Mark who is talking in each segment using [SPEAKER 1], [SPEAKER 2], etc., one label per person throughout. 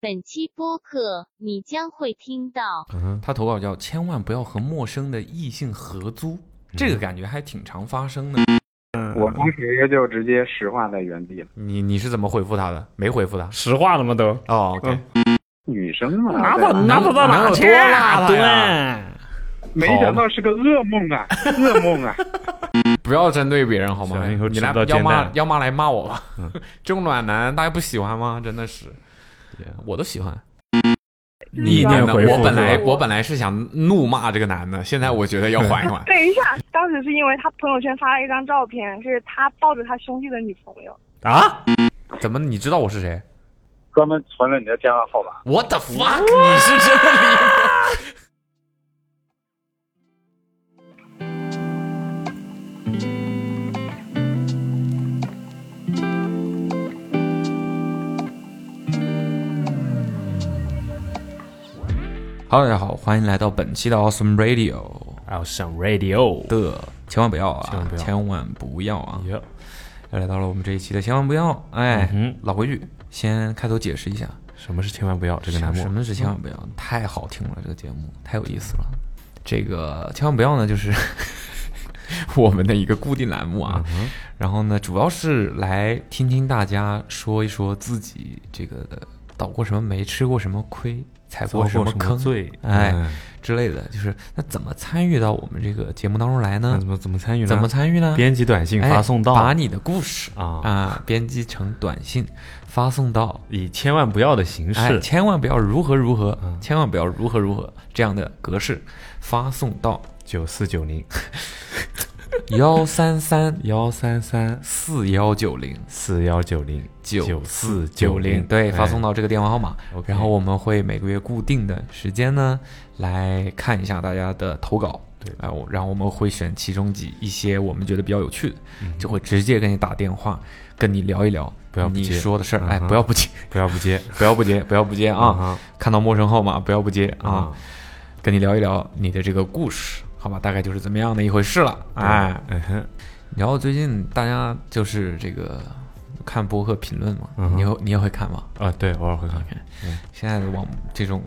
[SPEAKER 1] 本期播客你将会听到
[SPEAKER 2] 嗯
[SPEAKER 3] 他投稿叫“千万不要和陌生的异性合租”，
[SPEAKER 2] 嗯
[SPEAKER 3] 这个感觉还挺常发生的。嗯
[SPEAKER 2] 哼，
[SPEAKER 4] 我当时就直接石化在原地了。
[SPEAKER 3] 你你是怎么回复他的？没回复他。
[SPEAKER 2] 实话了吗都？
[SPEAKER 3] 哦，OK，
[SPEAKER 4] 女生嘛，
[SPEAKER 2] 拿
[SPEAKER 4] 对
[SPEAKER 2] 不
[SPEAKER 4] 吧
[SPEAKER 2] 拿呃不到哪去啊？
[SPEAKER 3] 哪有多辣的呀
[SPEAKER 2] 对，
[SPEAKER 4] 没想到是个噩梦 啊，噩梦啊！
[SPEAKER 3] 不要针对别人好吗？
[SPEAKER 2] 行以后
[SPEAKER 3] 你
[SPEAKER 2] 吃
[SPEAKER 3] 来
[SPEAKER 2] 不到嗯
[SPEAKER 3] 要
[SPEAKER 2] 煎
[SPEAKER 3] 骂
[SPEAKER 2] 蛋
[SPEAKER 3] 要骂来骂我吧， 这种暖男大家不喜欢吗？真的是，
[SPEAKER 2] 啊
[SPEAKER 3] 我都喜欢。
[SPEAKER 2] 意
[SPEAKER 3] 真
[SPEAKER 2] 念
[SPEAKER 3] 的
[SPEAKER 2] 嗯回复
[SPEAKER 3] 我本来
[SPEAKER 2] 是吧
[SPEAKER 3] 我本来是想怒骂这个男的，现在我觉得要缓 一缓。
[SPEAKER 5] 等一下，当时是因为他朋友圈发了一张照片，是他抱着他兄弟的女朋友。
[SPEAKER 2] 啊，
[SPEAKER 3] 怎么你知道我是谁
[SPEAKER 4] 专门存了你的电话号码。
[SPEAKER 3] ？What the fuck？你是真的厉害？Hello，大家好，欢迎来到本期的 Awesome Radio
[SPEAKER 2] 还有上 radio
[SPEAKER 3] 的，千万不要
[SPEAKER 2] 千
[SPEAKER 3] 啊
[SPEAKER 2] 万不，要
[SPEAKER 3] 千万不要啊！
[SPEAKER 2] 哟
[SPEAKER 3] 又来到了我们这一期的千万不要，哎，
[SPEAKER 2] 嗯哼
[SPEAKER 3] 老规矩，先开头解释一下
[SPEAKER 2] 什么是千万不要这个栏
[SPEAKER 3] 什
[SPEAKER 2] 目？嗯
[SPEAKER 3] 么是千万不要，太好听了，这个节目太有意思了。这个千万不要呢，就是 我们的一个固定栏目
[SPEAKER 2] 嗯
[SPEAKER 3] 啊，然后呢，主要是来听听大家说一说自己这个倒过什么霉，吃过什么亏，踩过什么坑，
[SPEAKER 2] 罪？
[SPEAKER 3] 哎
[SPEAKER 2] 嗯，
[SPEAKER 3] 之类的，就是那怎么参与到我们这个节目当中来
[SPEAKER 2] 那
[SPEAKER 3] 呢
[SPEAKER 2] 怎？么怎么参与呢？
[SPEAKER 3] 怎么参与呢？
[SPEAKER 2] 编辑短信
[SPEAKER 3] 哎
[SPEAKER 2] 发送到？
[SPEAKER 3] 把你的故事
[SPEAKER 2] 啊
[SPEAKER 3] 啊编辑成短信发送到，
[SPEAKER 2] 以千万不要的形
[SPEAKER 3] 哎，
[SPEAKER 2] 式，
[SPEAKER 3] 千万不要如何如何
[SPEAKER 2] 嗯，
[SPEAKER 3] 千万不要如何如何这样的格式发送到
[SPEAKER 2] 九四九零
[SPEAKER 3] 幺三三
[SPEAKER 2] 幺三三
[SPEAKER 3] 四幺九零
[SPEAKER 2] 四幺九零
[SPEAKER 3] 九
[SPEAKER 2] 四
[SPEAKER 3] 九零，对，发送
[SPEAKER 2] 到
[SPEAKER 3] 到这个电话号码。
[SPEAKER 2] 哎 OK
[SPEAKER 3] 然后我们会每个月固定的时间呢，来看一下大家的投稿。
[SPEAKER 2] 对
[SPEAKER 3] 哎，我然后我们会选其中几一些我们觉得比较有趣的，就会直接给你打电话，跟你聊一聊，
[SPEAKER 2] 嗯不要不
[SPEAKER 3] 你
[SPEAKER 2] 接
[SPEAKER 3] 说的事儿，
[SPEAKER 2] 嗯
[SPEAKER 3] 哎，
[SPEAKER 2] 哼
[SPEAKER 3] 不要不接，
[SPEAKER 2] 不要不接
[SPEAKER 3] 不要不接，不要不接啊！
[SPEAKER 2] 嗯哼
[SPEAKER 3] 看到陌生号码不要不接啊！
[SPEAKER 2] 啊！
[SPEAKER 3] 跟你聊一聊你的这个故事，好吧？大概就是怎么样的一回事了。 哎
[SPEAKER 2] 哎，，嗯哼，
[SPEAKER 3] 然后最近大家就是这个看博客评论嘛，
[SPEAKER 2] 嗯哼
[SPEAKER 3] 你也会你也会看吗？
[SPEAKER 2] 啊，对，偶尔会
[SPEAKER 3] 哎
[SPEAKER 2] 看，
[SPEAKER 3] 现在的网这种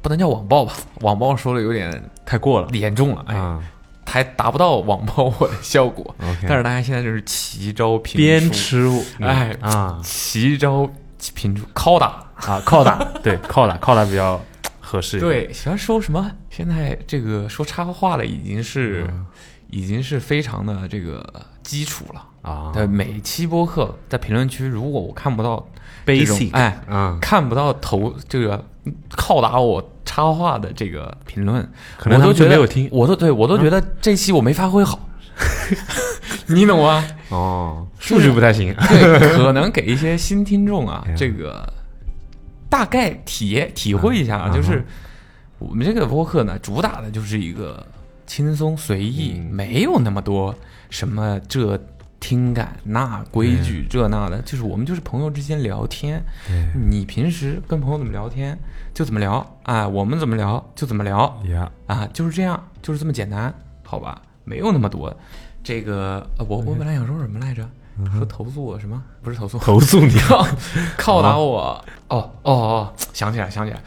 [SPEAKER 3] 不能叫网暴吧， 网暴说的有点
[SPEAKER 2] 太过了
[SPEAKER 3] 严重了，哎，
[SPEAKER 2] 啊。
[SPEAKER 3] 还达不到网暴我的效果。
[SPEAKER 2] OK
[SPEAKER 3] 但是大家现在就是奇招频出，
[SPEAKER 2] 边吃物，
[SPEAKER 3] 哎
[SPEAKER 2] 啊
[SPEAKER 3] 奇招频出，拷打。
[SPEAKER 2] 啊，靠打，对，靠打，靠打比较合适。，
[SPEAKER 3] 对，喜欢说什么？现在这个说插话的已经是，
[SPEAKER 2] 嗯
[SPEAKER 3] 已经是非常的这个基础了。
[SPEAKER 2] 啊，
[SPEAKER 3] 对，每期播客在评论区，如果我看不到这种
[SPEAKER 2] Basic，
[SPEAKER 3] 哎，
[SPEAKER 2] 嗯
[SPEAKER 3] 看不到投这个拷打我插话的这个评论，
[SPEAKER 2] 可能
[SPEAKER 3] 我
[SPEAKER 2] 他们
[SPEAKER 3] 都
[SPEAKER 2] 就
[SPEAKER 3] 觉得
[SPEAKER 2] 没有听嗯
[SPEAKER 3] 我都对我都觉得这期我没发挥好， 你懂吗？
[SPEAKER 2] 哦，数据不太 行，
[SPEAKER 3] 对，可能给一些新听众啊
[SPEAKER 2] 哎，呀
[SPEAKER 3] 这个大概体体会一下啊，
[SPEAKER 2] 嗯
[SPEAKER 3] 就是我们这个播客呢，主打的就是一个轻松随意，
[SPEAKER 2] 嗯
[SPEAKER 3] 没有那么多什么这听感那规
[SPEAKER 2] 嗯
[SPEAKER 3] 矩这那的，就是我们就是朋友之间聊天，你平时跟朋友怎么聊天就怎么聊，哎，我们怎么聊就怎么聊，
[SPEAKER 2] 呀，
[SPEAKER 3] 啊，就是这样，就是这么简单，好吧？没有那么多。这个，呃我我本来想说什么来着？说投诉我什么？不是投诉我，
[SPEAKER 2] 嗯投诉你 啊
[SPEAKER 3] 靠靠打我。哦哦哦，想起来想起来，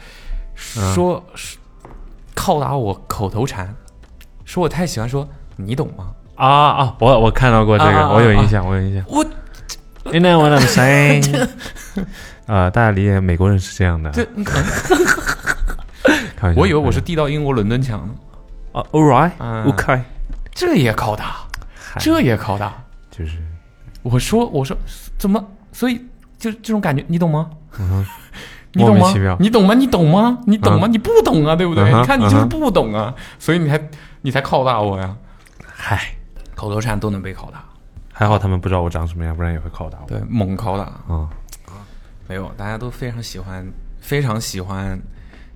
[SPEAKER 2] 嗯
[SPEAKER 3] 说、是靠打我口头禅，说我太喜欢说你懂吗？
[SPEAKER 2] 啊啊！我我看到过这
[SPEAKER 3] 啊啊
[SPEAKER 2] 个，
[SPEAKER 3] 啊
[SPEAKER 2] 我有印象，我有印象。
[SPEAKER 3] 我
[SPEAKER 2] 你那我怎么谁？ 啊，大家理解美国人是这样的，
[SPEAKER 3] 这
[SPEAKER 2] 开玩笑嗯
[SPEAKER 3] 我以为我是地道英国伦敦腔呢，
[SPEAKER 2] 啊，All
[SPEAKER 3] 嗯
[SPEAKER 2] right，OK，
[SPEAKER 3] 这也靠打，这也靠打。
[SPEAKER 2] 就是
[SPEAKER 3] 我说我说怎么？所以就这种感觉，你懂吗？ 你
[SPEAKER 2] 嗯莫
[SPEAKER 3] 懂
[SPEAKER 2] 名
[SPEAKER 3] 吗
[SPEAKER 2] 其妙？
[SPEAKER 3] 你懂吗？你懂吗？你懂吗？你不懂啊，对不对？
[SPEAKER 2] 嗯哼
[SPEAKER 3] 你看你就
[SPEAKER 2] 嗯
[SPEAKER 3] 是
[SPEAKER 2] 哼
[SPEAKER 3] 不懂啊，所以你才你才拷打我呀！
[SPEAKER 2] 嗨，
[SPEAKER 3] 口头禅都能被拷打，
[SPEAKER 2] 还好他们不知道我长什么样，不然也会拷打我。
[SPEAKER 3] 对，猛拷打
[SPEAKER 2] 啊，
[SPEAKER 3] 没有，大家都非常喜欢，非常喜欢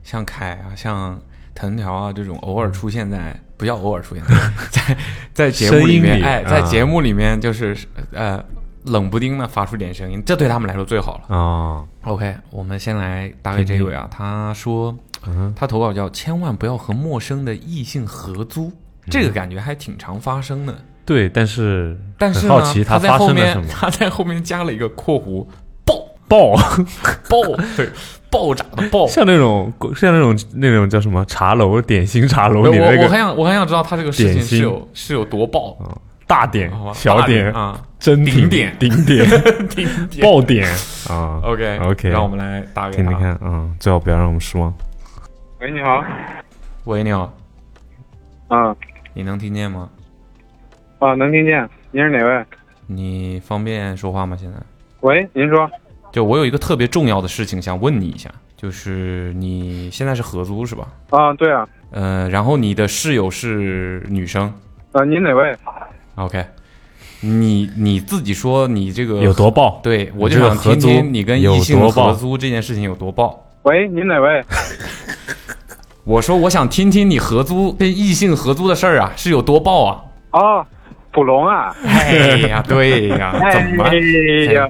[SPEAKER 3] 像凯啊，像藤条啊这种偶尔出现在，不要偶尔出现 在在在节目
[SPEAKER 2] 嗯
[SPEAKER 3] 里
[SPEAKER 2] 声音
[SPEAKER 3] 面，
[SPEAKER 2] 里
[SPEAKER 3] 哎，
[SPEAKER 2] 啊
[SPEAKER 3] 在节目里面就是呃冷不丁的发出点声音，这对他们来说最好了。
[SPEAKER 2] 啊，
[SPEAKER 3] OK，我们先来打给这位啊，他说
[SPEAKER 2] 嗯，
[SPEAKER 3] 他投稿叫“千万不要和陌生的异性合租”，
[SPEAKER 2] 嗯
[SPEAKER 3] 这个感觉还挺常发生的。
[SPEAKER 2] 对，但是
[SPEAKER 3] 但是
[SPEAKER 2] 很
[SPEAKER 3] 呢，
[SPEAKER 2] 好奇
[SPEAKER 3] 他在
[SPEAKER 2] 发
[SPEAKER 3] 后
[SPEAKER 2] 生了
[SPEAKER 3] 面
[SPEAKER 2] 什么
[SPEAKER 3] 他在后面加了一个括弧，爆
[SPEAKER 2] 爆，
[SPEAKER 3] 爆，对，爆炸的 爆。
[SPEAKER 2] 像那种像那种那种叫什么茶楼点心茶楼
[SPEAKER 3] 我
[SPEAKER 2] 里的
[SPEAKER 3] 我
[SPEAKER 2] 那
[SPEAKER 3] 很
[SPEAKER 2] 个
[SPEAKER 3] 想我很想知道他这个事情
[SPEAKER 2] 点心
[SPEAKER 3] 是有是有多爆，
[SPEAKER 2] 大点
[SPEAKER 3] 好吧、
[SPEAKER 2] 小
[SPEAKER 3] 大
[SPEAKER 2] 点、
[SPEAKER 3] 啊，
[SPEAKER 2] 真
[SPEAKER 3] 顶点
[SPEAKER 2] 顶点、
[SPEAKER 3] 顶点
[SPEAKER 2] 爆点 啊
[SPEAKER 3] OK
[SPEAKER 2] OK，
[SPEAKER 3] 让我们来打给
[SPEAKER 2] 听
[SPEAKER 3] 他。
[SPEAKER 2] 听看啊、嗯最好不要让我们失望。
[SPEAKER 4] 喂，你好，
[SPEAKER 3] 喂，你好，
[SPEAKER 4] 啊
[SPEAKER 3] 你能听见吗？
[SPEAKER 4] 啊，能听见？您是哪位？
[SPEAKER 3] 你方便说话吗？现在
[SPEAKER 4] 喂，您说
[SPEAKER 3] 就我有一个特别重要的事情想问你一下，就是你现在是合租是吧？
[SPEAKER 4] 啊，对啊，
[SPEAKER 3] 呃，然后你的室友是女生
[SPEAKER 4] 啊，您哪位？
[SPEAKER 3] ，OK，你你自己说你这个
[SPEAKER 2] 有多爆？
[SPEAKER 3] 对，我
[SPEAKER 2] 你
[SPEAKER 3] 就
[SPEAKER 2] 这个
[SPEAKER 3] 想
[SPEAKER 2] 合
[SPEAKER 3] 听
[SPEAKER 2] 租
[SPEAKER 3] 听你跟
[SPEAKER 2] 有
[SPEAKER 3] 异性
[SPEAKER 2] 多
[SPEAKER 3] 合
[SPEAKER 2] 爆
[SPEAKER 3] 租这件事情有多爆。
[SPEAKER 4] 喂，您哪位？
[SPEAKER 3] 我说我想听听你合租跟异性合租的事儿啊，是有多爆啊？
[SPEAKER 4] 哦，普龙啊！
[SPEAKER 3] 哎呀，对呀， 怎么？
[SPEAKER 4] 哎呀，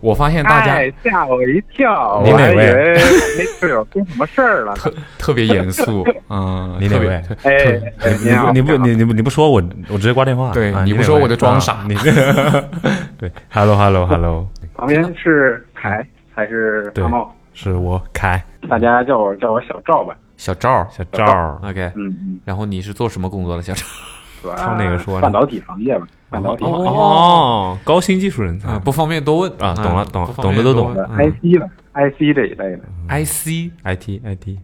[SPEAKER 3] 我发现 大
[SPEAKER 4] 哎
[SPEAKER 3] 家，
[SPEAKER 4] 吓我一跳，
[SPEAKER 2] 您
[SPEAKER 4] 我
[SPEAKER 2] 哪位
[SPEAKER 4] 还以为没室友出什么事儿了呢。
[SPEAKER 3] 特别严肃，嗯，
[SPEAKER 2] 你哪
[SPEAKER 3] 特别
[SPEAKER 2] 位？
[SPEAKER 4] 哎，
[SPEAKER 2] 你
[SPEAKER 4] 您好，
[SPEAKER 2] 不你不
[SPEAKER 4] 您好
[SPEAKER 2] 你你不你不说我我直接挂电话。
[SPEAKER 3] 啊对
[SPEAKER 2] 啊、
[SPEAKER 3] 你不
[SPEAKER 2] 哪
[SPEAKER 3] 说
[SPEAKER 2] 位
[SPEAKER 3] 我就装
[SPEAKER 2] 啊
[SPEAKER 3] 傻
[SPEAKER 2] 你这 对，Hello Hello Hello，
[SPEAKER 4] 旁边是凯还是
[SPEAKER 2] 对
[SPEAKER 4] 阿茂？
[SPEAKER 2] 是我凯
[SPEAKER 4] 大家叫我叫我小赵吧。
[SPEAKER 3] 小赵
[SPEAKER 2] 小赵儿。
[SPEAKER 3] ，OK。
[SPEAKER 4] 嗯嗯，
[SPEAKER 3] 然后你是做什么工作的，小赵？
[SPEAKER 4] 主要
[SPEAKER 2] 挑哪个说呢
[SPEAKER 4] 半导体行业吧，
[SPEAKER 3] 哦
[SPEAKER 4] 半导体行业
[SPEAKER 2] 哦，高新技术人才
[SPEAKER 3] 啊，不方便多问
[SPEAKER 2] 啊懂了懂了
[SPEAKER 3] 不方便
[SPEAKER 2] 懂的都
[SPEAKER 3] 多
[SPEAKER 2] 懂
[SPEAKER 3] 问
[SPEAKER 2] 了
[SPEAKER 3] 嗯
[SPEAKER 4] IC 的 IC 这一类的
[SPEAKER 3] IC
[SPEAKER 2] ，IT IT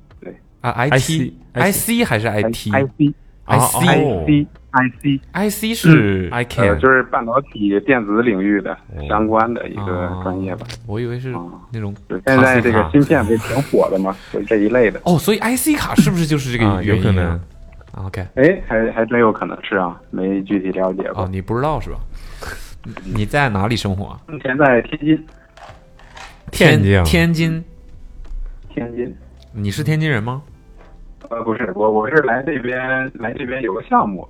[SPEAKER 3] 啊
[SPEAKER 2] IC
[SPEAKER 3] ，IT，IC 还是 IT？IC
[SPEAKER 4] IC
[SPEAKER 2] 啊哦
[SPEAKER 4] IC IC，
[SPEAKER 3] IC 是
[SPEAKER 2] I
[SPEAKER 4] 呃，
[SPEAKER 2] can
[SPEAKER 4] 就是半导体电子领域的相关的一个专业吧。
[SPEAKER 3] 我以为是
[SPEAKER 4] 哦
[SPEAKER 3] 那种
[SPEAKER 4] 对，现在这个
[SPEAKER 3] 卡
[SPEAKER 4] 芯片不是挺火的
[SPEAKER 3] 啊
[SPEAKER 4] 嘛，所以这一类的。
[SPEAKER 3] 哦，所以 IC 卡是不是就是这
[SPEAKER 2] 啊
[SPEAKER 3] 个
[SPEAKER 2] 有
[SPEAKER 3] 原
[SPEAKER 2] 可
[SPEAKER 3] 因
[SPEAKER 2] 能
[SPEAKER 3] 啊？OK，
[SPEAKER 4] 哎，还还真有可能是啊，没具体了解
[SPEAKER 3] 哦，
[SPEAKER 4] 过。
[SPEAKER 3] 你不知道 是吧？你在哪里生活啊？
[SPEAKER 4] 目前在天津，
[SPEAKER 2] 天津啊
[SPEAKER 3] 天津，
[SPEAKER 4] 天津，
[SPEAKER 3] 你是天津人吗？
[SPEAKER 4] 呃，不是，我我是来这边来这边有个项目，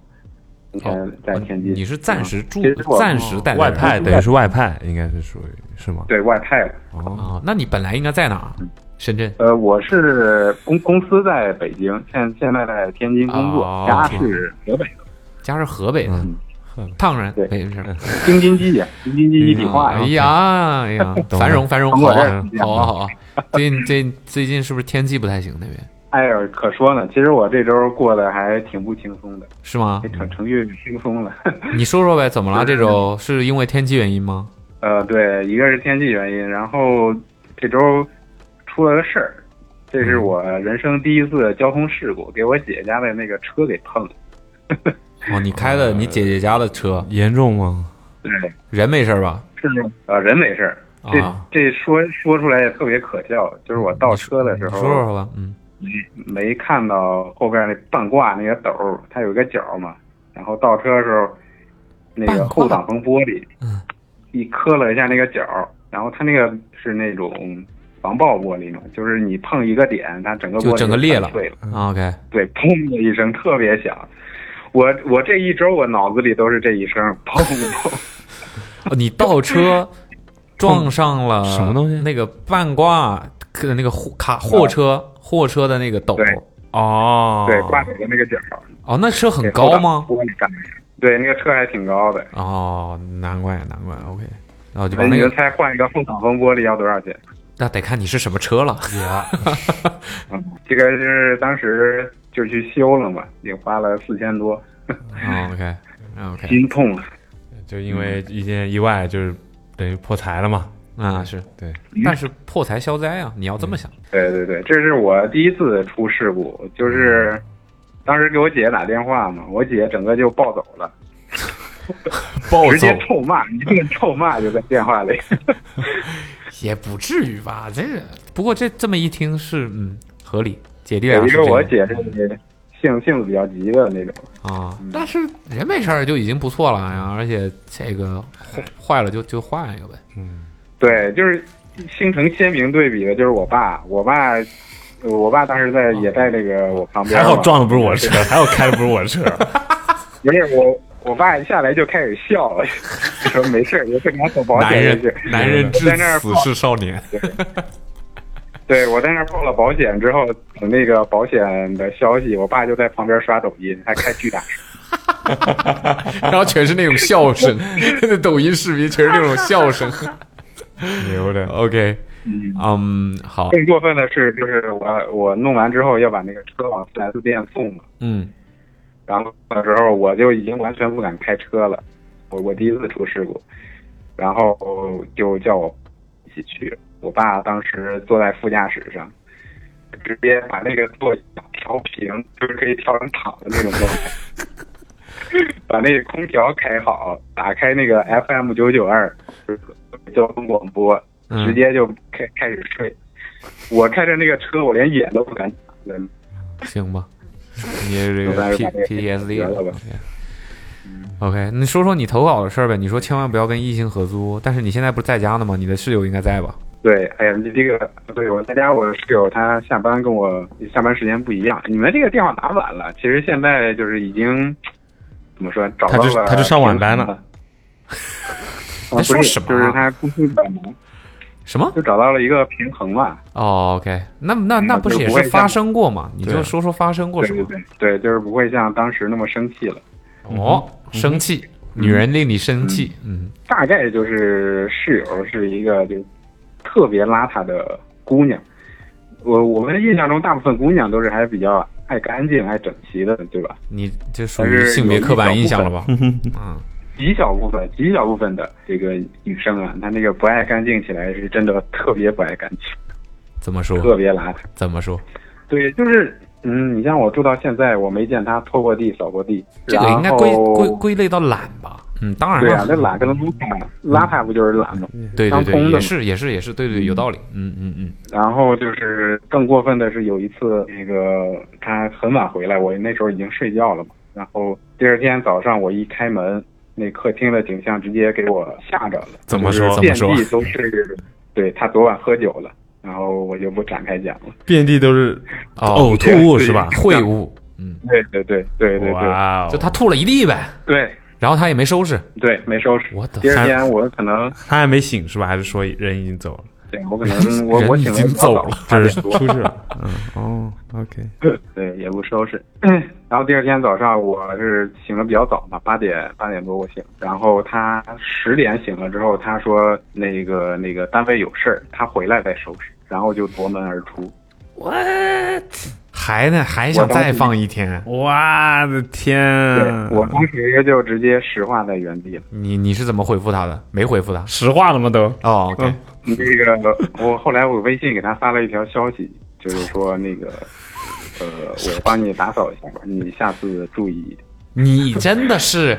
[SPEAKER 4] 目
[SPEAKER 3] 哦
[SPEAKER 4] 前在天津。
[SPEAKER 3] 你是暂时住
[SPEAKER 4] 嗯其实，我
[SPEAKER 3] 暂时待在
[SPEAKER 2] 外
[SPEAKER 3] 这儿
[SPEAKER 2] 派，等于是外派，应该是属于是吗？
[SPEAKER 4] 对外派的。
[SPEAKER 2] 哦，
[SPEAKER 3] 啊？那你本来应该在哪儿？啊深圳。
[SPEAKER 4] 呃，我是公公司在北京，现现在在天津工作，
[SPEAKER 3] 哦
[SPEAKER 4] 家是河北的，
[SPEAKER 3] 家是河北的
[SPEAKER 2] 嗯，
[SPEAKER 3] 烫人，
[SPEAKER 4] 对
[SPEAKER 3] 没事儿。
[SPEAKER 4] 京津冀呀，京津冀一体化
[SPEAKER 3] 哎
[SPEAKER 4] 呀。
[SPEAKER 3] 呀哎 呀，
[SPEAKER 2] 懂了
[SPEAKER 3] 繁荣繁荣，
[SPEAKER 4] 从
[SPEAKER 3] 好
[SPEAKER 4] 我
[SPEAKER 3] 啊
[SPEAKER 4] 这儿
[SPEAKER 3] 好啊好啊！最近最近最近是不是天气不太行那边？
[SPEAKER 4] 哎呦，可说呢，其实我这周过得还挺不轻松的，
[SPEAKER 3] 是 吗
[SPEAKER 4] 也？成成越轻松了。
[SPEAKER 3] 你说说呗，怎么了？这周是因为天气原因吗？
[SPEAKER 4] 呃，对，一个是天气原因，然后这周出了个事儿，这
[SPEAKER 3] 嗯
[SPEAKER 4] 是我人生第一次交通事故，给我姐家的那个车给碰了。
[SPEAKER 3] 哦，你开
[SPEAKER 4] 呃
[SPEAKER 3] 的你姐姐家的车，
[SPEAKER 2] 严重吗？
[SPEAKER 4] 对，
[SPEAKER 3] 人没事吧？
[SPEAKER 4] 是呃人没事儿，这、
[SPEAKER 3] 啊嗯
[SPEAKER 4] 这说说出来也特别可笑，就是我倒车的时
[SPEAKER 3] 你
[SPEAKER 4] 候，
[SPEAKER 3] 说说吧，嗯，
[SPEAKER 4] 没看到后边那半挂那个斗儿，它有一个角儿嘛。然后倒车的时候，那
[SPEAKER 3] 半
[SPEAKER 4] 个
[SPEAKER 3] 挂
[SPEAKER 4] 后挡风玻璃，
[SPEAKER 3] 嗯，
[SPEAKER 4] 一磕了一下那个角儿，然后它那个是那种防爆玻璃嘛，就是你碰一个点，它整个玻璃
[SPEAKER 3] 就整个裂了
[SPEAKER 4] 翻碎了，
[SPEAKER 3] 啊 OK，
[SPEAKER 4] 对，砰的一声特别响。我我这一周我脑子里都是这一声砰 砰，
[SPEAKER 3] 哦你倒 车撞上了
[SPEAKER 2] 什么东西
[SPEAKER 3] 那个半挂可那个货卡货车货车的那个斗。
[SPEAKER 4] 对
[SPEAKER 2] 哦，
[SPEAKER 4] 对，挂着的那个角儿，
[SPEAKER 3] 哦，那车很
[SPEAKER 4] 对
[SPEAKER 3] 高吗？
[SPEAKER 4] 后挡玻璃干的对，那个车还挺高的。
[SPEAKER 3] 哦，难怪难怪，OK，然后就把
[SPEAKER 4] 哎你
[SPEAKER 3] 那
[SPEAKER 4] 们
[SPEAKER 3] 个，
[SPEAKER 4] 猜换一个后挡风玻璃要多少钱？
[SPEAKER 3] 那得看你是什么车了。
[SPEAKER 4] 嗯，这个是当时就去修了嘛，也花了四千多，
[SPEAKER 3] OK OK，
[SPEAKER 4] 心痛啊。
[SPEAKER 2] 就因为一件意外，就是等于破财了嘛。
[SPEAKER 3] 啊是，
[SPEAKER 2] 对，
[SPEAKER 3] 但是破财消灾啊，你要这么想。
[SPEAKER 4] 对对对，这是我第一次出事故，
[SPEAKER 3] 嗯
[SPEAKER 4] 就是当时给我姐打电话嘛，我姐整个就暴走了，
[SPEAKER 3] 暴
[SPEAKER 4] 直接臭骂，一顿臭骂就在电 话里。
[SPEAKER 3] 也不至于吧？这个不过这这么一听是嗯合理，姐弟俩
[SPEAKER 4] 因
[SPEAKER 3] 是这
[SPEAKER 4] 为
[SPEAKER 3] 样
[SPEAKER 4] 我姐是性性子比较急的那种，
[SPEAKER 3] 啊，但是人没事儿就已经不错了呀，而且这个坏坏了就就换一个呗。
[SPEAKER 4] 对，就是形成鲜明对比的就是我爸，我爸。我爸当时在也在这个我旁边
[SPEAKER 2] 还
[SPEAKER 4] 嘛，
[SPEAKER 2] 好撞的不是我车，还好开的不是我 车。
[SPEAKER 4] 不是我，我爸一下来就开始笑了，就说没事儿，就正常走保险就行。我在那儿报
[SPEAKER 3] 是少年。
[SPEAKER 4] 对我在那儿报了保险之后，等那个保险的消息，我爸就在旁边刷抖音，还开巨大 声。
[SPEAKER 3] 然后全是那种笑声，那抖音视频全是那种笑声。
[SPEAKER 2] 牛的，
[SPEAKER 3] OK，
[SPEAKER 4] 嗯，
[SPEAKER 3] 嗯，好，
[SPEAKER 4] 更过分的是，就是我我弄完之后要把那个车往 4S 店送嘛，
[SPEAKER 3] 嗯，
[SPEAKER 4] 然后那时候我就已经完全不敢开车了，我我第一次出事故，然后就叫我一起去，我爸当时坐在副驾驶上，直接把那个座椅调平，就是可以调成躺的那种状态， 把那个空调开好，打开那个 FM 九九二，就是交通广播，
[SPEAKER 3] 嗯
[SPEAKER 4] 直接就开开始睡。我开着那个车，我连眼都不敢眨。
[SPEAKER 3] 嗯行 吧，你也是这
[SPEAKER 4] 我来
[SPEAKER 3] 个 P
[SPEAKER 4] 把这个
[SPEAKER 3] PTSD
[SPEAKER 4] 聊聊
[SPEAKER 3] 了
[SPEAKER 4] 吧。
[SPEAKER 3] OK，你说说你投稿的事儿呗。你说千万不要跟异性合租，但是你现在不是在家呢吗？你的室友应该在吧？
[SPEAKER 4] 对，哎呀，你这个对我在家，我室友他下班跟我下班时间不一样。你们这个电话打晚了，其实现在就是已经怎么说找到
[SPEAKER 2] 他就
[SPEAKER 4] 了，
[SPEAKER 2] 他就上晚班了。
[SPEAKER 4] 啊，
[SPEAKER 3] 在
[SPEAKER 4] 不
[SPEAKER 3] 说什
[SPEAKER 4] 是，
[SPEAKER 3] 么啊
[SPEAKER 4] 就是他公司转忙，
[SPEAKER 3] 什么？
[SPEAKER 4] 就找到了一个平衡嘛。
[SPEAKER 3] 哦，OK，那那那
[SPEAKER 4] 嗯
[SPEAKER 3] 不是也
[SPEAKER 4] 就不会
[SPEAKER 3] 是发生过吗？你
[SPEAKER 2] 对
[SPEAKER 3] 就
[SPEAKER 2] 啊
[SPEAKER 3] 说说发生过
[SPEAKER 4] 对
[SPEAKER 3] 什
[SPEAKER 4] 对
[SPEAKER 3] 么？
[SPEAKER 4] 对对，就是不会像当时那么生气了。
[SPEAKER 3] 哦，生气，
[SPEAKER 2] 嗯
[SPEAKER 3] 女人令你生气，嗯，
[SPEAKER 4] 大概就是室友是一个就特别邋遢的姑娘。我我们印象中大部分姑娘都是还比较爱干净、爱整齐的，对吧？
[SPEAKER 3] 你这属
[SPEAKER 4] 但
[SPEAKER 3] 于
[SPEAKER 4] 是
[SPEAKER 3] 性别
[SPEAKER 4] 有一
[SPEAKER 3] 刻板
[SPEAKER 4] 小
[SPEAKER 3] 印
[SPEAKER 4] 部
[SPEAKER 3] 象了
[SPEAKER 4] 分
[SPEAKER 3] 吧？ 嗯，
[SPEAKER 4] 极小部分、极小部分的这个女生啊，她那个不爱干净起来是真的特别不爱干净，
[SPEAKER 3] 怎么说？
[SPEAKER 4] 特别邋遢。
[SPEAKER 3] 怎么说？
[SPEAKER 4] 对，就是嗯，你像我住到现在，我没见她拖过地、扫过地，
[SPEAKER 3] 这个应该
[SPEAKER 4] 然后
[SPEAKER 3] 归归归类到懒吧？嗯，当然
[SPEAKER 4] 对啊
[SPEAKER 3] 了，，
[SPEAKER 4] 那懒跟邋遢，邋遢不就是懒吗？
[SPEAKER 3] 对对
[SPEAKER 4] 当
[SPEAKER 3] 对，
[SPEAKER 4] 空
[SPEAKER 3] 也
[SPEAKER 4] 的
[SPEAKER 3] 是也是也是，对对，有道理。嗯嗯嗯，
[SPEAKER 4] 然后就是更过分的是，有一次那个他很晚回来，我那时候已经睡觉了嘛。然后第二天早上我一开门，那客厅的景象直接给我吓着了。
[SPEAKER 2] 怎么说
[SPEAKER 4] 就是
[SPEAKER 2] 怎么说
[SPEAKER 4] 遍地都是，对他昨晚喝酒了，然后我就不展开讲了。
[SPEAKER 2] 遍地都是
[SPEAKER 3] 哦
[SPEAKER 2] 呕吐物是吧？
[SPEAKER 3] 秽物，嗯，
[SPEAKER 4] 对对对对对对
[SPEAKER 2] 哇哦，
[SPEAKER 3] 就他吐了一地呗，
[SPEAKER 4] 对
[SPEAKER 3] 然后他也没收拾。
[SPEAKER 4] 对，没收拾。
[SPEAKER 3] 我的
[SPEAKER 4] 第二天我可能，
[SPEAKER 2] 他还没醒是吧？还是说人已经走 了？
[SPEAKER 4] 对我可能 我我
[SPEAKER 3] 人已
[SPEAKER 4] 醒
[SPEAKER 3] 经
[SPEAKER 4] 比较
[SPEAKER 3] 走
[SPEAKER 4] 早
[SPEAKER 3] 了
[SPEAKER 4] 八
[SPEAKER 2] 就
[SPEAKER 4] 点
[SPEAKER 2] 是
[SPEAKER 4] 多
[SPEAKER 2] 出去了。嗯哦，OK，
[SPEAKER 4] 对，也不收拾。嗯然后第二天早上我是醒的比较早嘛，八点八点多我醒，然后他十点醒了之后，他说那个那个单位有事儿，他回来再收拾，然后就夺门而出。
[SPEAKER 3] 还呢，还想再放一天？
[SPEAKER 2] 我的天
[SPEAKER 4] 对
[SPEAKER 6] 嗯
[SPEAKER 2] 啊，
[SPEAKER 4] 我当时就直接石化在原地了。
[SPEAKER 3] 你你是怎么回复他的？没回复他。
[SPEAKER 2] 实话了吗都？
[SPEAKER 3] 哦，OK，
[SPEAKER 2] 嗯
[SPEAKER 4] 那个我后来我微信给他发了一条消息，就是说那个呃，我帮你打扫一下吧，你下次注意一点。
[SPEAKER 3] 你真的是，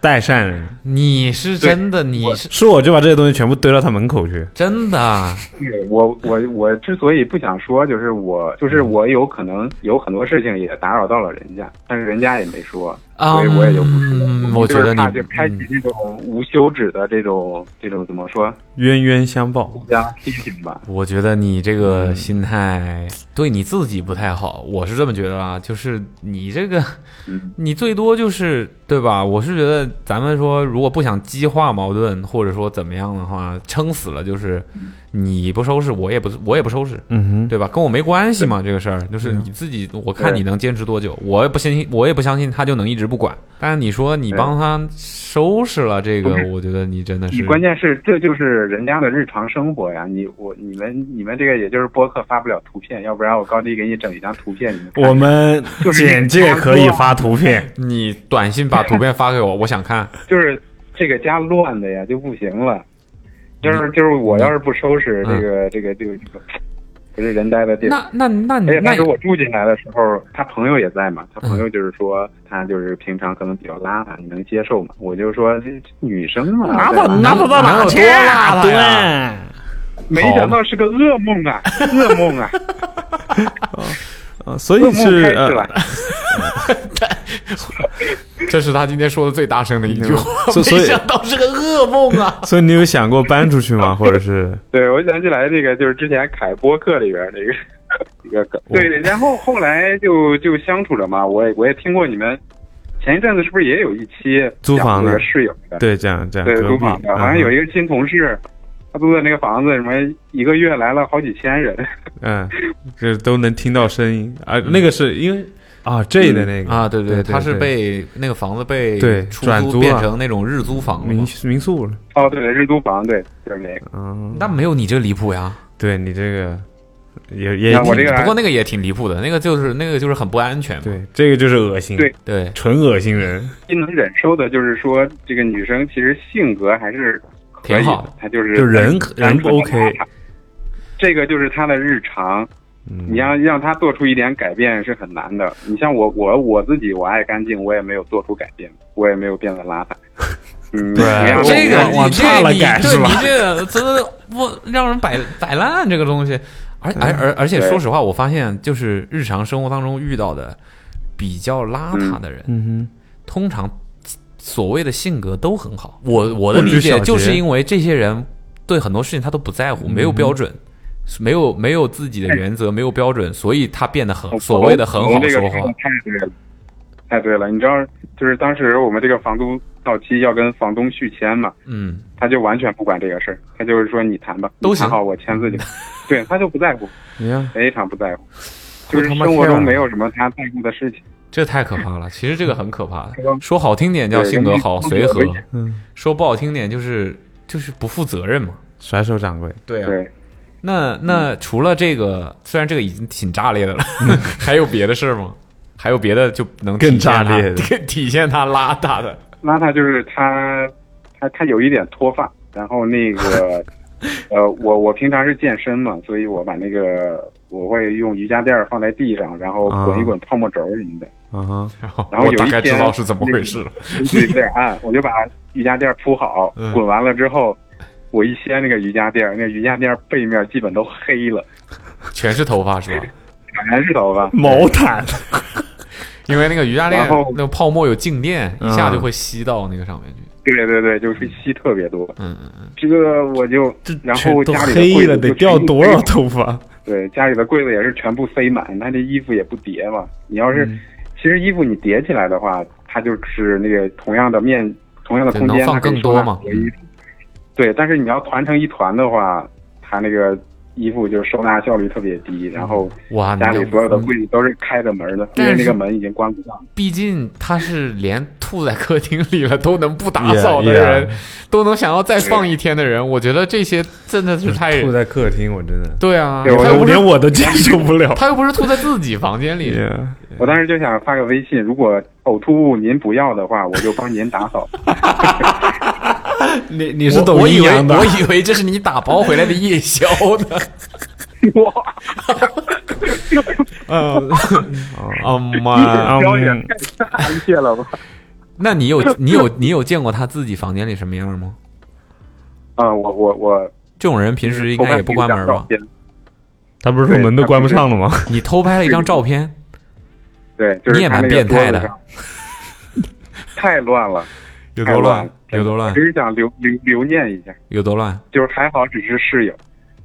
[SPEAKER 2] 代善人，
[SPEAKER 3] 你是真的，你是
[SPEAKER 2] 是我就把这些东西全部堆到他门口去。
[SPEAKER 3] 真的，啊
[SPEAKER 4] 对我我我之所以不想说，就是我就是我有可能有很多事情也打扰到了人家，但是人家也没说，所以我也就不说。
[SPEAKER 3] 嗯，我觉得
[SPEAKER 4] 就是怕就
[SPEAKER 3] 你嗯
[SPEAKER 4] 开启这种无休止的这种这种怎么说
[SPEAKER 2] 冤冤相报，
[SPEAKER 4] 互相批评吧？
[SPEAKER 3] 我觉得你这
[SPEAKER 4] 嗯
[SPEAKER 3] 个心态对你自己不太好，我是这么觉得啊。就是你这个，
[SPEAKER 4] 嗯，
[SPEAKER 3] 你最多就是对吧？我是觉得咱们说，如果不想激化矛盾，或者说怎么样的话，撑死了就是
[SPEAKER 4] 嗯
[SPEAKER 3] 你不收拾，我也不我也不收拾，
[SPEAKER 2] 嗯哼，
[SPEAKER 3] 对吧？跟我没关系嘛，这个事儿就是你自己，我看
[SPEAKER 4] 对
[SPEAKER 3] 你能坚持多久，我也不相信，我也不相信他就能一直不管。但是你说你帮他收拾了这个，我觉得你真的
[SPEAKER 4] 你
[SPEAKER 3] 是
[SPEAKER 4] 关键是这就是人家的日常生活呀。你我你们你们这个也就是播客发不了图片，要不然我高低给你整一张图片，你们看
[SPEAKER 2] 我们
[SPEAKER 4] 就是
[SPEAKER 2] 简介可以发图片，
[SPEAKER 3] 你短信把图片发给我，我想看。
[SPEAKER 4] 就是这个家乱的呀就不行了，
[SPEAKER 2] 嗯
[SPEAKER 4] 就是就是我要是不收拾
[SPEAKER 3] 嗯
[SPEAKER 4] 这个这个这个，不是人待的地方。哎
[SPEAKER 3] 那那那
[SPEAKER 2] 嗯哎
[SPEAKER 4] 而且
[SPEAKER 3] 那
[SPEAKER 4] 当时我住进来的时候，他朋友也在嘛，他
[SPEAKER 2] 嗯
[SPEAKER 4] 朋友就是说他就是平常可能比较邋遢，你能接受吗？我就说这女生嘛，
[SPEAKER 2] 拿
[SPEAKER 4] 对
[SPEAKER 2] 走
[SPEAKER 4] 吧
[SPEAKER 2] 拿走到哪去啊？
[SPEAKER 3] 哪有多邋遢
[SPEAKER 2] 对，
[SPEAKER 4] 没想到是个噩 梦啊，噩梦啊，
[SPEAKER 2] 呃所以
[SPEAKER 4] 噩梦
[SPEAKER 2] 是
[SPEAKER 4] 开始
[SPEAKER 2] 呃
[SPEAKER 4] 了。
[SPEAKER 3] 这是他今天说的最大声的一句话，
[SPEAKER 2] 所所以
[SPEAKER 3] 没想到是个噩梦啊！
[SPEAKER 2] 所以你有想过搬出去吗？或者是
[SPEAKER 4] 对，我想起来这个就是之前凯播客里边那个 一个梗。对，然后后来就就相处了嘛，我也我也听过你们前一阵子是不是也有一期
[SPEAKER 2] 租房的
[SPEAKER 4] 讲这个室友的？
[SPEAKER 2] 对这样这样
[SPEAKER 4] 对，
[SPEAKER 2] 隔
[SPEAKER 4] 租
[SPEAKER 2] 壁，嗯
[SPEAKER 4] 房的，好像有
[SPEAKER 2] 一
[SPEAKER 4] 一个新同事，他租的那个房子，什么一个月来了好几千人。
[SPEAKER 2] 嗯，就是都能听到声音啊。那个是因为啊，J 的那个
[SPEAKER 3] 啊，对
[SPEAKER 2] 对，
[SPEAKER 3] 他是被那个房子被
[SPEAKER 2] 对
[SPEAKER 3] 出
[SPEAKER 2] 转
[SPEAKER 3] 租
[SPEAKER 2] 租
[SPEAKER 3] 变
[SPEAKER 2] 了
[SPEAKER 3] 成那种日租房了
[SPEAKER 2] 民
[SPEAKER 3] 嘛。
[SPEAKER 2] 民宿了。
[SPEAKER 4] 哦，对，日租房，对，就是那个。
[SPEAKER 2] 嗯，
[SPEAKER 3] 那没有你这离谱呀，
[SPEAKER 2] 对你这个也也
[SPEAKER 4] 那我这个
[SPEAKER 3] 不过那个也挺离谱的，那个就是那个就是很不安全嘛。
[SPEAKER 2] 对这个就是恶心，
[SPEAKER 4] 对
[SPEAKER 3] 对
[SPEAKER 2] 纯恶心人。
[SPEAKER 4] 最能忍受的就是说，这个女生其实性格还是可以
[SPEAKER 3] 挺好的
[SPEAKER 4] 她就是
[SPEAKER 2] 就人可
[SPEAKER 4] 单纯地
[SPEAKER 2] 人 OK
[SPEAKER 4] 她这个就是她的日常。
[SPEAKER 2] 嗯
[SPEAKER 4] 你要让她做出一点改变是很难的。你像我，我我自己，我爱干净，我也没有做出改变，我也没有变 得邋遢。嗯，
[SPEAKER 2] 对
[SPEAKER 4] 你让我
[SPEAKER 3] 这个
[SPEAKER 2] 往往
[SPEAKER 3] 你
[SPEAKER 2] 差
[SPEAKER 3] 这
[SPEAKER 2] 了
[SPEAKER 3] 你
[SPEAKER 2] 改
[SPEAKER 3] 对
[SPEAKER 2] 是吧
[SPEAKER 3] 你这个真不让人摆摆烂这个东西，而而而而且
[SPEAKER 4] 对
[SPEAKER 3] 说实话，我发现就是日常生活当中遇到的比较邋遢的人，
[SPEAKER 2] 嗯
[SPEAKER 3] 通常所谓的性格都很好。
[SPEAKER 2] 嗯
[SPEAKER 3] 我我的
[SPEAKER 2] 不拘
[SPEAKER 3] 理解
[SPEAKER 2] 小节
[SPEAKER 3] 就是因为这些人对很多事情他都不在乎，
[SPEAKER 2] 嗯
[SPEAKER 3] 没有标准。没有没有自己的原则，没有标准，所以他变得很所谓的很
[SPEAKER 4] 我
[SPEAKER 3] 好
[SPEAKER 4] 们这
[SPEAKER 3] 说
[SPEAKER 4] 个说
[SPEAKER 3] 话
[SPEAKER 4] 的。太对了，太对了。你知道，就是当时我们这个房租到期要跟房东续签嘛，
[SPEAKER 3] 嗯，
[SPEAKER 4] 他就完全不管这个事儿，他就是说你谈吧，
[SPEAKER 3] 都
[SPEAKER 4] 你
[SPEAKER 3] 行
[SPEAKER 4] 谈好我签字就， 对他就不在乎，
[SPEAKER 2] 哼，你看
[SPEAKER 4] 非常不在乎，就是
[SPEAKER 2] 他妈
[SPEAKER 4] 生活中
[SPEAKER 3] 啊
[SPEAKER 2] care
[SPEAKER 4] 没有什么他在乎的事情。
[SPEAKER 3] 这太可怕了。其实这个很可怕的
[SPEAKER 4] 是吧，
[SPEAKER 3] 说好听点叫
[SPEAKER 4] 嗯对
[SPEAKER 3] 性格
[SPEAKER 4] 跟
[SPEAKER 3] 好
[SPEAKER 4] 跟
[SPEAKER 3] 随和
[SPEAKER 4] 跟跟，
[SPEAKER 2] 嗯，
[SPEAKER 3] 说不好听点就是就是不负责任嘛。
[SPEAKER 2] 甩手掌柜，
[SPEAKER 3] 对啊
[SPEAKER 4] 对，嗯
[SPEAKER 3] 那那除了这个，虽然这个已经挺炸 裂的了，还有别的事儿吗？还有别的就能
[SPEAKER 2] 更
[SPEAKER 3] 体现他
[SPEAKER 2] 炸裂的
[SPEAKER 3] 更 体现他邋遢的。
[SPEAKER 4] 邋遢就是他，他他有一点脱发，然后那 个，呃，我我平常是健身嘛，所以我把那个我会用瑜伽垫儿放在地上，然后
[SPEAKER 3] 啊
[SPEAKER 4] 滚一滚泡沫轴什么的，
[SPEAKER 2] 啊哈，
[SPEAKER 3] 然后
[SPEAKER 4] 然后
[SPEAKER 3] 我
[SPEAKER 4] 有
[SPEAKER 3] 大
[SPEAKER 4] 一
[SPEAKER 3] 概知
[SPEAKER 4] 天
[SPEAKER 3] 道是怎么回事了。
[SPEAKER 4] 就是有点暗，我就把瑜伽垫儿铺好，
[SPEAKER 3] 嗯
[SPEAKER 4] 滚完了之后。我一掀那个瑜伽垫儿，那瑜伽垫儿背面基本都黑了，
[SPEAKER 3] 全是头发是吧？
[SPEAKER 4] 全是头发。
[SPEAKER 2] 毛 毯，
[SPEAKER 3] 因为那个瑜伽垫
[SPEAKER 4] 然后
[SPEAKER 3] 那个泡沫有静电，一
[SPEAKER 2] 嗯
[SPEAKER 3] 下就会吸到那个上面去。
[SPEAKER 4] 对对对，就是吸特别多。
[SPEAKER 3] 嗯嗯嗯，
[SPEAKER 4] 这个我就
[SPEAKER 2] 这，
[SPEAKER 4] 然
[SPEAKER 2] 全
[SPEAKER 4] 后
[SPEAKER 2] 都
[SPEAKER 4] 家里的
[SPEAKER 2] 黑
[SPEAKER 4] 柜子
[SPEAKER 2] 了，得
[SPEAKER 4] 就
[SPEAKER 2] 掉
[SPEAKER 4] 全部
[SPEAKER 2] 多
[SPEAKER 4] 塞
[SPEAKER 2] 少
[SPEAKER 4] 满
[SPEAKER 2] 头发？
[SPEAKER 4] 对，家里的柜子也是全部塞满，他这衣服也不叠嘛。你要是、
[SPEAKER 2] 嗯
[SPEAKER 4] 其实衣服你叠起来的话，它就是那个同样的面、同样的
[SPEAKER 3] 对
[SPEAKER 4] 空
[SPEAKER 3] 能
[SPEAKER 4] 间，
[SPEAKER 3] 放
[SPEAKER 4] 它可以
[SPEAKER 3] 更
[SPEAKER 4] 收
[SPEAKER 3] 多
[SPEAKER 4] 纳
[SPEAKER 3] 嘛
[SPEAKER 4] 很衣服。对，但是你要团成一团的话，它那个衣服就收纳效率特别低，然后
[SPEAKER 3] 哇，
[SPEAKER 2] 嗯
[SPEAKER 4] 家
[SPEAKER 3] 那
[SPEAKER 4] 里
[SPEAKER 3] 个
[SPEAKER 4] 所有的柜子都是开着门的，因
[SPEAKER 3] 但
[SPEAKER 4] 为
[SPEAKER 3] 是
[SPEAKER 4] 那个门已经关不上。
[SPEAKER 3] 毕竟他是连吐在客厅里了都能不打扫的
[SPEAKER 2] Yeah,
[SPEAKER 3] 人都能想要再放一天的人，我觉得这些真的是太
[SPEAKER 2] 吐在客厅，我真的，
[SPEAKER 3] 对啊，
[SPEAKER 4] 对我
[SPEAKER 3] 他
[SPEAKER 4] 就
[SPEAKER 2] 哎我
[SPEAKER 3] 又
[SPEAKER 2] 哎
[SPEAKER 3] 不是
[SPEAKER 2] 连我 都接受不了。
[SPEAKER 3] 他又不是吐在自己房间里，
[SPEAKER 2] Yeah
[SPEAKER 4] 我当时就想发个微信，如果呕吐物您不要的话，我就帮您打扫。
[SPEAKER 2] 你你
[SPEAKER 3] 你
[SPEAKER 2] 是懂阴阳的
[SPEAKER 3] 我，以为我以为这是你打包回来的夜宵呢。
[SPEAKER 4] 哇，
[SPEAKER 2] 嗯，
[SPEAKER 3] 啊妈！
[SPEAKER 4] 表演太大气了吧？
[SPEAKER 3] 那你有你有你有见过他自己房间里什么样吗？
[SPEAKER 4] 啊，我我我，
[SPEAKER 3] 这种人平时
[SPEAKER 4] 嗯
[SPEAKER 3] 应该也不关门吧？？
[SPEAKER 2] 他不是说门都关不上了吗？
[SPEAKER 3] 你偷拍了一张照片，
[SPEAKER 4] 对，就是
[SPEAKER 3] 你也
[SPEAKER 4] 他
[SPEAKER 3] 蛮
[SPEAKER 4] 那个
[SPEAKER 3] 变
[SPEAKER 4] 桌
[SPEAKER 3] 态
[SPEAKER 4] 子
[SPEAKER 3] 的
[SPEAKER 4] 上，太乱了，
[SPEAKER 3] 有
[SPEAKER 4] 太
[SPEAKER 3] 多
[SPEAKER 4] 乱
[SPEAKER 3] 乱
[SPEAKER 4] 了，，
[SPEAKER 3] 有多乱
[SPEAKER 4] 只，是想留留留念一下，
[SPEAKER 3] 有多乱。
[SPEAKER 4] 就是还好只是室友，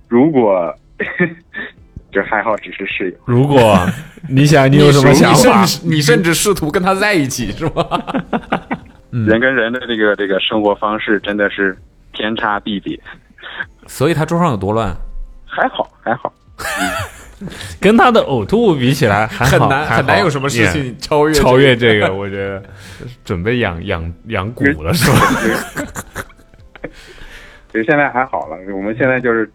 [SPEAKER 4] 如果 就还好只是室友，
[SPEAKER 2] 如果你想你有什么想法
[SPEAKER 3] 你，甚至你甚至试图跟他在一起是吗？嗯
[SPEAKER 4] 人跟人的这个这个生活方式真的是天差地别，
[SPEAKER 3] 所以他桌上有多乱，
[SPEAKER 4] 还好还 好，
[SPEAKER 2] 跟他的呕吐物比起来，还
[SPEAKER 3] 很
[SPEAKER 2] 好
[SPEAKER 3] 难
[SPEAKER 2] 还
[SPEAKER 3] 很难
[SPEAKER 2] 好
[SPEAKER 3] 有什么事
[SPEAKER 2] Yeah
[SPEAKER 3] 情超越
[SPEAKER 2] 超越这个， 我觉得准备养养养骨了是吧？
[SPEAKER 4] 其实现在还好了，我们现在就是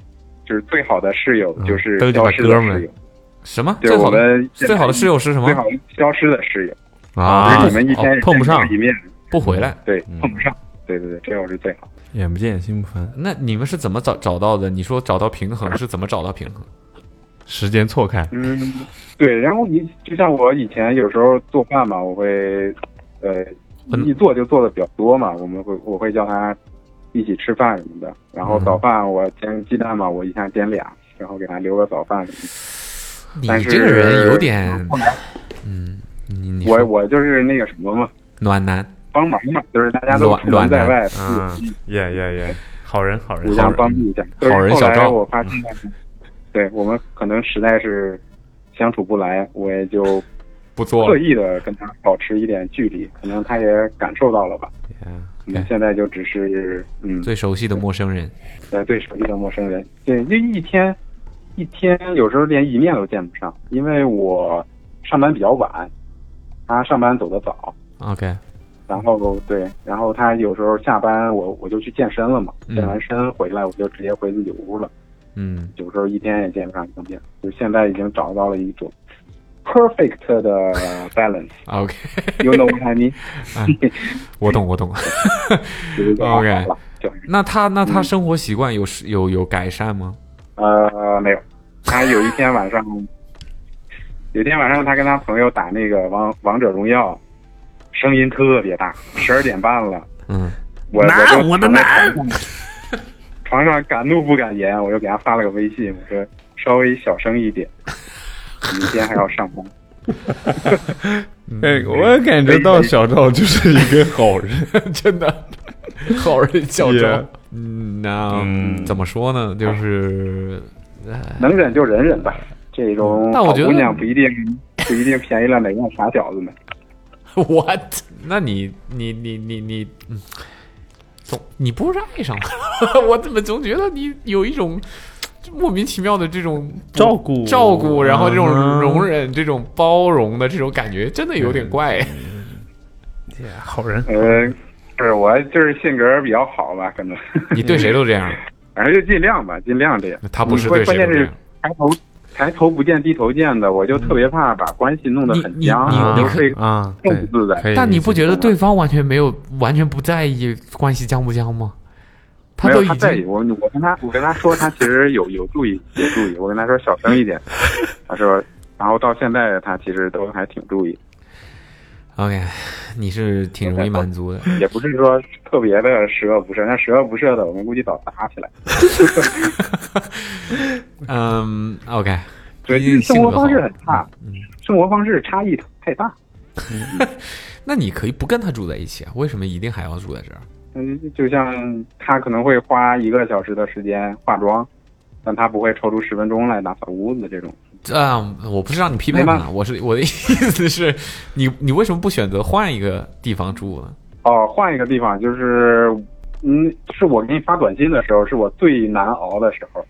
[SPEAKER 4] 就是最好的室
[SPEAKER 3] 嗯
[SPEAKER 4] 友就是
[SPEAKER 2] 都是
[SPEAKER 4] 消
[SPEAKER 2] 把
[SPEAKER 4] 失
[SPEAKER 2] 哥
[SPEAKER 4] 的
[SPEAKER 2] 们儿
[SPEAKER 4] 室友，
[SPEAKER 3] 什么
[SPEAKER 4] 就是
[SPEAKER 3] 最好
[SPEAKER 4] 我
[SPEAKER 3] 的
[SPEAKER 4] 们
[SPEAKER 3] 最好的室友是什么
[SPEAKER 4] 最？好消失的室友
[SPEAKER 2] 啊
[SPEAKER 4] 就是你们一天
[SPEAKER 2] 哦碰不上嗯
[SPEAKER 4] 见一面，
[SPEAKER 3] 不回来。
[SPEAKER 4] 对碰不上，对对对，这样是最好。
[SPEAKER 2] 眼不见心不烦，
[SPEAKER 3] 那你们是怎么找找到的？你说找到平衡是怎么找到平衡？
[SPEAKER 2] 时间错开，
[SPEAKER 4] 嗯，对，然后你就像我以前有时候做饭嘛，我会，呃，
[SPEAKER 3] 嗯
[SPEAKER 4] 一做就做的比较多嘛，我们会我会叫他一起吃饭什么的，然后
[SPEAKER 2] 嗯
[SPEAKER 4] 早饭我煎鸡蛋嘛，我一下煎俩，然后给他留个早饭什么的。
[SPEAKER 3] 你
[SPEAKER 4] 但是
[SPEAKER 3] 这个人有点，嗯，你你
[SPEAKER 4] 我
[SPEAKER 3] 说
[SPEAKER 4] 我就是那个什么嘛，
[SPEAKER 3] 暖男，
[SPEAKER 4] 帮忙嘛，就是大家都
[SPEAKER 3] 暖
[SPEAKER 4] 出门在
[SPEAKER 3] 暖男
[SPEAKER 4] 外，
[SPEAKER 2] 嗯，耶耶耶，好人好人好
[SPEAKER 4] 互相
[SPEAKER 2] 人，嗯
[SPEAKER 4] 帮助一下。
[SPEAKER 3] 好人
[SPEAKER 4] 就是
[SPEAKER 3] 小
[SPEAKER 4] 后来
[SPEAKER 3] 赵
[SPEAKER 4] 我发现，对我们可能实在是相处不来，我也就
[SPEAKER 3] 不做
[SPEAKER 4] 刻
[SPEAKER 3] 了。
[SPEAKER 4] 意的跟他保持一点距离，可能他也感受到了吧。
[SPEAKER 2] Yeah
[SPEAKER 4] 我
[SPEAKER 3] 对
[SPEAKER 4] 们现在就只是嗯，
[SPEAKER 3] 最熟悉的陌生人，
[SPEAKER 4] 呃，对手一个陌生人，对，就一天一天，有时候连一面都见不上，因为我上班比较晚，他上班走得早，
[SPEAKER 3] OK，
[SPEAKER 4] 然后对，然后他有时候下班我我就去健身了嘛，
[SPEAKER 3] 嗯
[SPEAKER 4] 健完身回来我就直接回自己屋了，
[SPEAKER 3] 嗯，
[SPEAKER 4] 有时候一天也见不上一次面，就现在已经找到了一种 perfect 的 balance，you
[SPEAKER 3] 啊 OK，
[SPEAKER 4] know what I mean？
[SPEAKER 3] 我懂，我懂。
[SPEAKER 4] 就是 就好
[SPEAKER 3] OK
[SPEAKER 4] 了，就是
[SPEAKER 3] 那他那他
[SPEAKER 4] 嗯
[SPEAKER 3] 生活习惯有是有有改善吗？
[SPEAKER 4] 呃没有，他有一天晚上，有一天晚上他跟他朋友打那个王王者荣耀，声音特别大，十二点半了。
[SPEAKER 3] 嗯，
[SPEAKER 4] 我
[SPEAKER 2] 男
[SPEAKER 4] 我就
[SPEAKER 2] 我的
[SPEAKER 4] 躺在
[SPEAKER 2] 男
[SPEAKER 4] 床上，床上敢怒不敢言，我就给他发了个微信，我说稍微小声一点，明天还要上 班。
[SPEAKER 2] 嗯
[SPEAKER 6] 哎，我也感觉到小赵就是一个 好人，
[SPEAKER 3] 真的，好人小
[SPEAKER 6] 也
[SPEAKER 3] 周。嗯，那
[SPEAKER 2] 嗯
[SPEAKER 3] 怎么说呢？就是，哎
[SPEAKER 4] 能忍就忍忍吧，这种
[SPEAKER 3] 嗯但我
[SPEAKER 4] 好
[SPEAKER 3] 觉得
[SPEAKER 4] 姑娘不一定不一定便宜了哪个傻小子们。
[SPEAKER 3] what？那你你你你你，嗯，总你不是爱上 了？我怎么总觉得你有一种莫名其妙的这种不
[SPEAKER 2] 照顾
[SPEAKER 3] 照顾，然后这种
[SPEAKER 2] 嗯
[SPEAKER 3] 容忍、这种包容的这种感觉，真的有点 怪。
[SPEAKER 2] 好人，
[SPEAKER 4] 呃，不是我就是性格比较好吧，可能，
[SPEAKER 3] 你对谁都这样，
[SPEAKER 4] 反正就尽量吧，尽量这样。
[SPEAKER 3] 他不是
[SPEAKER 4] 嗯关
[SPEAKER 3] 对谁
[SPEAKER 4] 关键
[SPEAKER 3] 都这
[SPEAKER 4] 是
[SPEAKER 3] 样。
[SPEAKER 4] 抬头抬头不见低头见的，我就特别怕把关系弄得
[SPEAKER 3] 你
[SPEAKER 4] 很
[SPEAKER 3] 你
[SPEAKER 4] 僵，
[SPEAKER 3] 你
[SPEAKER 4] 就
[SPEAKER 3] 你
[SPEAKER 4] 会
[SPEAKER 2] 啊，
[SPEAKER 4] 更
[SPEAKER 2] 对
[SPEAKER 4] 不自在。
[SPEAKER 2] 可以
[SPEAKER 3] 但你不觉得
[SPEAKER 4] 懂了
[SPEAKER 3] 对方完全没有、完全不在意关系僵不僵吗？
[SPEAKER 4] 没
[SPEAKER 3] 都
[SPEAKER 4] 有，
[SPEAKER 3] 已
[SPEAKER 4] 他在意
[SPEAKER 3] 经
[SPEAKER 4] 我，我跟他，我跟他说，他其实有有注意，有注意。我跟他说小声一点，他说，然后到现在他其实都还挺注意，
[SPEAKER 3] OK，你是挺容易满足的。
[SPEAKER 4] 也不是说特别的十恶不赦。那十恶不赦的，我们估计早打起来。
[SPEAKER 3] 嗯，OK，
[SPEAKER 4] 对，
[SPEAKER 3] 毕竟
[SPEAKER 4] 生活方式
[SPEAKER 3] 性格嗯好嗯
[SPEAKER 4] 很差，生活方式差异太大。
[SPEAKER 3] 那你可以不跟他住在一起啊？为什么一定还要住在这儿？
[SPEAKER 4] 嗯，就像他可能会花一个小时的时间化妆，但他不会抽出十分钟来打扫屋子这种。
[SPEAKER 3] 啊、我不是让你批判
[SPEAKER 4] 没办
[SPEAKER 3] 他，我是我的意思是， 你你为什么不选择换一个地方住呢？
[SPEAKER 4] 哦，换一个地方就是，嗯，是我给你发短信的时候，是我最难熬的时候。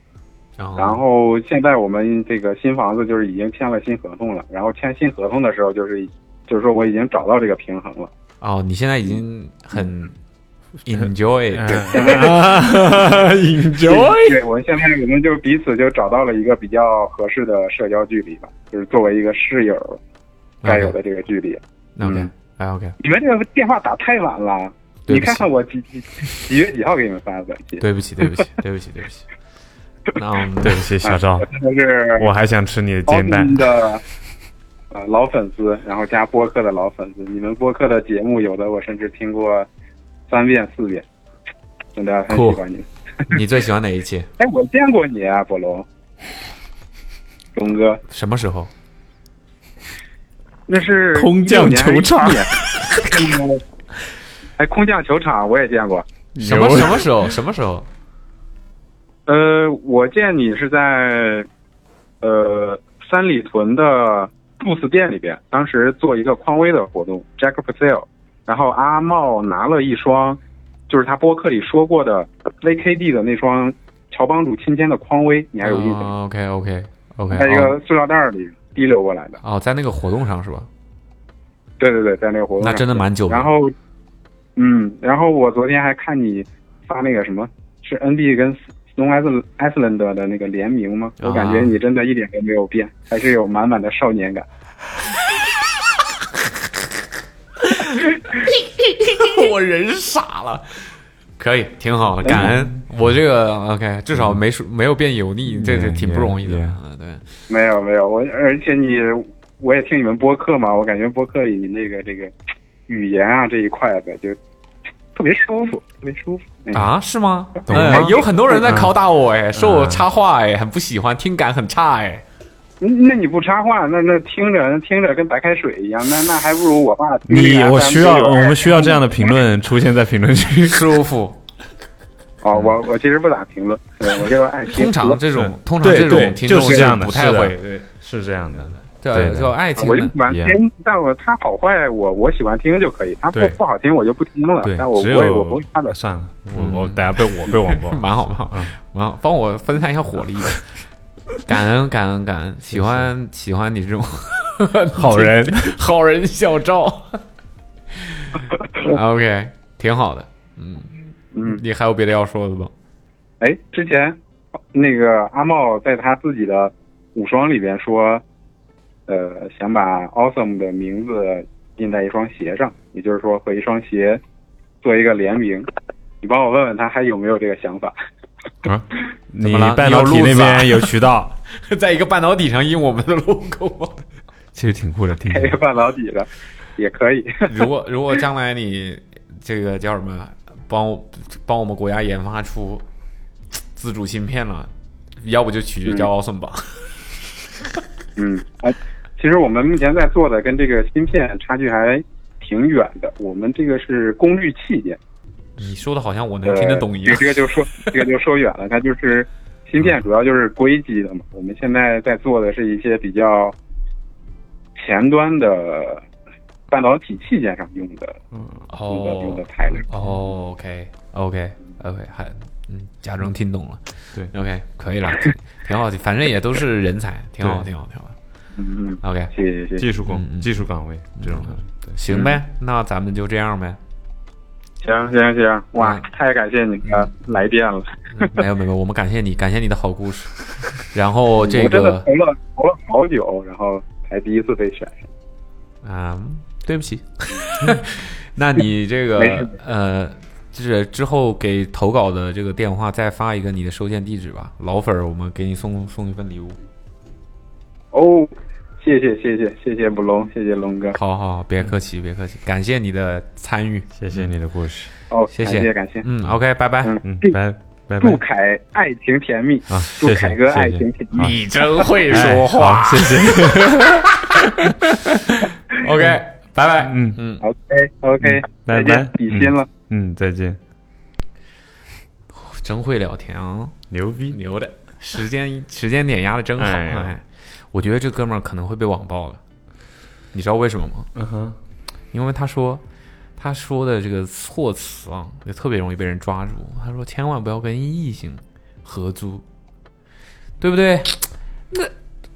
[SPEAKER 3] 然后，
[SPEAKER 4] 然后现在我们这个新房子就是已经签了新合同了，然后签新合同的时候就是，就是说我已经找到这个平衡了。
[SPEAKER 3] 哦，你现在已经
[SPEAKER 4] 嗯
[SPEAKER 3] 很 enjoy，
[SPEAKER 2] 嗯
[SPEAKER 6] ，enjoy。
[SPEAKER 4] 对，我们现在我们就彼此就找到了一个比较合适的社交距离吧，就是作为一个室友该有的这个距离。
[SPEAKER 3] OK，
[SPEAKER 4] 嗯
[SPEAKER 3] 哎 OK，
[SPEAKER 4] 你们这个电话打太晚了，
[SPEAKER 3] 对
[SPEAKER 4] 你
[SPEAKER 3] 不起
[SPEAKER 4] 看看我几几几月几号给你们发的短信？
[SPEAKER 3] 对不起，对不起，对不起，对不起。那我 们
[SPEAKER 2] 对不起，小赵，
[SPEAKER 4] 真的是
[SPEAKER 2] 我还想吃你的
[SPEAKER 4] 老
[SPEAKER 2] 煎蛋
[SPEAKER 4] 粉。的呃老粉丝，然后加播客的老粉丝，你们播客的节目有的我甚至听过三遍四遍，真的很喜欢你。
[SPEAKER 3] 你最喜欢哪一期？
[SPEAKER 4] 哎，我见过你啊，博龙，龙哥，
[SPEAKER 3] 什么时候？
[SPEAKER 4] 那是
[SPEAKER 6] 空降球场
[SPEAKER 4] 16年还是17年。哎，空降球场我也见过。
[SPEAKER 3] 什么
[SPEAKER 6] 牛
[SPEAKER 3] 什么时 候？什么时候？
[SPEAKER 4] 呃，我见你是在呃三里屯的 BOSS 店里边，当时做一个匡威的活动，Jack for Sale，然后阿茂拿了一双，就是他播客里说过的 VKD 的那双乔帮主亲签的匡威，你还有印象吗？
[SPEAKER 3] ？OK OK
[SPEAKER 4] 在一
[SPEAKER 3] 哦 OK，
[SPEAKER 4] 个塑料袋里滴溜过来的。
[SPEAKER 3] 哦，在那个活动上是吧？
[SPEAKER 4] 对对对，在那个活动
[SPEAKER 3] 那
[SPEAKER 4] 上
[SPEAKER 3] 真的蛮久的
[SPEAKER 4] 然后，嗯，然后我昨天还看你发那个什么，是 NB 跟 Snow Island Iceland 的那个联名吗？
[SPEAKER 3] 啊
[SPEAKER 4] 我感觉你真的一点都没有变，还是有满满的少年感。
[SPEAKER 3] 我人傻了。可以，挺好，感恩。
[SPEAKER 2] 嗯
[SPEAKER 3] 我这个 OK，至少没说没有变油腻，这这
[SPEAKER 2] Yeah，
[SPEAKER 3] 挺不容易的。
[SPEAKER 2] yeah，
[SPEAKER 3] 嗯对，
[SPEAKER 4] 没有没有，我而且你我也听你们播客嘛，我感觉播客里你那个这个语言啊这一块的就 特别舒服，特别舒服。嗯、
[SPEAKER 3] 啊，是吗？
[SPEAKER 2] 懂嗯了
[SPEAKER 3] 哎
[SPEAKER 2] 吗，
[SPEAKER 3] 有很多人在拷打我，哎，说我插话，哎，很不喜欢，听感很差， 哎。
[SPEAKER 4] 嗯，那你不插话，那那听着听着跟白开水一样，那那还不如我爸听着
[SPEAKER 2] 你，我
[SPEAKER 4] FM
[SPEAKER 2] 需要，
[SPEAKER 4] 992
[SPEAKER 2] 我们需要这样的评论出现在评论区。
[SPEAKER 3] 舒服。
[SPEAKER 4] 哦，我我其实不咋评论，对我就爱听。
[SPEAKER 3] 通常这种，通常
[SPEAKER 2] 对
[SPEAKER 3] 这
[SPEAKER 2] 对
[SPEAKER 3] 种听众
[SPEAKER 2] 就是这样的
[SPEAKER 3] 不太
[SPEAKER 2] 是的
[SPEAKER 3] 会，对
[SPEAKER 2] 是这样的，对
[SPEAKER 3] 对，
[SPEAKER 2] 的
[SPEAKER 3] 就爱听
[SPEAKER 4] 我就
[SPEAKER 3] 的。
[SPEAKER 4] 喜。欢听，但我它好坏我我喜欢听就可以，它不
[SPEAKER 2] 对
[SPEAKER 4] 不好听我就不听了
[SPEAKER 2] 对，，
[SPEAKER 4] 但我不
[SPEAKER 2] 只
[SPEAKER 4] 会我不会看
[SPEAKER 2] 有
[SPEAKER 4] 的。
[SPEAKER 2] 算了，我我等下被我被网暴
[SPEAKER 3] 蛮好，蛮好，蛮好，帮我分散一下火力。感恩，感恩，感恩，喜欢喜欢你这种
[SPEAKER 6] 好人，
[SPEAKER 3] 好人小赵。OK，挺啊好的。嗯，
[SPEAKER 4] 嗯，
[SPEAKER 3] 你还有别的要说的吗？
[SPEAKER 4] 哎，之前那个阿茂在他自己的古双里边说，呃，想把 Awesome 的名字印在一双鞋上，也就是说和一双鞋做一个联名。你帮我问问他还有没有这个想法？
[SPEAKER 3] 啊，
[SPEAKER 6] 你
[SPEAKER 3] 么了
[SPEAKER 6] 半导体
[SPEAKER 3] 你有路
[SPEAKER 6] 那
[SPEAKER 3] 子啊
[SPEAKER 6] 边有渠道，
[SPEAKER 3] 在一个半导体上印我们的 logo，其实挺酷的，挺
[SPEAKER 4] 开一个半导体的也可以。
[SPEAKER 3] 如果如果将来你这个叫什么，帮我帮我们国家研发出自主芯片了，要不就取决叫奥森吧。
[SPEAKER 4] 嗯，哎，其实我们目前在做的跟这个芯片差距还挺远的，我们这个是功率器件。
[SPEAKER 3] 你说的好像我能
[SPEAKER 4] 呃，
[SPEAKER 3] 听得懂一样
[SPEAKER 4] 这。个就 说这个就说远了，它就是芯片主要就是硅基的嘛。我们现在在做的是一些比较前端的半导体器件上用的用的用的
[SPEAKER 3] 哦
[SPEAKER 4] 材料。
[SPEAKER 3] 哦，OK OK OK，还嗯，假装听懂了。
[SPEAKER 6] 对
[SPEAKER 3] ，OK 可以了，挺好，反正也都是人才，挺好，挺好，挺好。
[SPEAKER 4] 嗯嗯，
[SPEAKER 3] OK，
[SPEAKER 4] 谢谢谢谢。
[SPEAKER 6] 技术岗
[SPEAKER 3] 嗯嗯
[SPEAKER 6] 技术岗位这种的，对，
[SPEAKER 3] 行呗，那咱们就这样呗。
[SPEAKER 4] 行行行，哇
[SPEAKER 3] 嗯，
[SPEAKER 4] 太感谢你的来电了，
[SPEAKER 3] 嗯没有没有，我们感谢你，感谢你的好故事。然后这
[SPEAKER 4] 我真的
[SPEAKER 3] 个
[SPEAKER 4] 投了投了好久，然后才第一次被选上。
[SPEAKER 3] 啊、对不起， 那你这个
[SPEAKER 4] 没事
[SPEAKER 3] 呃，就是之后给投稿的这个电话再发一个你的收件地址吧，老粉儿，我们给你送送一份礼物。
[SPEAKER 4] 哦，谢谢谢谢谢谢布隆，谢谢龙哥，
[SPEAKER 3] 好好，好别客气，别客气，感谢你的参与，
[SPEAKER 6] 谢谢你的故事，
[SPEAKER 4] 哦，
[SPEAKER 3] 谢
[SPEAKER 4] 感谢感谢，
[SPEAKER 3] 嗯，OK，拜拜。
[SPEAKER 4] 嗯
[SPEAKER 6] 嗯
[SPEAKER 4] 祝，
[SPEAKER 6] 拜拜拜
[SPEAKER 4] 祝凯爱情甜蜜
[SPEAKER 6] 啊，
[SPEAKER 4] 祝
[SPEAKER 6] 谢谢
[SPEAKER 4] 凯哥爱
[SPEAKER 6] 谢谢
[SPEAKER 4] 情甜蜜。
[SPEAKER 3] 你真会
[SPEAKER 6] 哎好，谢谢，
[SPEAKER 3] ，OK，拜拜。
[SPEAKER 6] 嗯
[SPEAKER 3] 嗯，
[SPEAKER 4] OK OK，
[SPEAKER 6] 拜
[SPEAKER 4] 再
[SPEAKER 6] 拜
[SPEAKER 4] 见，，比心了。
[SPEAKER 6] 嗯，嗯，再见，
[SPEAKER 3] 真会聊天啊，
[SPEAKER 6] 牛逼，
[SPEAKER 3] 牛的，时间时间点压的真好。
[SPEAKER 6] 哎呀
[SPEAKER 3] 哎，我觉得这哥们儿可能会被网暴了，你知道为什么吗？
[SPEAKER 6] 嗯哼，
[SPEAKER 3] 因为他说他说的这个措辞啊，就特别容易被人抓住。他说千万不要跟异性合租，对不对？那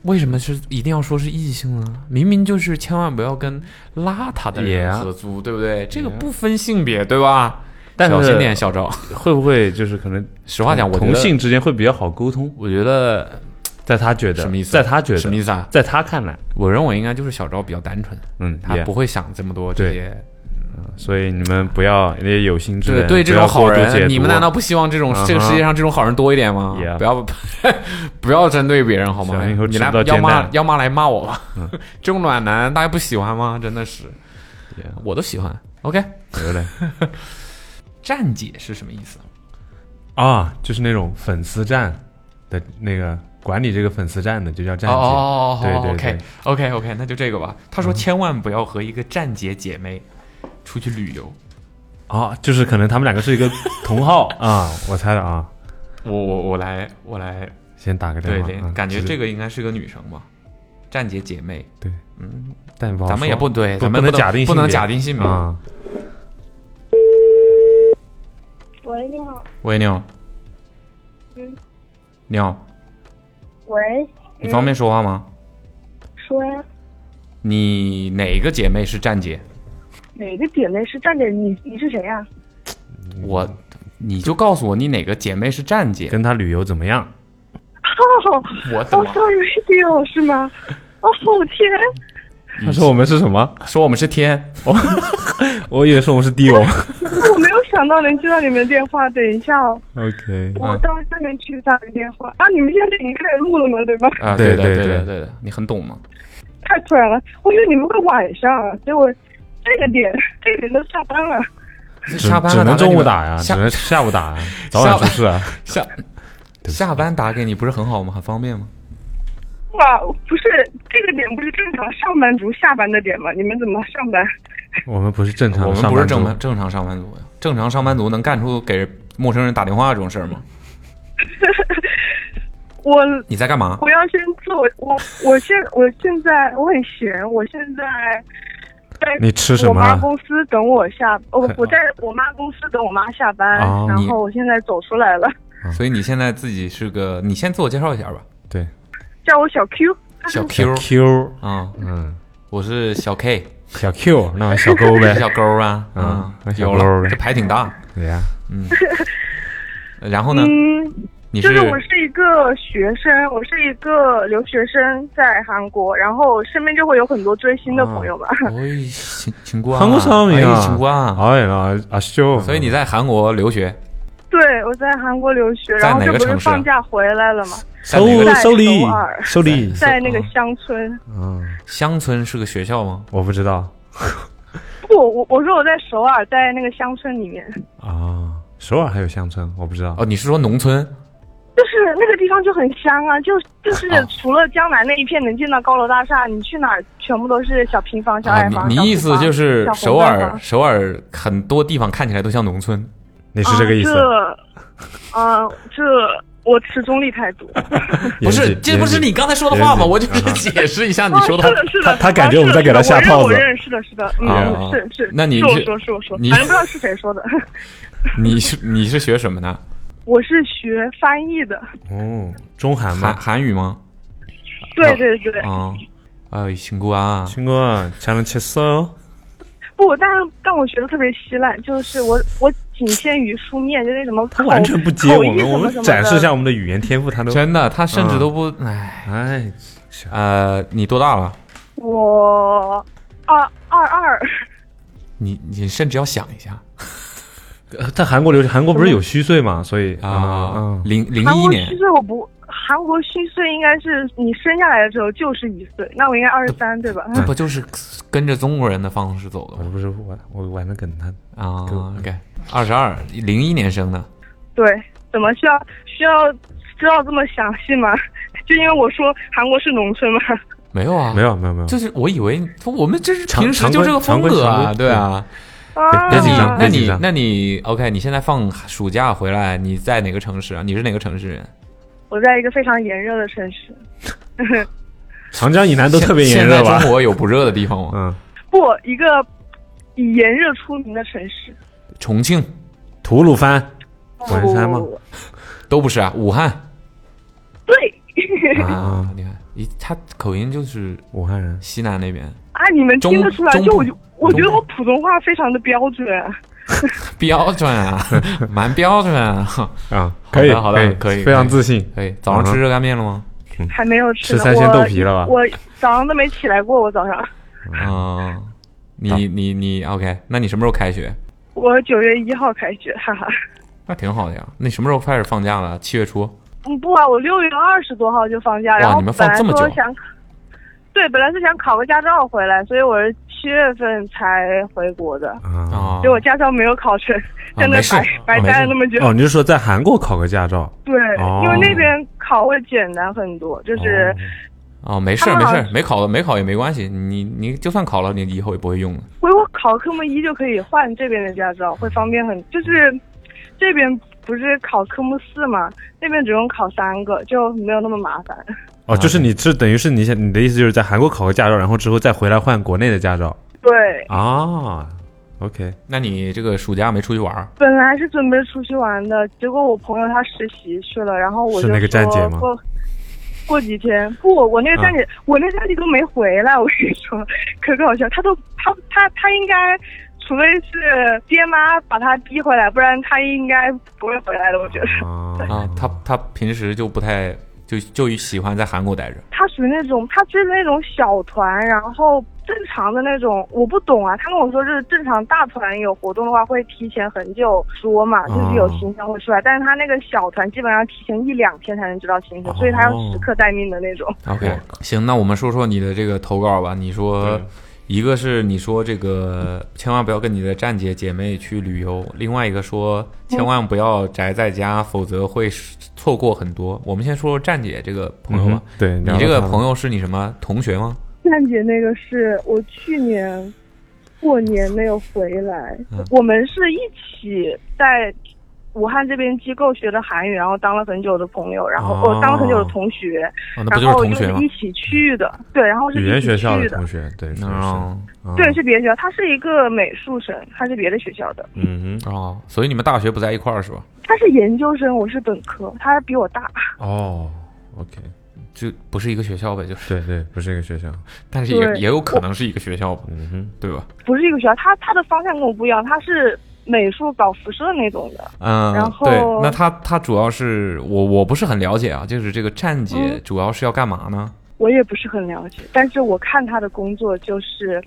[SPEAKER 3] 为什么是一定要说是异性呢？明明就是千万不要跟邋遢的人
[SPEAKER 6] Yeah
[SPEAKER 3] 合租，对不对？这个不分性别，对吧？小心点，小赵。
[SPEAKER 6] 会不会就是可能
[SPEAKER 3] 实话讲，我觉
[SPEAKER 6] 同
[SPEAKER 3] 得，
[SPEAKER 6] 性之间会比较好沟通？
[SPEAKER 3] 我觉得
[SPEAKER 6] 在他觉得
[SPEAKER 3] 什么意思？
[SPEAKER 6] 在他觉得
[SPEAKER 3] 什么意思啊？
[SPEAKER 6] 在他看来，
[SPEAKER 3] 我认为应该就是小赵比较单纯，
[SPEAKER 6] 嗯，
[SPEAKER 3] 他
[SPEAKER 6] 也
[SPEAKER 3] 不会想这么多这
[SPEAKER 6] 对
[SPEAKER 3] 些
[SPEAKER 6] 所以你们不要那些有心之
[SPEAKER 3] 对
[SPEAKER 6] 人，
[SPEAKER 3] 对，这
[SPEAKER 6] 不要
[SPEAKER 3] 种好
[SPEAKER 6] 过度解读
[SPEAKER 3] 人，你们难道不希望这种
[SPEAKER 6] 嗯哼
[SPEAKER 3] 这个世界上这种好人多一点吗
[SPEAKER 6] Yeah？
[SPEAKER 3] 不要 不要针对别人好吗
[SPEAKER 6] 小心以后？
[SPEAKER 3] 你
[SPEAKER 6] 吃
[SPEAKER 3] 来
[SPEAKER 6] 不到
[SPEAKER 3] 要
[SPEAKER 6] 煎
[SPEAKER 3] 骂
[SPEAKER 6] 蛋嗯
[SPEAKER 3] 要骂来骂我吧， 这种暖男大家不喜欢吗？真的是
[SPEAKER 6] Yeah，
[SPEAKER 3] 我都喜欢。OK，
[SPEAKER 6] 有点
[SPEAKER 3] 站姐是什么意思？
[SPEAKER 6] 啊，就是那种粉丝站的那个管理这个粉丝站的就叫站
[SPEAKER 3] 哦
[SPEAKER 6] 姐，
[SPEAKER 3] 哦哦
[SPEAKER 6] 对
[SPEAKER 3] 哦
[SPEAKER 6] 对
[SPEAKER 3] ，OK
[SPEAKER 6] 对嗯
[SPEAKER 3] OK OK，那就这个吧。他说千万不要和一个站姐姐妹出去旅游。
[SPEAKER 6] 啊，就是可能他们两个是一个同 号啊，我猜的啊，
[SPEAKER 3] 我我我来我来，
[SPEAKER 6] 先打个电
[SPEAKER 3] 对
[SPEAKER 6] 话，
[SPEAKER 3] 对
[SPEAKER 6] 啊，
[SPEAKER 3] 感觉
[SPEAKER 6] 其实
[SPEAKER 3] 这个应该是个女生吧？站姐姐妹，
[SPEAKER 6] 对，嗯，但好
[SPEAKER 3] 咱们也
[SPEAKER 6] 说
[SPEAKER 3] 不对，咱
[SPEAKER 6] 不
[SPEAKER 3] 们
[SPEAKER 6] 能
[SPEAKER 3] 不
[SPEAKER 6] 假定
[SPEAKER 3] 不能
[SPEAKER 6] 性别
[SPEAKER 3] 假定性别。
[SPEAKER 6] 啊，
[SPEAKER 7] 喂，你好，
[SPEAKER 3] 喂，你好。
[SPEAKER 7] 嗯。
[SPEAKER 3] 你好，
[SPEAKER 7] 喂，
[SPEAKER 3] 你方便说话吗？
[SPEAKER 7] 说呀，
[SPEAKER 3] 你哪个姐妹是站姐？
[SPEAKER 5] 哪个姐妹是站姐？你你是谁呀、
[SPEAKER 3] 我，你就告诉我你哪个姐妹是站姐。
[SPEAKER 6] 嗯跟他旅游怎么样？
[SPEAKER 5] 哦，
[SPEAKER 3] 我的
[SPEAKER 5] 哦
[SPEAKER 3] 妈！
[SPEAKER 5] ，sorry radio 是吗？哦，我天，
[SPEAKER 3] 嗯
[SPEAKER 6] 他说我们是什 么？
[SPEAKER 3] 说我们是天，
[SPEAKER 6] 哦我以为说我们是帝王。
[SPEAKER 5] 我没有想到能接到你们的电话。等一下哦，
[SPEAKER 6] OK，
[SPEAKER 2] 嗯
[SPEAKER 5] 我到下面去打个电话啊！你们现在已经开始录了吗？对吧？
[SPEAKER 3] 啊，
[SPEAKER 6] 对
[SPEAKER 3] 的，
[SPEAKER 6] 对
[SPEAKER 3] 对的，
[SPEAKER 6] 对
[SPEAKER 3] 对的，你很懂吗？
[SPEAKER 5] 太突然了，我以为你们会晚上，啊结果这个点这个点都下班了。
[SPEAKER 6] 只
[SPEAKER 3] 下班
[SPEAKER 6] 只
[SPEAKER 3] 了
[SPEAKER 6] 能
[SPEAKER 3] 给
[SPEAKER 6] 中
[SPEAKER 3] 你
[SPEAKER 6] 午
[SPEAKER 3] 们
[SPEAKER 6] 打呀，只
[SPEAKER 3] 下
[SPEAKER 6] 能下午打呀，早晚出事啊。
[SPEAKER 3] 下下班打给你不是很好吗？很方便吗？
[SPEAKER 5] 哇，不是这个点不是正常上班族下班的点吗？你们怎么上班？
[SPEAKER 6] 我们不是正常
[SPEAKER 3] 我
[SPEAKER 6] 的
[SPEAKER 3] 们
[SPEAKER 6] 上
[SPEAKER 3] 不是
[SPEAKER 6] 班族，
[SPEAKER 3] 正常正常上班族呀，正常上班族能干出给陌生人打电话这种事儿吗？
[SPEAKER 5] 我
[SPEAKER 3] 你在干嘛？
[SPEAKER 5] 我要先做我我我现 我现在我很闲，我现在在
[SPEAKER 6] 你吃什
[SPEAKER 5] 我
[SPEAKER 6] 么
[SPEAKER 5] 妈
[SPEAKER 6] 啊？
[SPEAKER 5] 公司等我下，我
[SPEAKER 6] 可
[SPEAKER 5] 我在我妈公司等我妈下班，
[SPEAKER 6] 哦
[SPEAKER 5] 然
[SPEAKER 3] 啊你
[SPEAKER 5] 后我现在走出来了，
[SPEAKER 3] 所以你现在自己是个，你先自我介绍一下吧。
[SPEAKER 6] 对，
[SPEAKER 5] 叫我小 Q。
[SPEAKER 3] 小 Q
[SPEAKER 6] 小 Q，
[SPEAKER 3] 啊，
[SPEAKER 6] 嗯，
[SPEAKER 3] 我是小 K，
[SPEAKER 6] 小 Q，那小勾呗，
[SPEAKER 3] 小勾啊，
[SPEAKER 6] 嗯
[SPEAKER 3] 啊
[SPEAKER 6] 那，小
[SPEAKER 3] 有
[SPEAKER 6] 勾呗
[SPEAKER 3] 了，这牌挺大。
[SPEAKER 6] 对呀，
[SPEAKER 3] 嗯，然后呢？
[SPEAKER 5] 嗯，
[SPEAKER 3] 你
[SPEAKER 5] 就是是我是一个学生，我是一个留学生在韩国，然后身边就会有很多追
[SPEAKER 3] 哦
[SPEAKER 5] 星的朋友吧。
[SPEAKER 3] 哎，请请过啊，
[SPEAKER 6] 한국사람이야
[SPEAKER 3] 哎请过啊。
[SPEAKER 6] 哎呀，阿修，嗯
[SPEAKER 3] 所以你在韩国留学，
[SPEAKER 5] 对，我在韩国留学，
[SPEAKER 3] 在
[SPEAKER 5] 然后
[SPEAKER 3] 哪
[SPEAKER 5] 这
[SPEAKER 3] 个
[SPEAKER 5] 不是
[SPEAKER 3] 城市啊
[SPEAKER 5] 放假回来了吗？
[SPEAKER 3] 在哪个
[SPEAKER 5] 在
[SPEAKER 6] 收礼
[SPEAKER 5] 首尔
[SPEAKER 6] 收礼，
[SPEAKER 5] 在那个乡村。
[SPEAKER 6] 嗯，
[SPEAKER 3] 乡村是个学校吗？
[SPEAKER 6] 我不知道
[SPEAKER 5] 不，我我说我在首尔，在那个乡村里面，
[SPEAKER 6] 啊，首尔还有乡村，我不知道
[SPEAKER 3] 哦，你是说农村？
[SPEAKER 5] 就是那个地方就很香啊，就就是
[SPEAKER 3] 啊
[SPEAKER 5] 除了江南那一片能见到高楼大厦，你去哪儿全部都是小平房、小
[SPEAKER 3] 啊，
[SPEAKER 5] 矮
[SPEAKER 3] 你
[SPEAKER 5] 房。
[SPEAKER 3] 你
[SPEAKER 5] 小
[SPEAKER 3] 意
[SPEAKER 5] 土
[SPEAKER 3] 思
[SPEAKER 5] 房
[SPEAKER 3] 就是
[SPEAKER 5] 小红
[SPEAKER 3] 首
[SPEAKER 5] 砖
[SPEAKER 3] 尔
[SPEAKER 5] 房
[SPEAKER 3] 首尔很多地方看起来都像农村，
[SPEAKER 6] 你是这个意思，
[SPEAKER 5] 啊这，啊，这我持中立态度。
[SPEAKER 3] 不是
[SPEAKER 6] 严？谨
[SPEAKER 3] 这不是你刚才说的话
[SPEAKER 6] 严谨
[SPEAKER 3] 吗？
[SPEAKER 6] 啊
[SPEAKER 3] 我就是解释一下你说
[SPEAKER 5] 哦
[SPEAKER 3] 的
[SPEAKER 5] 是。的，是的，
[SPEAKER 6] 他他感觉我们在给他下套子
[SPEAKER 5] 我认识的，是的，
[SPEAKER 3] 啊
[SPEAKER 5] 嗯，是是。
[SPEAKER 3] 那你
[SPEAKER 5] 是我
[SPEAKER 3] 是
[SPEAKER 5] 说是我说，
[SPEAKER 3] 你
[SPEAKER 5] 反正不知道是谁说的。
[SPEAKER 3] 你是你是学什么的？
[SPEAKER 5] 我是学翻译的，
[SPEAKER 6] 哦，中韩
[SPEAKER 3] 韩
[SPEAKER 6] 吗？
[SPEAKER 3] 韩语吗？
[SPEAKER 5] 对对对。
[SPEAKER 3] 啊，哎，辛苦啊！
[SPEAKER 6] 친구잘는쳤어요
[SPEAKER 5] 不，但是但我学的特别稀烂，就是我我仅限于书面，就那什么
[SPEAKER 6] 他
[SPEAKER 5] 口
[SPEAKER 6] 完全不接
[SPEAKER 5] 口
[SPEAKER 6] 我
[SPEAKER 5] 译
[SPEAKER 6] 们，
[SPEAKER 5] 什
[SPEAKER 6] 我
[SPEAKER 5] 么
[SPEAKER 6] 们
[SPEAKER 5] 什么
[SPEAKER 6] 展示
[SPEAKER 5] 的
[SPEAKER 6] 一下我们的语言天赋，他都
[SPEAKER 3] 真的，他甚至都不哎
[SPEAKER 6] 哎，
[SPEAKER 3] 呃，你多大了？
[SPEAKER 5] 我二二二，
[SPEAKER 3] 你你甚至要想一下
[SPEAKER 6] 呃在韩国留学，韩国不是有虚岁嘛，所以
[SPEAKER 3] 啊
[SPEAKER 6] 嗯，，嗯
[SPEAKER 3] 零零
[SPEAKER 5] 韩
[SPEAKER 3] 一
[SPEAKER 5] 国
[SPEAKER 3] 年
[SPEAKER 5] 虚，岁我不，韩国虚岁应该是你生下来的时候就是一岁，那我应该二十三对吧？
[SPEAKER 6] 嗯
[SPEAKER 3] 这不就是跟着中国人的方式走
[SPEAKER 6] 我
[SPEAKER 3] 的
[SPEAKER 6] 这不是玩我玩的梗，他
[SPEAKER 3] 吗？
[SPEAKER 6] 对
[SPEAKER 3] 啊，OK，二十二，零一年生的，
[SPEAKER 5] 对，怎么需要需要知道这么详细吗？ 就因为我说韩国是农村嘛，
[SPEAKER 3] 没有啊，
[SPEAKER 6] 没，有没有没有，
[SPEAKER 3] 就是我以为我们这是
[SPEAKER 6] 常
[SPEAKER 3] 平时就这个风格
[SPEAKER 6] 常规常
[SPEAKER 3] 啊，
[SPEAKER 6] 规
[SPEAKER 3] 对啊。
[SPEAKER 5] 啊，
[SPEAKER 3] 那
[SPEAKER 6] 别
[SPEAKER 3] 你
[SPEAKER 6] 紧张
[SPEAKER 3] 那
[SPEAKER 6] 别
[SPEAKER 3] 你
[SPEAKER 6] 紧张
[SPEAKER 3] 那你 OK，你现在放暑假回来，你在哪个城市啊？你是哪个城市人？
[SPEAKER 5] 我在一个非常炎热的城市，
[SPEAKER 6] 长江以南都特别炎
[SPEAKER 3] 现
[SPEAKER 6] 热
[SPEAKER 3] 在
[SPEAKER 6] 吧？
[SPEAKER 3] 中国有不热的地方吗？
[SPEAKER 6] 嗯，
[SPEAKER 5] 不，一个以炎热出名的城市。
[SPEAKER 3] 重庆
[SPEAKER 6] 吐鲁番，晚山吗？
[SPEAKER 5] 不
[SPEAKER 3] 都不是啊，武汉
[SPEAKER 5] 哦对
[SPEAKER 3] 啊，你看，一他口音就是
[SPEAKER 6] 武汉人，
[SPEAKER 3] 西南那边，
[SPEAKER 5] 啊，你们听得出来？
[SPEAKER 3] 中
[SPEAKER 5] 就我就
[SPEAKER 3] 中部
[SPEAKER 5] 我觉得
[SPEAKER 3] 中部
[SPEAKER 5] 我普通话非常的标准。
[SPEAKER 3] 标准啊， 蛮标准啊。
[SPEAKER 6] 啊，
[SPEAKER 3] 好的
[SPEAKER 6] 可以，
[SPEAKER 3] 好的
[SPEAKER 6] 以
[SPEAKER 3] 可以
[SPEAKER 6] 非常自信。
[SPEAKER 3] 哎，早上吃热干面了吗？
[SPEAKER 5] 还没有吃
[SPEAKER 6] 吃
[SPEAKER 5] 呢
[SPEAKER 6] 三鲜豆皮了吧
[SPEAKER 5] 我我早上都没起来过，我早上
[SPEAKER 3] 嗯，
[SPEAKER 6] 啊
[SPEAKER 3] 你你你，OK，那你什么时候开学？
[SPEAKER 5] 我九月一号开学，哈哈。
[SPEAKER 3] 那挺好的呀。那你什么时候开始放假了？七月初。
[SPEAKER 5] 嗯，不啊，我六月二十多号就放假，
[SPEAKER 3] 哇
[SPEAKER 5] 然后
[SPEAKER 3] 你们
[SPEAKER 5] 本
[SPEAKER 3] 放
[SPEAKER 5] 来
[SPEAKER 3] 这么
[SPEAKER 5] 说
[SPEAKER 3] 久啊
[SPEAKER 5] 想，对，本来是想考个驾照回来，所以我是七月份才回国的，
[SPEAKER 6] 啊。
[SPEAKER 3] 啊
[SPEAKER 5] 结果驾照没有考成，在那
[SPEAKER 3] 哦没事
[SPEAKER 5] 白白
[SPEAKER 3] 没
[SPEAKER 5] 待
[SPEAKER 3] 事
[SPEAKER 5] 了那么久。
[SPEAKER 6] 哦，你是说在韩国考个驾照？
[SPEAKER 5] 对，
[SPEAKER 6] 哦
[SPEAKER 5] 因为那边考会简单很多，就是、
[SPEAKER 3] 哦，没事儿没
[SPEAKER 5] 他们好
[SPEAKER 3] 事
[SPEAKER 5] 像
[SPEAKER 3] 儿，没考了没考也没关系。你你就算考了，你以后也不会用的。
[SPEAKER 5] 回国考科目一就可以换这边的驾照，会方便很。就是这边不是考科目四嘛，那边只用考三个，就没有那么麻烦。
[SPEAKER 6] 哦，就是你是等于是你想你的意思就是在韩国考个驾照，然后之后再回来换国内的驾照
[SPEAKER 5] 对，
[SPEAKER 6] 啊？OK，
[SPEAKER 3] 那你这个暑假没出去玩儿？
[SPEAKER 5] 本来是准备出去玩的，结果我朋友他实习去了，然后我
[SPEAKER 6] 是
[SPEAKER 5] 就
[SPEAKER 6] 那个站姐
[SPEAKER 5] 说
[SPEAKER 6] 吗啊
[SPEAKER 5] 过过几天不，我那个站姐，我那个站姐都没回来，我跟你说，可搞笑，他都他他他应该，除非是爹妈把他逼回来，不然他应该不会回来的，我觉得。
[SPEAKER 6] 啊
[SPEAKER 3] 啊，他他平时就不太就就喜欢在韩国待着。
[SPEAKER 5] 他属于那种，他追的那种小团，然后正常的那种，我不懂啊。他跟我说，就是正常大团有活动的话，会提前很久说嘛，就是
[SPEAKER 3] 哦
[SPEAKER 5] 有行程会出来。但是他那个小团基本上提前一两天才能知道行程，所以他要时
[SPEAKER 3] 哦
[SPEAKER 5] 刻待命的那种。
[SPEAKER 3] OK，行，那我们说说你的这个投稿吧。你说，一个是你说这个千万不要跟你的站姐姐妹去旅游，另外一个说千万不要宅在家，否则会失错过很多。我们先说说站姐这个朋友吧。
[SPEAKER 6] 嗯对，
[SPEAKER 3] 你这个朋友是你什么同学吗？
[SPEAKER 5] 蛋姐那个是我去年过年没有回来，
[SPEAKER 3] 嗯
[SPEAKER 5] 我们是一起在武汉这边机构学的韩语，然后当了很久的朋友，然后我、呃
[SPEAKER 3] 哦
[SPEAKER 5] 当了很久的同学。
[SPEAKER 3] 哦，那不
[SPEAKER 5] 然
[SPEAKER 3] 就是
[SPEAKER 5] 后
[SPEAKER 3] 同
[SPEAKER 5] 又
[SPEAKER 3] 学
[SPEAKER 5] 是
[SPEAKER 3] 吗
[SPEAKER 5] 一？起去的，对，然后是
[SPEAKER 6] 语
[SPEAKER 5] 一
[SPEAKER 6] 言
[SPEAKER 5] 起
[SPEAKER 6] 学校
[SPEAKER 5] 去
[SPEAKER 6] 的
[SPEAKER 5] 的
[SPEAKER 6] 同，学，对，是嗯
[SPEAKER 3] 哦
[SPEAKER 5] 对，是别的学校，他是一个美术生，他是别的学校的，
[SPEAKER 6] 嗯
[SPEAKER 3] 哦，所以你们大学不在一块儿是吧？
[SPEAKER 5] 他是研究生，我是本科，他比我大，
[SPEAKER 6] 哼，哦，OK，
[SPEAKER 3] 就不是一个学校呗，就是，
[SPEAKER 6] 对对，不是一个学校。
[SPEAKER 3] 但是也
[SPEAKER 5] 对
[SPEAKER 3] 也有可能是一个学校吧，
[SPEAKER 6] 嗯哼，
[SPEAKER 3] 对吧？
[SPEAKER 5] 不是一个学校，他他的方向跟我不一样，他是美术搞辐射那种的。
[SPEAKER 3] 嗯，
[SPEAKER 5] 然后
[SPEAKER 3] 对，那他他主要是我我不是很了解啊，就是这个站
[SPEAKER 5] 嗯
[SPEAKER 3] 姐主要是要干嘛呢？
[SPEAKER 5] 我也不是很了解，但是我看他的工作就是，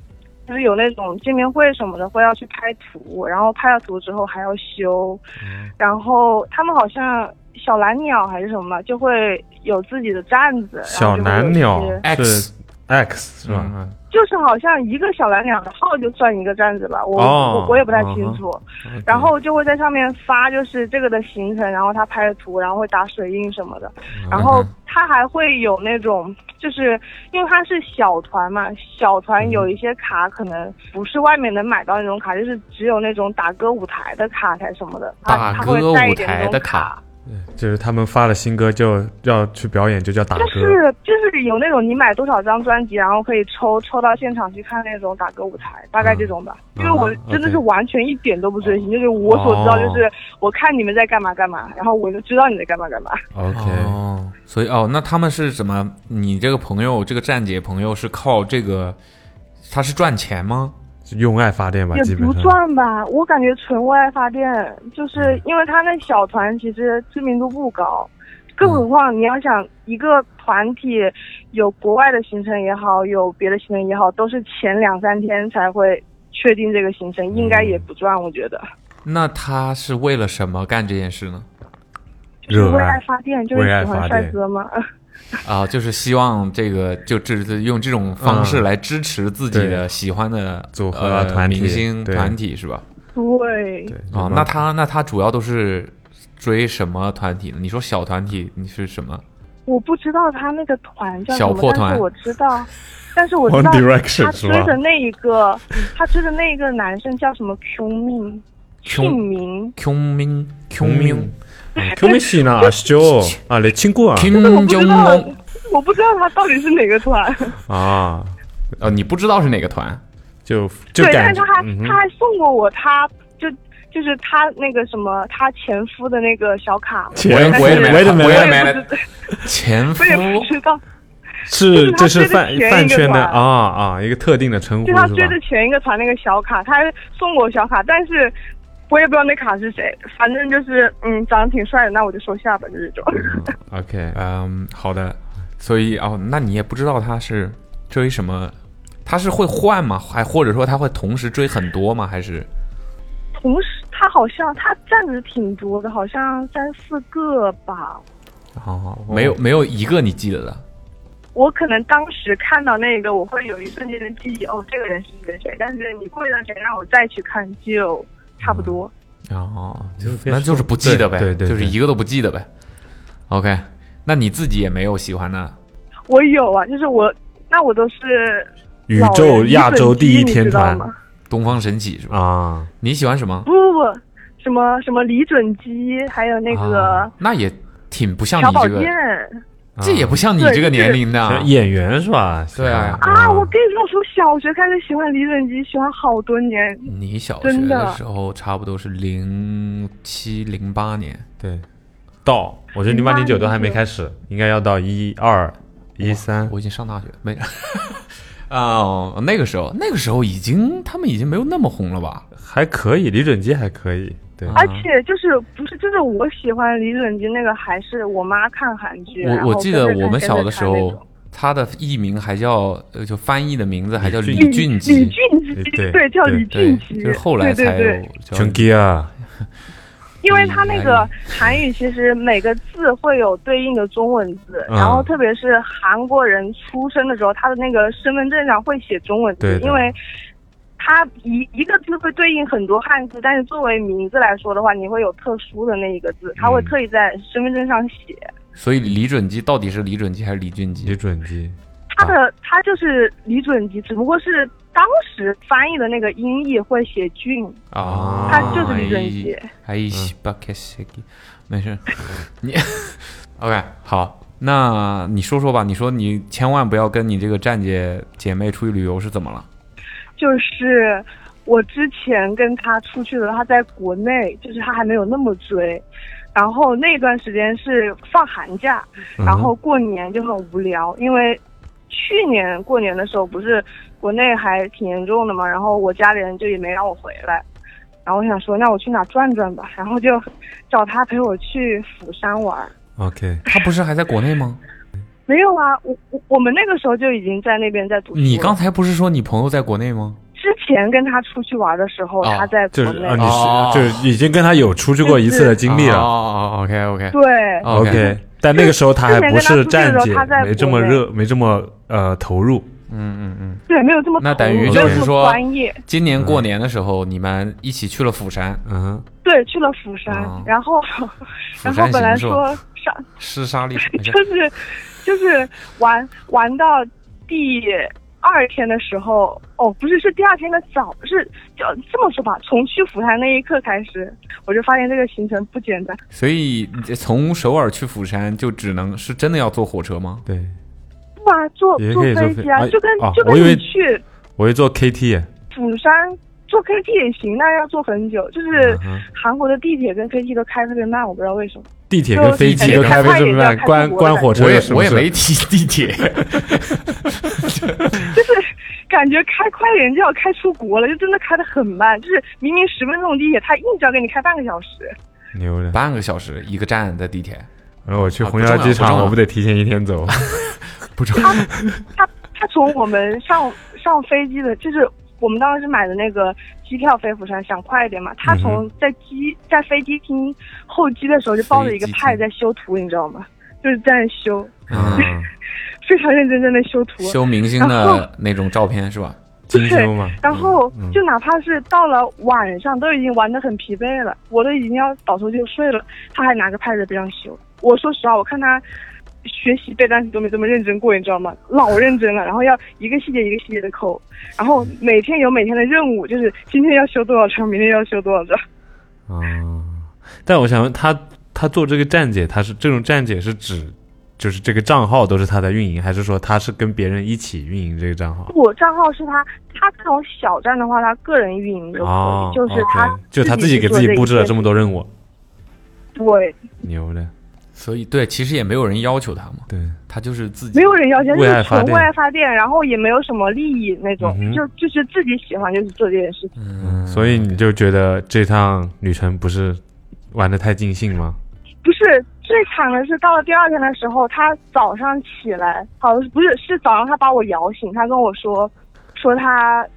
[SPEAKER 5] 就是有那种见面会什么的，会要去拍图，然后拍了图之后还要修，
[SPEAKER 6] 嗯
[SPEAKER 5] 然后他们好像小蓝鸟还是什么嘛，就会有自己的站子。然
[SPEAKER 6] 小
[SPEAKER 5] 后就会有
[SPEAKER 6] 蓝
[SPEAKER 5] 一
[SPEAKER 6] 鸟
[SPEAKER 5] 些
[SPEAKER 3] X
[SPEAKER 6] 是 X 是吧？
[SPEAKER 3] 嗯
[SPEAKER 6] 啊
[SPEAKER 5] 就是好像一个小蓝鸟的号就算一个站子吧，我、
[SPEAKER 6] 哦
[SPEAKER 5] 我我也不太清楚。
[SPEAKER 3] 嗯
[SPEAKER 5] 然后就会在上面发就是这个的行程，然后他拍的图，然后会打水印什么的。
[SPEAKER 3] 嗯
[SPEAKER 5] 然后他还会有那种，就是因为他是小团嘛，小团有一些卡可能不是外面能买到那种卡，就是只有那种打歌舞台的卡才什么的。他
[SPEAKER 3] 打
[SPEAKER 5] 他
[SPEAKER 3] 歌
[SPEAKER 5] 会带一
[SPEAKER 3] 舞
[SPEAKER 5] 点
[SPEAKER 3] 台
[SPEAKER 5] 那
[SPEAKER 3] 的
[SPEAKER 5] 种
[SPEAKER 3] 卡
[SPEAKER 5] 卡。
[SPEAKER 6] 就是他们发了新歌就要去表演，就叫打
[SPEAKER 5] 就
[SPEAKER 6] 歌。
[SPEAKER 5] 是就是有那种你买多少张专辑，然后可以抽抽到现场去看那种打歌舞台，
[SPEAKER 6] 嗯
[SPEAKER 5] 大概这种吧。因为
[SPEAKER 6] 啊
[SPEAKER 5] 我真的是完全一点都不追星，就是我所知道
[SPEAKER 6] 哦
[SPEAKER 5] 就是我看你们在干嘛干嘛，然后我就知道你在干嘛干嘛。
[SPEAKER 6] 嗯 OK，
[SPEAKER 3] 哦，所以哦，那他们是怎么？你这个朋友，这个站姐朋友是靠这个，他是赚钱吗？
[SPEAKER 6] 用爱发电吧，基
[SPEAKER 5] 也
[SPEAKER 6] 本
[SPEAKER 5] 不
[SPEAKER 6] 上。嗯
[SPEAKER 5] 赚吧，我感觉纯为爱发电，就是因为他那小团其实知名度不高，
[SPEAKER 6] 嗯
[SPEAKER 5] 更何况你要想一个团体有国外的行程也好，有别的行程也好，都是前两三天才会确定这个行程，应
[SPEAKER 6] 嗯
[SPEAKER 5] 该也不赚，我觉得。
[SPEAKER 3] 那他是为了什么干这件事呢？
[SPEAKER 5] 就是
[SPEAKER 6] 热
[SPEAKER 5] 为
[SPEAKER 6] 爱
[SPEAKER 5] 爱发电，就是喜欢帅哥嘛。
[SPEAKER 3] 啊、就是希望这个就这这用这种方式来支持自己的
[SPEAKER 6] 嗯对
[SPEAKER 3] 喜欢的
[SPEAKER 6] 组合啊
[SPEAKER 3] 呃
[SPEAKER 6] 团体
[SPEAKER 3] 明星
[SPEAKER 6] 对
[SPEAKER 3] 团体是吧？
[SPEAKER 5] 对，
[SPEAKER 6] 对
[SPEAKER 3] 啊、那他那他主要都是追什么团体呢？你说小团体，你是什么？
[SPEAKER 5] 我不知道他那个团叫什
[SPEAKER 3] 小
[SPEAKER 5] 么，
[SPEAKER 3] 破团
[SPEAKER 5] 但是我知道，但是我知道
[SPEAKER 6] One Direction
[SPEAKER 5] 他
[SPEAKER 6] 是
[SPEAKER 5] 追
[SPEAKER 6] 吧
[SPEAKER 5] 的那一个，他追的那一个男生叫什么 Q 命。
[SPEAKER 3] Kyung-
[SPEAKER 5] 庆明，
[SPEAKER 3] Q 明 Q
[SPEAKER 6] 明
[SPEAKER 3] 明
[SPEAKER 6] Q 没戏呢，阿修啊，来亲过
[SPEAKER 3] Q
[SPEAKER 5] 我不知
[SPEAKER 3] 明
[SPEAKER 5] 道，我不知道他到底是哪个团。
[SPEAKER 6] 啊，
[SPEAKER 3] 呃，你不知道是哪 个团？
[SPEAKER 6] 就就
[SPEAKER 5] 对，但
[SPEAKER 6] 感
[SPEAKER 5] 是
[SPEAKER 6] 觉
[SPEAKER 5] 他还、
[SPEAKER 6] 嗯哼
[SPEAKER 5] 他还送过我他就就是他那个什么他前夫的那个小卡，
[SPEAKER 6] 前
[SPEAKER 5] 但
[SPEAKER 6] 夫
[SPEAKER 5] 是
[SPEAKER 6] 我也没
[SPEAKER 5] 我也
[SPEAKER 6] 我
[SPEAKER 5] 不
[SPEAKER 6] 也
[SPEAKER 3] 没
[SPEAKER 5] 知
[SPEAKER 3] 前夫
[SPEAKER 5] 我也不知道，
[SPEAKER 6] 是这是
[SPEAKER 5] 就是他
[SPEAKER 6] 饭
[SPEAKER 5] 追的前一个
[SPEAKER 6] 饭圈的
[SPEAKER 5] 团
[SPEAKER 6] 啊啊一个特定的称呼
[SPEAKER 5] 就是他
[SPEAKER 6] 吧？
[SPEAKER 5] 追的前一个团那个小卡，他还送过我小卡，但是我也不知道那卡是谁，反正就是嗯长得挺帅的，那我就收下吧，就是 这种。
[SPEAKER 6] OK，
[SPEAKER 3] 嗯，好的。所以哦，那你也不知道他是追什么，他是会换吗？还或者说他会同时追很多吗？还是
[SPEAKER 5] 同时他好像他站着挺多的，好像三四个吧。
[SPEAKER 3] 哦，没有没有一个你记得的
[SPEAKER 5] 我可能当时看到那个，我会有一瞬间的记忆，哦，这个人是谁谁，但是你过一段时间让我再去看，就差不多。
[SPEAKER 6] 嗯
[SPEAKER 3] 哦，
[SPEAKER 6] 就别
[SPEAKER 3] 那就是
[SPEAKER 6] 说
[SPEAKER 3] 不记得呗，
[SPEAKER 6] 对对对
[SPEAKER 3] 就是
[SPEAKER 6] 对
[SPEAKER 3] 一个都不记得呗。OK，那你自己也没有喜欢的
[SPEAKER 5] 我有啊，就是我，那我都是
[SPEAKER 6] 宇
[SPEAKER 5] 老人
[SPEAKER 6] 宙
[SPEAKER 5] 一
[SPEAKER 6] 亚
[SPEAKER 5] 瞬
[SPEAKER 6] 洲第
[SPEAKER 5] 间
[SPEAKER 6] 一
[SPEAKER 5] 你
[SPEAKER 6] 天
[SPEAKER 5] 知道
[SPEAKER 6] 团
[SPEAKER 5] 吗
[SPEAKER 3] 东方神起是吧？
[SPEAKER 6] 啊，
[SPEAKER 3] 你喜欢什么？
[SPEAKER 5] 不不不，什么什么李准基，还有那个
[SPEAKER 3] 啊那也挺不像
[SPEAKER 5] 小
[SPEAKER 3] 你
[SPEAKER 5] 宝啊
[SPEAKER 3] 这
[SPEAKER 5] 剑
[SPEAKER 3] 个，这也不像你
[SPEAKER 5] 对
[SPEAKER 3] 这个年龄的啊。
[SPEAKER 6] 演员是吧？
[SPEAKER 3] 对啊
[SPEAKER 5] 啊！我跟你说，我从小学开始喜欢李准基，喜欢好多年。
[SPEAKER 3] 你小学
[SPEAKER 5] 真的
[SPEAKER 3] 的时候差不多是零七零八年，
[SPEAKER 6] 对，到我觉得零八零九都还没开始，应该要到一二一三
[SPEAKER 3] 我已经上大学没。 哦，那个时候，那个时候已经他们已经没有那么红了吧？
[SPEAKER 6] 还可以，李准基还可以，对
[SPEAKER 3] 啊
[SPEAKER 5] 而且就是不是就是我喜欢李准基那个，还是我妈看韩剧。然
[SPEAKER 3] 我
[SPEAKER 5] 后
[SPEAKER 3] 我记得
[SPEAKER 5] 跟着
[SPEAKER 3] 我们
[SPEAKER 5] 看
[SPEAKER 3] 小的时，
[SPEAKER 5] 跟着看那
[SPEAKER 3] 候
[SPEAKER 5] 种，
[SPEAKER 3] 他的艺名还叫呃就翻译的名字还叫
[SPEAKER 6] 李
[SPEAKER 3] 李
[SPEAKER 5] 李
[SPEAKER 3] 俊基，
[SPEAKER 5] 李俊基
[SPEAKER 6] 对
[SPEAKER 5] 对叫
[SPEAKER 6] 对
[SPEAKER 5] 李
[SPEAKER 3] 对
[SPEAKER 5] 俊，基，
[SPEAKER 3] 就是后来
[SPEAKER 5] 对
[SPEAKER 3] 才
[SPEAKER 5] 对对
[SPEAKER 3] 有叫
[SPEAKER 6] 琼基啊，嗯
[SPEAKER 5] 因为它那个韩语其实每个字会有对应的中文字，
[SPEAKER 6] 嗯
[SPEAKER 5] 然后特别是韩国人出生的时候，他的那个身份证上会写中文
[SPEAKER 6] 对
[SPEAKER 5] 字，
[SPEAKER 6] 的
[SPEAKER 5] 因为它一一个字会对应很多汉字，但是作为名字来说的话，你会有特殊的那一个
[SPEAKER 6] 嗯
[SPEAKER 5] 字，他会特意在身份证上写。
[SPEAKER 6] 啊
[SPEAKER 3] 所以李准基到底是李准基还是李俊
[SPEAKER 6] 李
[SPEAKER 3] 基？
[SPEAKER 6] 准基
[SPEAKER 5] 他的他就是李准基，只不过是当时翻译的那个音译会写俊，
[SPEAKER 3] 啊，
[SPEAKER 5] 他就是李准基。
[SPEAKER 3] 哎，巴克西基，没事， 你 OK 好，那你说说吧，你说你千万不要跟你这个站姐姐妹出去旅游是怎么了？
[SPEAKER 5] 就是我之前跟他出去的，他在国内，就是他还没有那么追。然后那段时间是放寒假，
[SPEAKER 3] 嗯
[SPEAKER 5] 然后过年就很无聊，因为去年过年的时候不是国内还挺严重的嘛，然后我家里人就也没让我回来，然后我想说那我去哪转转吧，然后就找他陪我去釜山玩儿。
[SPEAKER 6] OK，
[SPEAKER 3] 他不是还在国内吗？
[SPEAKER 5] 没有啊，我我我们那个时候就已经在那边在读书了。
[SPEAKER 3] 你刚才不是说你朋友在国内吗？
[SPEAKER 5] 之前跟他出去玩的时候，
[SPEAKER 3] 哦
[SPEAKER 5] 他在国
[SPEAKER 6] 就
[SPEAKER 5] 内，
[SPEAKER 6] 是啊，你
[SPEAKER 3] 哦
[SPEAKER 6] 是就是已经跟他有出去过一次的经历
[SPEAKER 3] 哦
[SPEAKER 6] 了。哦
[SPEAKER 3] 哦哦，OK OK
[SPEAKER 5] 对
[SPEAKER 3] OK，
[SPEAKER 6] OK，但那个时候他还不是站
[SPEAKER 5] 之前跟他出去的
[SPEAKER 6] 姐
[SPEAKER 5] 时候他在，
[SPEAKER 6] 没这么
[SPEAKER 5] 国内
[SPEAKER 6] 热，没这么呃投入。
[SPEAKER 3] 嗯嗯嗯。
[SPEAKER 5] 对，没有这么
[SPEAKER 3] 那
[SPEAKER 5] 投入
[SPEAKER 3] 等于
[SPEAKER 5] 没有
[SPEAKER 3] 就是
[SPEAKER 5] 这么
[SPEAKER 3] 说
[SPEAKER 5] 专业。
[SPEAKER 3] 今年过年的时候，你们一起去了釜山，
[SPEAKER 6] 嗯
[SPEAKER 5] 对，去了釜山，
[SPEAKER 3] 哦
[SPEAKER 5] 然后
[SPEAKER 3] 釜
[SPEAKER 5] 然后
[SPEAKER 3] 山
[SPEAKER 5] 本来
[SPEAKER 3] 行是
[SPEAKER 5] 说
[SPEAKER 3] 吧？
[SPEAKER 5] 上
[SPEAKER 3] 是沙利，
[SPEAKER 5] 就是就是玩玩到第二天的时候，哦，不是，是第二天的早，是就这么说吧，从去釜山那一刻开始，我就发现这个行程不简单。
[SPEAKER 3] 所以你从首尔去釜山就只能是真的要坐火车吗？
[SPEAKER 6] 对，
[SPEAKER 5] 不啊，坐
[SPEAKER 6] 也
[SPEAKER 5] 坐
[SPEAKER 6] 可以坐
[SPEAKER 5] 飞
[SPEAKER 6] 飞
[SPEAKER 5] 机啊，
[SPEAKER 6] 哎
[SPEAKER 5] 就跟、
[SPEAKER 6] 哦
[SPEAKER 5] 就
[SPEAKER 6] 我
[SPEAKER 5] 跟
[SPEAKER 6] 以为
[SPEAKER 5] 你去
[SPEAKER 6] 我会做 KT，
[SPEAKER 5] 釜山坐 KT 也行，但是要坐很久，就是
[SPEAKER 6] 嗯哼
[SPEAKER 5] 韩国的地铁跟 KT 都开特别慢，我不知道为什么。
[SPEAKER 6] 地铁跟飞机都开飞这么慢，关关火车
[SPEAKER 3] 我也
[SPEAKER 6] 是不
[SPEAKER 3] 我也
[SPEAKER 6] 是
[SPEAKER 3] 没提地铁，
[SPEAKER 5] 就是感觉开快点就要开出国了，就真的开得很慢，就是明明十分钟的地铁，他硬是要给你开半个小时。
[SPEAKER 6] 牛的。
[SPEAKER 3] 半个小时一个站的地铁，
[SPEAKER 6] 然后我去
[SPEAKER 3] 啊
[SPEAKER 6] 虹
[SPEAKER 3] 不
[SPEAKER 6] 桥
[SPEAKER 3] 重要
[SPEAKER 6] 机
[SPEAKER 3] 不
[SPEAKER 6] 场，
[SPEAKER 3] 重要
[SPEAKER 6] 我不得提前一天走？
[SPEAKER 3] 不重要。
[SPEAKER 5] 他他从我们上上飞机的，就是我们当时买的那个机票飞釜山，想快一点嘛。他从在机在飞机厅候机的时候就抱着一个
[SPEAKER 3] 飞机厅
[SPEAKER 5] pad 在修图，你知道吗？就是在那修，
[SPEAKER 3] 嗯，
[SPEAKER 6] 啊
[SPEAKER 5] 非常认真在那修图。
[SPEAKER 3] 修明星的那种照片是吧？
[SPEAKER 6] 金修嘛，
[SPEAKER 5] 然后
[SPEAKER 6] 嗯
[SPEAKER 5] 就哪怕是到了晚上，都已经玩得很疲惫了，我都已经要倒头就睡了，他还拿个 pad 在边上修。我说实话，我看他学习背单词都没这么认真过，你知道吗？老认真了，然后要一个细节一个细节的抠，然后每天有每天的任务，就是今天要修多少张，明天要修多少张。
[SPEAKER 6] 啊。但我想问他，他做这个站姐，他是这种站姐是指，就是这个账号都是他在运营，还是说他是跟别人一起运营这个账号？
[SPEAKER 5] 我账号是他，他这种小站的话，他个人运营就可以，
[SPEAKER 6] 哦
[SPEAKER 5] 就是他
[SPEAKER 6] ，OK，就他自己给
[SPEAKER 5] 做
[SPEAKER 6] 自己布置了
[SPEAKER 5] 一切
[SPEAKER 6] 这么多任务，
[SPEAKER 5] 对，
[SPEAKER 6] 牛的，
[SPEAKER 3] 所以对，其实也没有人要求他嘛，
[SPEAKER 6] 对，
[SPEAKER 3] 他就是自己
[SPEAKER 5] 没有人要钱，就
[SPEAKER 6] 为爱
[SPEAKER 5] 是
[SPEAKER 6] 发
[SPEAKER 5] 纯
[SPEAKER 6] 电
[SPEAKER 5] 为爱发电，然后也没有什么利益那种，
[SPEAKER 6] 嗯哼
[SPEAKER 5] 就就是自己喜欢就去做这件事情。
[SPEAKER 3] 嗯，
[SPEAKER 6] 所以你就觉得这趟旅程不是玩的太尽兴吗？
[SPEAKER 5] 不是最惨的是，到了第二天的时候，他早上起来，好像是不是是早上他把我摇醒，他跟我说，说他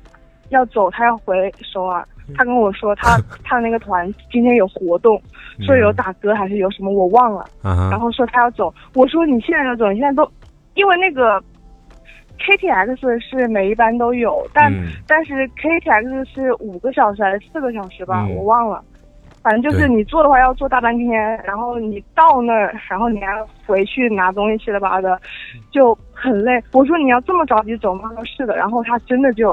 [SPEAKER 5] 要走，他要回首尔。
[SPEAKER 6] 嗯
[SPEAKER 5] 他跟我说 他他的那个团今天有活动，
[SPEAKER 6] 嗯
[SPEAKER 5] 说有打歌还是有什么我忘了，
[SPEAKER 6] 啊哈，
[SPEAKER 5] 然后说他要走，我说你现在就走，你现在都，因为那个 KTX 是每一班都有，但、
[SPEAKER 6] 嗯
[SPEAKER 5] 但是 KTX 是五个小时还是四个小时吧，
[SPEAKER 6] 嗯
[SPEAKER 5] 我忘了。反正就是
[SPEAKER 6] 对
[SPEAKER 5] 你坐的话要坐大半天，然后你到那儿，然后你还要回去拿东西七了八的，就很累。我说你要这么着急走吗？他说是的。然后他真的就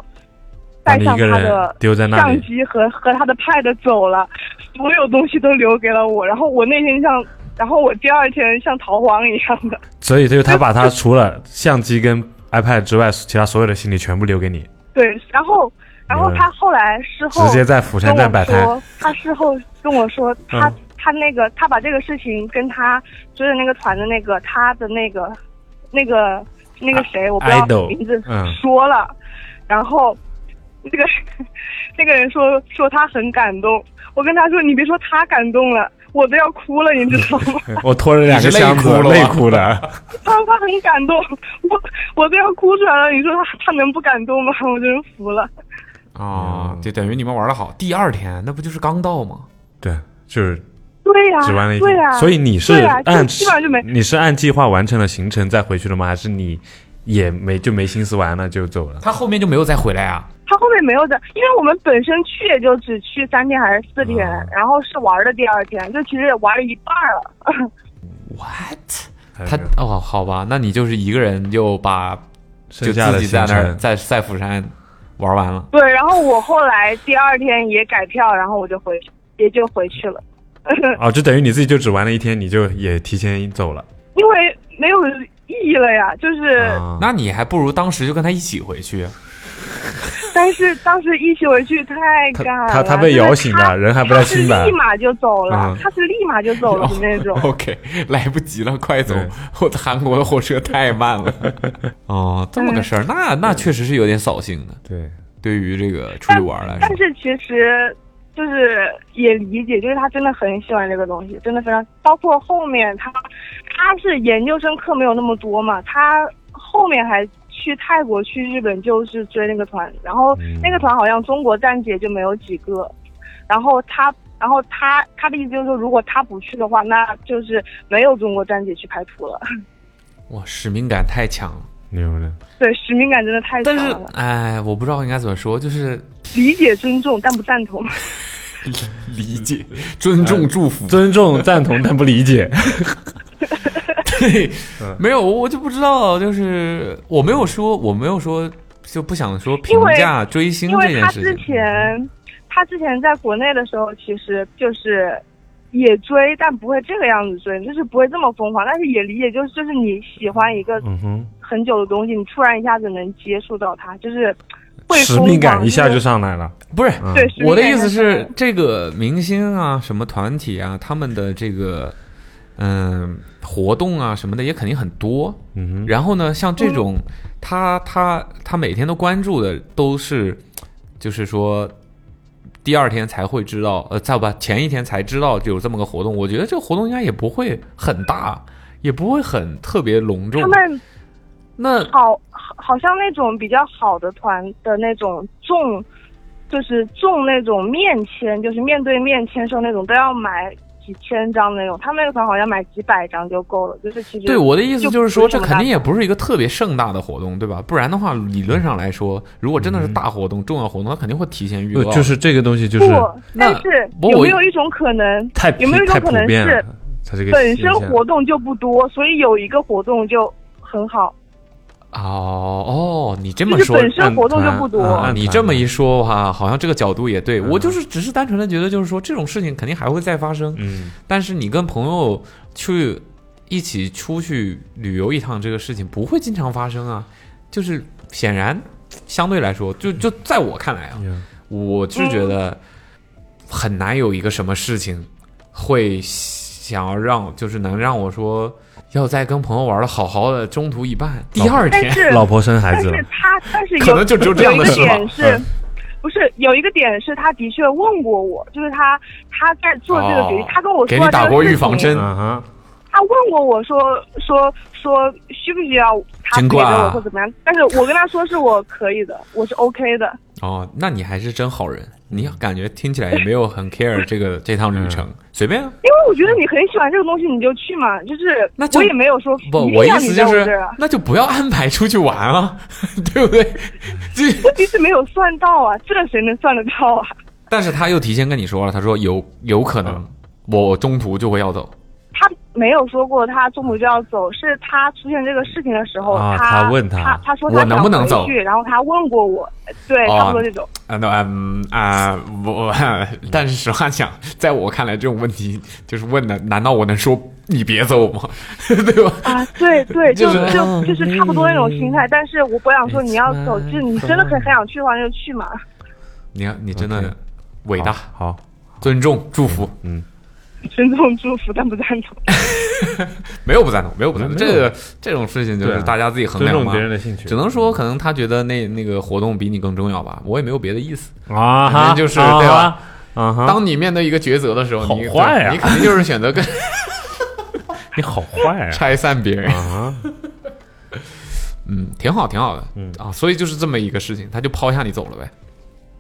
[SPEAKER 6] 把
[SPEAKER 5] 带
[SPEAKER 6] 你
[SPEAKER 5] 上
[SPEAKER 6] 一个
[SPEAKER 5] 他
[SPEAKER 6] 人
[SPEAKER 5] 的
[SPEAKER 6] 丢在那
[SPEAKER 5] 相
[SPEAKER 6] 里，
[SPEAKER 5] 机和和他的 pad 走了，所有东西都留给了我。然后我那天像，然后我第二天像逃荒一样的。
[SPEAKER 6] 所以就是他把他除了相机跟 iPad 之外，其他所有的行李全部留给你，
[SPEAKER 5] 对，然后然后他后来事后
[SPEAKER 6] 嗯直接在釜
[SPEAKER 5] 跟
[SPEAKER 6] 山
[SPEAKER 5] 我
[SPEAKER 6] 站摆摊。
[SPEAKER 5] 说，他事后跟我说，他、
[SPEAKER 6] 嗯
[SPEAKER 5] 他那个他把这个事情跟他追的那个团的那个他的那个那个那个谁，我不知道
[SPEAKER 6] 啊 idol，
[SPEAKER 5] 名字
[SPEAKER 6] 嗯
[SPEAKER 5] 说了，然后那个那个人说说他很感动，我跟他说你别说他感动了，我都要哭了，你知道吗？
[SPEAKER 6] 我拖着两个箱子，
[SPEAKER 3] 你是
[SPEAKER 6] 累
[SPEAKER 3] 累
[SPEAKER 6] 哭了。
[SPEAKER 5] 他他很感动，我我都要哭出来了，你说他他能不感动吗？我真服了。
[SPEAKER 3] 啊，就等于你们玩的好。第二天那不就是刚到吗？
[SPEAKER 6] 对，就是
[SPEAKER 5] 对呀、
[SPEAKER 6] 只玩了一
[SPEAKER 5] 啊对
[SPEAKER 6] 天
[SPEAKER 5] 呀、
[SPEAKER 6] 所以你是
[SPEAKER 5] 对啊呀就
[SPEAKER 6] 按
[SPEAKER 5] 基本上就没
[SPEAKER 6] 你是按计划完成了行程再回去的吗？还是你也没就没心思玩了就走了？
[SPEAKER 3] 他后面就没有再回来啊？
[SPEAKER 5] 他后面没有的，因为我们本身去也就只去三天还是四天，
[SPEAKER 6] 啊
[SPEAKER 5] 然后是玩的第二天，就其实也玩了一半了。
[SPEAKER 3] 哎他哦，好吧，那你就是一个人就把就
[SPEAKER 6] 剩下
[SPEAKER 3] 自
[SPEAKER 6] 的
[SPEAKER 3] 己
[SPEAKER 6] 行
[SPEAKER 3] 在那儿
[SPEAKER 6] 程
[SPEAKER 3] 在在釜山玩完了。
[SPEAKER 5] 对，然后我后来第二天也改票，然后我就回也就回去了，
[SPEAKER 6] 哦，就等于你自己就只玩了一天，你就也提前走了。
[SPEAKER 5] 因为没有意义了呀，就是、
[SPEAKER 6] 啊，
[SPEAKER 3] 啊那你还不如当时就跟他一起回去。
[SPEAKER 5] 但是当时一起回去太
[SPEAKER 6] 他
[SPEAKER 5] 干了，
[SPEAKER 6] 他他被
[SPEAKER 5] 就是
[SPEAKER 6] 摇醒的，人还不太
[SPEAKER 5] 他是
[SPEAKER 6] 清白
[SPEAKER 5] 立。马就走了
[SPEAKER 6] 嗯，哦
[SPEAKER 5] 他是立马就走了的哦那 种。
[SPEAKER 3] OK，来不及了，快走
[SPEAKER 6] 对！
[SPEAKER 3] 我的韩国的火车太慢了。 哦，这么
[SPEAKER 5] 嗯
[SPEAKER 3] 个事儿，那那确实是有点扫兴的。
[SPEAKER 6] 对，
[SPEAKER 3] 对于这个出去玩儿来
[SPEAKER 5] 但
[SPEAKER 3] 说，
[SPEAKER 5] 是其实就是也理解，就是他真的很喜欢这个东西，真的非常。包括后面他他是研究生课没有那么多嘛，他后面还去泰国、去日本就是追那个团，然后
[SPEAKER 3] 嗯
[SPEAKER 5] 那个团好像中国站姐就没有几个，然后他。然后他他的意思就是说，如果他不去的话，那就是没有中国站姐去拍图了。
[SPEAKER 3] 哇，使命感太强了。
[SPEAKER 6] 牛的，
[SPEAKER 5] 对，使命感真的太强
[SPEAKER 3] 但是
[SPEAKER 5] 了，，
[SPEAKER 3] 哎，我不知道应该怎么说，就是
[SPEAKER 5] 理解、尊重，但不赞同。
[SPEAKER 3] 理解、 哎尊重、祝福。
[SPEAKER 6] 尊重、赞同，但不理解。
[SPEAKER 3] 对，没有，我就不知道，就是我没有说，我没有说就不想说评价追星
[SPEAKER 5] 因
[SPEAKER 3] 这
[SPEAKER 5] 为
[SPEAKER 3] 件
[SPEAKER 5] 他
[SPEAKER 3] 事
[SPEAKER 5] 之
[SPEAKER 3] 情。
[SPEAKER 5] 前，他之前在国内的时候，其实就是也追，但不会这个样子追，就是不会这么疯狂，但是也理解，就是就是你喜欢一个
[SPEAKER 6] 嗯哼，
[SPEAKER 5] 很久的东西，你突然一下子能接触到它，就是会
[SPEAKER 6] 使
[SPEAKER 5] 疯
[SPEAKER 6] 命
[SPEAKER 5] 狂，
[SPEAKER 6] 感一下就是上来了。
[SPEAKER 3] 不是
[SPEAKER 5] 对。使命
[SPEAKER 3] 我的
[SPEAKER 5] 感
[SPEAKER 3] 意思
[SPEAKER 5] 上
[SPEAKER 3] 是，这个明星啊，什么团体啊，他们的这个嗯、活动啊什么的也肯定很多。
[SPEAKER 6] 嗯
[SPEAKER 3] 然后呢，像这种他他他每天都关注的都是，就是说。第二天才会知道，呃，再不前一天才知道有这么个活动。我觉得这个活动应该也不会很大，也不会很特别隆重
[SPEAKER 5] 他。们
[SPEAKER 3] 那
[SPEAKER 5] 好，好好像那种比较好的团的那种中，就是中那种面签，就是面对面签售那种，都要买几千张那种。他们那个团好像买几百张就够了，就是其实
[SPEAKER 3] 对我的意思就是说，这肯定也
[SPEAKER 5] 是
[SPEAKER 3] 不是一个特别盛大的活动，对吧？不然的话，理
[SPEAKER 5] 嗯
[SPEAKER 3] 论上来说，如果真的是大活动、重要活动，它肯定会提前预
[SPEAKER 6] 哼，
[SPEAKER 3] 告。
[SPEAKER 6] 呃就是这个东西，就
[SPEAKER 5] 什
[SPEAKER 6] 是
[SPEAKER 5] 么大不，
[SPEAKER 3] 那
[SPEAKER 5] 但是
[SPEAKER 3] 不
[SPEAKER 5] 有
[SPEAKER 3] 我
[SPEAKER 5] 没有一种可能
[SPEAKER 6] 太，普
[SPEAKER 5] 有没有一种
[SPEAKER 6] 太
[SPEAKER 5] 可
[SPEAKER 6] 普
[SPEAKER 5] 能
[SPEAKER 6] 遍
[SPEAKER 5] 是
[SPEAKER 6] 了。它这个
[SPEAKER 5] 本身
[SPEAKER 6] 现象
[SPEAKER 5] 活动就不多，所以有一个活动就很好。
[SPEAKER 3] 哦哦，你这么
[SPEAKER 5] 就是
[SPEAKER 3] 说，
[SPEAKER 5] 本身活动就
[SPEAKER 6] 按
[SPEAKER 5] 不多
[SPEAKER 6] 按嗯
[SPEAKER 3] 啊，你这么一说哈，好像这个角度也对。我就是只是单纯的觉得，就是说这种事情肯定还会再发生，
[SPEAKER 6] 嗯，
[SPEAKER 3] 但是你跟朋友去一起出去旅游一趟，这个事情不会经常发生啊。就是显然，相对来说，就
[SPEAKER 6] 嗯
[SPEAKER 3] 就在我看来啊，
[SPEAKER 6] 呀
[SPEAKER 3] 我是觉
[SPEAKER 5] 嗯
[SPEAKER 3] 得很难有一个什么事情会想要让，就是能让我说要再跟朋友玩的好好的，中途一半，第二
[SPEAKER 5] 哦但
[SPEAKER 3] 天
[SPEAKER 5] 是
[SPEAKER 6] 老婆生孩
[SPEAKER 5] 但
[SPEAKER 6] 子
[SPEAKER 5] 是
[SPEAKER 6] 了，
[SPEAKER 5] 他，但是有
[SPEAKER 3] 可能就只有这样的
[SPEAKER 5] 有一
[SPEAKER 3] 事
[SPEAKER 5] 个
[SPEAKER 3] 吧嗯
[SPEAKER 5] 点是，不是有一个点是他的确问过我，就是他他在做这个决定，
[SPEAKER 3] 哦
[SPEAKER 5] 他跟我说
[SPEAKER 3] 给你
[SPEAKER 5] 这
[SPEAKER 3] 打
[SPEAKER 5] 个
[SPEAKER 3] 过
[SPEAKER 5] 事
[SPEAKER 3] 预防
[SPEAKER 5] 情
[SPEAKER 3] 针，
[SPEAKER 6] 嗯哼，
[SPEAKER 5] 他问过我说说说需不需要他
[SPEAKER 3] 真
[SPEAKER 5] 给给
[SPEAKER 3] 挂
[SPEAKER 5] 我或怎么样，但是我跟他说是我可以的，我是 OK 的。
[SPEAKER 3] 哦，那你还是真好人，你感觉听起来也没有很 care 这个这趟旅程，随便啊。
[SPEAKER 5] 因为我觉得你很喜欢这个东西，你就去嘛，就是
[SPEAKER 3] 那就
[SPEAKER 5] 我也没有说
[SPEAKER 3] 不
[SPEAKER 5] 一，定
[SPEAKER 3] 我意
[SPEAKER 5] 要你
[SPEAKER 3] 思
[SPEAKER 5] 在
[SPEAKER 3] 就
[SPEAKER 5] 我
[SPEAKER 3] 是
[SPEAKER 5] 这儿啊，
[SPEAKER 3] 那就不要安排出去玩啊， 对不对？这，
[SPEAKER 5] 问题是没有算到啊，这谁能算得到啊？
[SPEAKER 3] 但是他又提前跟你说了，他说有有可能我中途就会要走。
[SPEAKER 5] 他没有说过他中途就要走，是他出现这个事情的时候，
[SPEAKER 6] 啊
[SPEAKER 5] 他
[SPEAKER 6] 他问他
[SPEAKER 5] 他他说
[SPEAKER 3] 我
[SPEAKER 5] 他
[SPEAKER 3] 能不能
[SPEAKER 5] 想
[SPEAKER 3] 走
[SPEAKER 5] 回去，然后他问过我，对，
[SPEAKER 3] 哦
[SPEAKER 5] 差不多这种。
[SPEAKER 3] 啊，那嗯啊，我、 但是实话讲，在我看来，这种问题就是问的，难道我能说你别走吗？ 对吧？
[SPEAKER 5] 啊，对对，就
[SPEAKER 3] 就是
[SPEAKER 5] 就就是差不多那种心态，但是我不想说你要走，就是你真的很很想去的话就去嘛。
[SPEAKER 3] 你要你真的
[SPEAKER 6] OK
[SPEAKER 3] 伟大，
[SPEAKER 6] 好，
[SPEAKER 3] 尊重、祝福，
[SPEAKER 5] 尊重祝福，但不赞同。
[SPEAKER 3] 没有不赞同，没有不赞同，
[SPEAKER 6] 没有
[SPEAKER 3] 这个这种事情就
[SPEAKER 6] 对
[SPEAKER 3] 是
[SPEAKER 6] 啊
[SPEAKER 3] 大家自己衡
[SPEAKER 6] 尊
[SPEAKER 3] 量
[SPEAKER 6] 重
[SPEAKER 3] 嘛
[SPEAKER 6] 别。人的兴趣，
[SPEAKER 3] 只能说，可能他觉得那那个活动比你更重要吧，我也没有别的意思。
[SPEAKER 6] 啊
[SPEAKER 3] 反
[SPEAKER 6] 哈，
[SPEAKER 3] 正就是
[SPEAKER 6] 啊
[SPEAKER 3] 对吧
[SPEAKER 6] 哈？啊哈，
[SPEAKER 3] 当你面对一个抉择的时候，你
[SPEAKER 6] 好坏啊
[SPEAKER 3] 对你肯定就是选择 跟
[SPEAKER 6] 你好坏啊！
[SPEAKER 3] 拆散别人。
[SPEAKER 6] 啊，
[SPEAKER 3] 嗯，挺好，挺好的。嗯啊，所以就是这么一个事情，他就抛下你走了呗。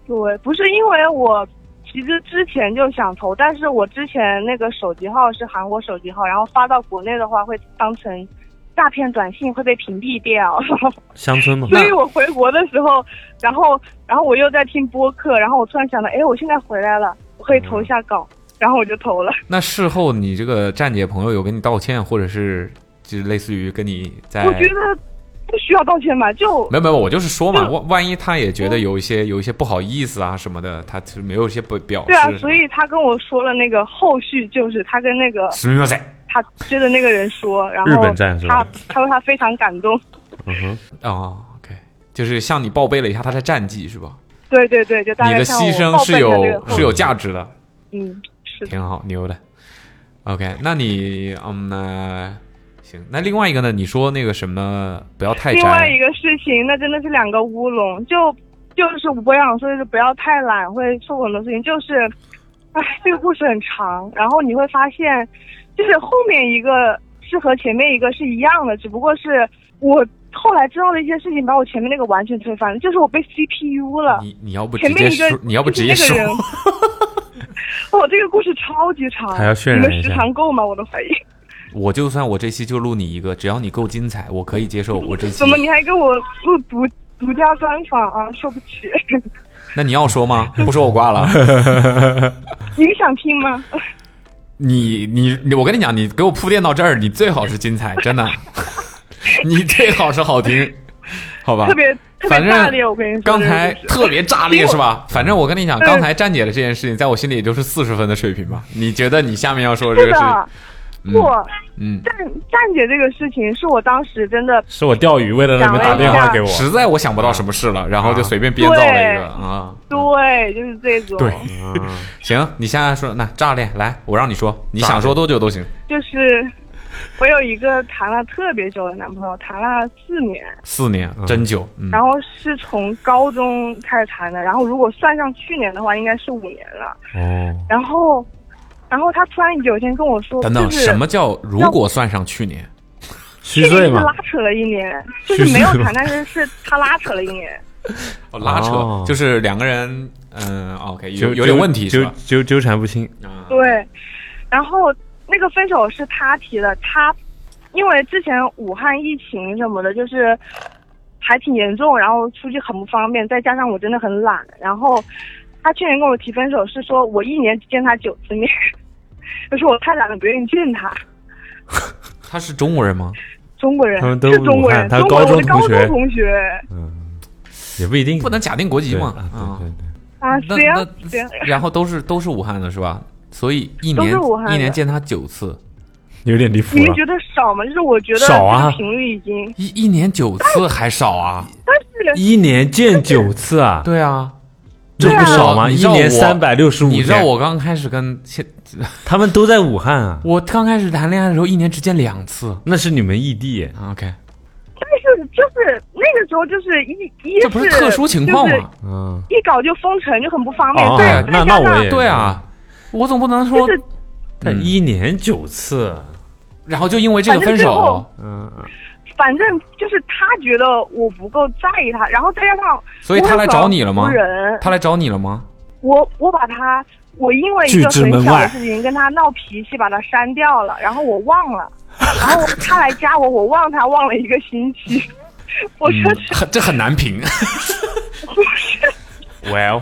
[SPEAKER 5] 对，不是因为我其实之前就想投，但是我之前那个手机号是韩国手机号，然后发到国内的话会当成诈骗短信会被屏蔽掉。
[SPEAKER 6] 乡村嘛，
[SPEAKER 5] 所以我回国的时候，然后然后我又在听播客，然后我突然想到，哎，我现在回来了，我可以投一下稿，然后我就投了。
[SPEAKER 3] 那事后你这个站姐朋友有跟你道歉，或者是就是类似于跟你在
[SPEAKER 5] 我觉得不需要道歉吧，就
[SPEAKER 3] 哎没有没有，我就是说嘛，
[SPEAKER 5] 就嗯
[SPEAKER 3] 万万一他也觉得有一些有一些不好意思啊什么的，他是没有一些不表示
[SPEAKER 5] 对
[SPEAKER 3] 什
[SPEAKER 5] 啊
[SPEAKER 3] 么。，
[SPEAKER 5] 所以他跟我说了那个后续，就是他跟那个
[SPEAKER 3] すみません
[SPEAKER 5] 他追的那个人说，然后
[SPEAKER 6] 日本站是吧
[SPEAKER 5] 他他说他非常感动，
[SPEAKER 3] 哦，OK，就是向你报备了一下他的战绩是吧？
[SPEAKER 5] 对对对，就大
[SPEAKER 3] 你
[SPEAKER 5] 概
[SPEAKER 3] 的
[SPEAKER 5] 像
[SPEAKER 3] 牺
[SPEAKER 5] 我
[SPEAKER 3] 牲
[SPEAKER 5] 报
[SPEAKER 3] 是
[SPEAKER 5] 备的这个
[SPEAKER 3] 有
[SPEAKER 5] 后
[SPEAKER 3] 是有价值的，
[SPEAKER 5] 嗯，是的
[SPEAKER 3] 挺好，牛的。OK，那你嗯那、行，那另外一个呢？你说那个什么不要太
[SPEAKER 5] 另外一
[SPEAKER 3] 宅，
[SPEAKER 5] 个事情，那真的是两个乌龙，就就是我想说的是不要太懒，会受很多事情。就是，唉，这个故事很长，然后你会发现，就是后面一个是和前面一个是一样的，只不过是我后来知道的一些事情，把我前面那个完全推翻了，就是我被 CPU 了。
[SPEAKER 3] 你你要不直
[SPEAKER 5] 前
[SPEAKER 3] 接
[SPEAKER 5] 面一个
[SPEAKER 3] 说，你要不
[SPEAKER 5] 就
[SPEAKER 3] 直
[SPEAKER 5] 是
[SPEAKER 3] 接说，
[SPEAKER 5] 那个人 哦，这个故事超级长，
[SPEAKER 6] 还要渲染
[SPEAKER 5] 你
[SPEAKER 6] 一
[SPEAKER 5] 们时
[SPEAKER 6] 下
[SPEAKER 5] 长够吗？我都 怀疑。
[SPEAKER 3] 我就算我这期就录你一个，只要你够精彩，我可以接受。我这期
[SPEAKER 5] 怎么你还给我录独独家专访啊？受不起，
[SPEAKER 3] 那你要说吗？不说我挂了。
[SPEAKER 5] 你们想听吗？
[SPEAKER 3] 你你你，我跟你讲，你给我铺垫到这儿，你最好是精彩，真的， 你最好是好听，好吧？
[SPEAKER 5] 特别特
[SPEAKER 3] 反
[SPEAKER 5] 别
[SPEAKER 3] 正
[SPEAKER 5] 炸裂，我跟你说，
[SPEAKER 3] 刚才
[SPEAKER 5] 真的是
[SPEAKER 3] 特别炸裂是吧？反正我跟你讲，
[SPEAKER 5] 嗯
[SPEAKER 3] 刚才站姐的这件事情，在我心里也就是四十分的水平吧。你觉得你下面要说的这
[SPEAKER 5] 是
[SPEAKER 3] 个事
[SPEAKER 5] 的
[SPEAKER 3] 情，，
[SPEAKER 5] 不
[SPEAKER 3] 嗯嗯，
[SPEAKER 5] 站站姐这个事情是我当时真的
[SPEAKER 6] 是我钓鱼，为了让你们打电话给我。
[SPEAKER 3] 实在我想不到什么事了，然后就随便编造了一个啊。
[SPEAKER 5] 对，就是这种，
[SPEAKER 3] 对，
[SPEAKER 6] 嗯
[SPEAKER 3] 行，你现在说，那炸裂来，我让你说，你想说多久都行，
[SPEAKER 5] 就是我有一个谈了特别久的男朋友，谈了四年，
[SPEAKER 3] 四年真久，嗯
[SPEAKER 5] 然后是从高中开始谈的，然后如果算上去年的话，应该是五年了。
[SPEAKER 6] 哦，
[SPEAKER 5] 然后，然后他突然有一天跟我说，
[SPEAKER 3] 等等，
[SPEAKER 5] 就是
[SPEAKER 3] 什么叫如果算上去年？
[SPEAKER 6] 虚
[SPEAKER 5] 就是
[SPEAKER 6] 岁
[SPEAKER 5] 拉
[SPEAKER 6] 嘛，
[SPEAKER 5] 扯了一年，就是没有谈，但是是他拉扯了一年。
[SPEAKER 3] 哦，拉扯、
[SPEAKER 6] 哦
[SPEAKER 3] 就是两个人，嗯，OK，有
[SPEAKER 6] 就
[SPEAKER 3] 有点问题
[SPEAKER 6] 就是纠
[SPEAKER 3] 吧？
[SPEAKER 6] 纠纠缠不清。
[SPEAKER 3] 啊
[SPEAKER 5] 对，然后那个分手是他提的，他因为之前武汉疫情什么的，就是还挺严重，然后出去很不方便，再加上我真的很懒，然后他去年跟我提分手是说我一年只见他九次面， 就是我太懒了，不愿意见他。
[SPEAKER 3] 他是中国人吗？
[SPEAKER 5] 中国人
[SPEAKER 6] 他们都
[SPEAKER 5] 是中国
[SPEAKER 6] 武汉
[SPEAKER 5] 人，
[SPEAKER 6] 他是
[SPEAKER 5] 中国
[SPEAKER 6] 高
[SPEAKER 5] 人
[SPEAKER 6] 中
[SPEAKER 5] 我是高
[SPEAKER 6] 同学
[SPEAKER 5] 中同学
[SPEAKER 6] 嗯，也不一定，
[SPEAKER 3] 不能假定国籍
[SPEAKER 6] 对
[SPEAKER 3] 嘛
[SPEAKER 6] 啊，
[SPEAKER 3] 啊
[SPEAKER 6] 对对对，
[SPEAKER 5] 啊，
[SPEAKER 3] 那
[SPEAKER 5] 谁呀
[SPEAKER 3] 那
[SPEAKER 5] 谁呀？
[SPEAKER 3] 然后都是都是武汉的是吧？所以一
[SPEAKER 5] 都
[SPEAKER 3] 年
[SPEAKER 5] 是武汉的
[SPEAKER 3] 一年见他九次，
[SPEAKER 6] 有点离谱
[SPEAKER 5] 你们
[SPEAKER 6] 了。
[SPEAKER 5] 觉得少吗？就是我觉得
[SPEAKER 6] 少啊
[SPEAKER 5] 这个频率已经，
[SPEAKER 3] 一一年九次还少啊？
[SPEAKER 5] 但是
[SPEAKER 6] 一年见九次啊，
[SPEAKER 3] 对啊，
[SPEAKER 6] 这不
[SPEAKER 5] 啊
[SPEAKER 6] 少吗？
[SPEAKER 3] 你
[SPEAKER 6] 一
[SPEAKER 3] 知道我
[SPEAKER 6] 年三百六十五
[SPEAKER 3] 你
[SPEAKER 6] 天
[SPEAKER 3] 知，道我刚开始跟现，，
[SPEAKER 6] 他们都在武汉啊
[SPEAKER 3] 我刚开始谈恋爱的时候，一年只见两次。
[SPEAKER 6] 那是你们异地。
[SPEAKER 3] 啊 OK，
[SPEAKER 5] 但是就是那个时候就是一一
[SPEAKER 3] 这不是特殊情况
[SPEAKER 5] 就是
[SPEAKER 3] 吗？
[SPEAKER 6] 嗯，
[SPEAKER 5] 一搞就封城，就很不方便。
[SPEAKER 6] 哦
[SPEAKER 5] 对，
[SPEAKER 3] 啊
[SPEAKER 5] 再
[SPEAKER 6] 那
[SPEAKER 5] 加
[SPEAKER 6] 那我
[SPEAKER 5] 上
[SPEAKER 6] 也
[SPEAKER 3] 对啊，我总不能说嗯
[SPEAKER 5] 就，是
[SPEAKER 6] 但一年九次，
[SPEAKER 3] 然后就因为这个
[SPEAKER 5] 反正
[SPEAKER 3] 分
[SPEAKER 5] 最
[SPEAKER 3] 手
[SPEAKER 5] 后，
[SPEAKER 6] 嗯，
[SPEAKER 5] 反正就是他觉得我不够在意他，然后再加上
[SPEAKER 3] 所以他来找你了吗
[SPEAKER 5] 我很人，
[SPEAKER 3] 他来找你了吗？
[SPEAKER 5] 我我把他，我因为一
[SPEAKER 6] 拒
[SPEAKER 5] 个
[SPEAKER 6] 之门
[SPEAKER 5] 很小
[SPEAKER 6] 外
[SPEAKER 5] 的事情跟他闹脾气，把他删掉了，然后我忘 了，然后他来加我，我忘他忘了一个 星期，我真是
[SPEAKER 3] 很 这很难 评。
[SPEAKER 6] Well，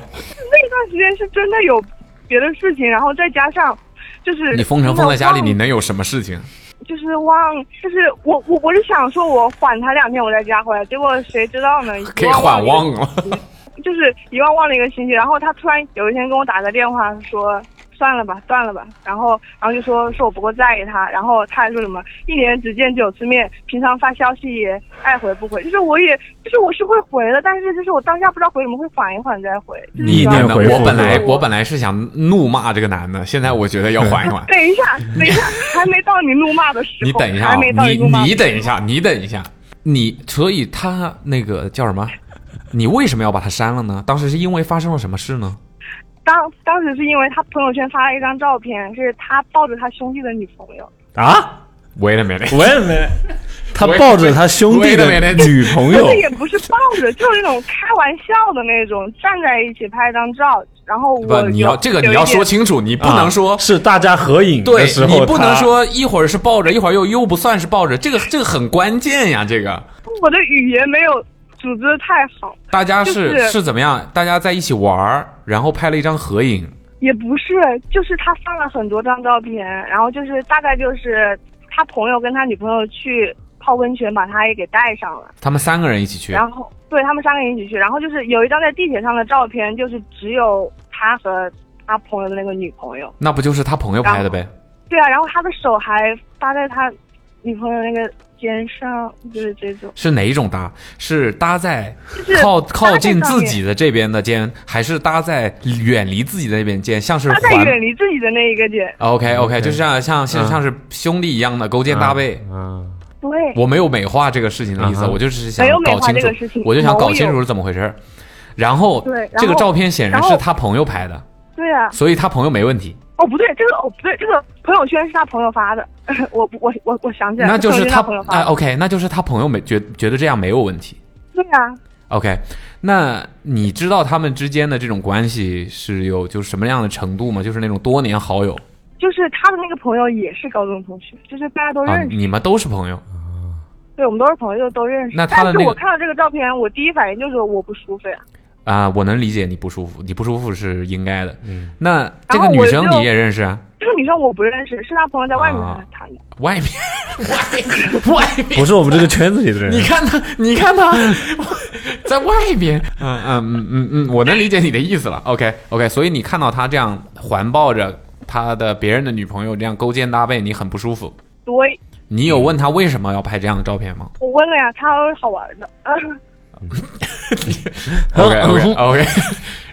[SPEAKER 5] 那段时间是真的有别的事情，然后再加上就是
[SPEAKER 3] 你封城封在家里，
[SPEAKER 5] 真的忘
[SPEAKER 3] 你能有什么事情？
[SPEAKER 5] 就是忘，就是我我我是想说，我缓他两天，我再加回来。结果谁知道呢？
[SPEAKER 3] 可以缓
[SPEAKER 5] 忘
[SPEAKER 3] 忘了。
[SPEAKER 5] 就是一忘忘了一个星期。然后他突然有一天跟我打个电话说。算了吧，断了吧。然后，然后就说说我不够在意他。然后他还说什么一年只见九次面，平常发消息也爱回不回。就是我也，就是我是会回的，但是就是我当下不知道回怎么会缓一缓再回。就是
[SPEAKER 6] 意念
[SPEAKER 5] 主要。
[SPEAKER 6] 回复
[SPEAKER 3] 我本来
[SPEAKER 6] 是吧
[SPEAKER 3] 我本来是想怒骂这个男的，现在我觉得要缓一缓
[SPEAKER 5] 等一下，等一下，还没到你怒骂的时候。
[SPEAKER 3] 你等一下啊
[SPEAKER 5] 还没，到
[SPEAKER 3] 你
[SPEAKER 5] 怒骂的时
[SPEAKER 3] 你
[SPEAKER 5] 候
[SPEAKER 3] 等一下，你等一下，你所以他那个叫什么？你为什么要把他删了呢？当时是因为发生了什么事呢？
[SPEAKER 5] 当当时是因为他朋友圈发了一张照片，是他抱着他兄弟的女朋友，
[SPEAKER 6] 啊，
[SPEAKER 3] Wait a minute，
[SPEAKER 6] 我也没，他抱着他兄弟的
[SPEAKER 3] Wait a minute
[SPEAKER 6] 女朋 友
[SPEAKER 5] 但是也不是抱着，就是那种开玩笑的那种，站在一起拍一张照。然后
[SPEAKER 3] 不
[SPEAKER 5] 我，
[SPEAKER 3] 你要
[SPEAKER 5] 有
[SPEAKER 3] 这个你要说，清楚，你不能说
[SPEAKER 6] 啊。是大家合影
[SPEAKER 3] 对
[SPEAKER 6] 的时候，
[SPEAKER 3] 你不能
[SPEAKER 6] 他
[SPEAKER 3] 说一会儿是抱着，一会儿又又不算是抱着，这个这个很关键呀。这个
[SPEAKER 5] 有一点我的语言没有组织的太好，
[SPEAKER 3] 大家是、
[SPEAKER 5] 就是
[SPEAKER 3] 怎么样？大家在一起玩儿，然后拍了一张合影，
[SPEAKER 5] 也不是，就是他发了很多张照片，然后就是大概就是他朋友跟他女朋友去泡温泉，把他也给带上了。
[SPEAKER 3] 他们三个人一起去。
[SPEAKER 5] 然后对他们三个人一起去，然后就是有一张在地铁上的照片，就是只有他和他朋友的那个女朋友。
[SPEAKER 3] 那不就是他朋友拍的呗？
[SPEAKER 5] 对啊，然后他的手还搭在他女朋友那个肩上，就是这种。
[SPEAKER 3] 是哪一种搭？是搭在
[SPEAKER 5] 就是
[SPEAKER 3] 靠
[SPEAKER 5] 搭在
[SPEAKER 3] 靠近
[SPEAKER 5] 上
[SPEAKER 3] 自
[SPEAKER 5] 面
[SPEAKER 3] 己的这边的肩，还是搭在远离自己的那边肩？像是
[SPEAKER 5] 他在
[SPEAKER 3] 环
[SPEAKER 5] 远离自己的那一个点，
[SPEAKER 3] OK OK，
[SPEAKER 6] OK
[SPEAKER 3] 就像像像像是兄弟一样的勾肩搭背。
[SPEAKER 6] 嗯，
[SPEAKER 7] 对，
[SPEAKER 3] 我没有美化这个事情的意思，
[SPEAKER 6] 嗯哼
[SPEAKER 3] 我就是想
[SPEAKER 5] 没有美
[SPEAKER 3] 搞
[SPEAKER 5] 化
[SPEAKER 3] 清
[SPEAKER 5] 这
[SPEAKER 3] 楚
[SPEAKER 5] 个事情，
[SPEAKER 3] 我就想搞清
[SPEAKER 5] 某
[SPEAKER 3] 楚
[SPEAKER 5] 有
[SPEAKER 3] 是怎么回事儿。然后
[SPEAKER 5] 对然后
[SPEAKER 3] 这个照片显然
[SPEAKER 5] 然后
[SPEAKER 3] 是他朋友拍的，
[SPEAKER 5] 对啊，
[SPEAKER 3] 所以他朋友没问题。
[SPEAKER 5] 哦不对，这个哦不对，这个朋友圈是他朋友发的， 我不我我我想起来了，
[SPEAKER 3] 那就
[SPEAKER 5] 朋友
[SPEAKER 3] 是
[SPEAKER 5] 圈
[SPEAKER 3] 他
[SPEAKER 5] 他朋友发
[SPEAKER 3] 哎
[SPEAKER 5] 的，
[SPEAKER 3] OK，那就是他朋友没觉觉得这样没有问题。
[SPEAKER 5] 对啊，
[SPEAKER 3] OK，那你知道他们之间的这种关系是有就是什么样的程度吗？就是那种多年好友
[SPEAKER 5] 就是他的那个朋友也是高中同学，就是大家都
[SPEAKER 3] 啊，
[SPEAKER 5] 认识，
[SPEAKER 3] 你们都是朋友。
[SPEAKER 5] 对我们都是朋友，都认识。
[SPEAKER 3] 那他的
[SPEAKER 5] 但
[SPEAKER 3] 那
[SPEAKER 5] 是
[SPEAKER 3] 个
[SPEAKER 5] 我看到这个照片，我第一反应就是我不舒服呀。
[SPEAKER 3] 啊、我能理解你不舒服，你不舒服是应该的。嗯，那这个
[SPEAKER 5] 然后
[SPEAKER 3] 女
[SPEAKER 5] 我
[SPEAKER 3] 生
[SPEAKER 5] 就
[SPEAKER 3] 你也认识啊？
[SPEAKER 5] 这个女生我不认识，是她朋友在外面
[SPEAKER 3] 啊
[SPEAKER 5] 谈的。
[SPEAKER 3] 外面， 外外面，
[SPEAKER 6] 不是我们这个圈子里的人。
[SPEAKER 3] 你看他，你看他， 在外边。嗯嗯嗯嗯嗯，我能理解你的意思了。OK OK，所以你看到他这样环抱着他的别人的女朋友这样勾肩搭背，你很不舒服。
[SPEAKER 5] 对，
[SPEAKER 3] 你有问他为什么要拍这样的照片吗
[SPEAKER 5] 我问了呀，她说好玩 的。啊、
[SPEAKER 3] ？OK OK OK，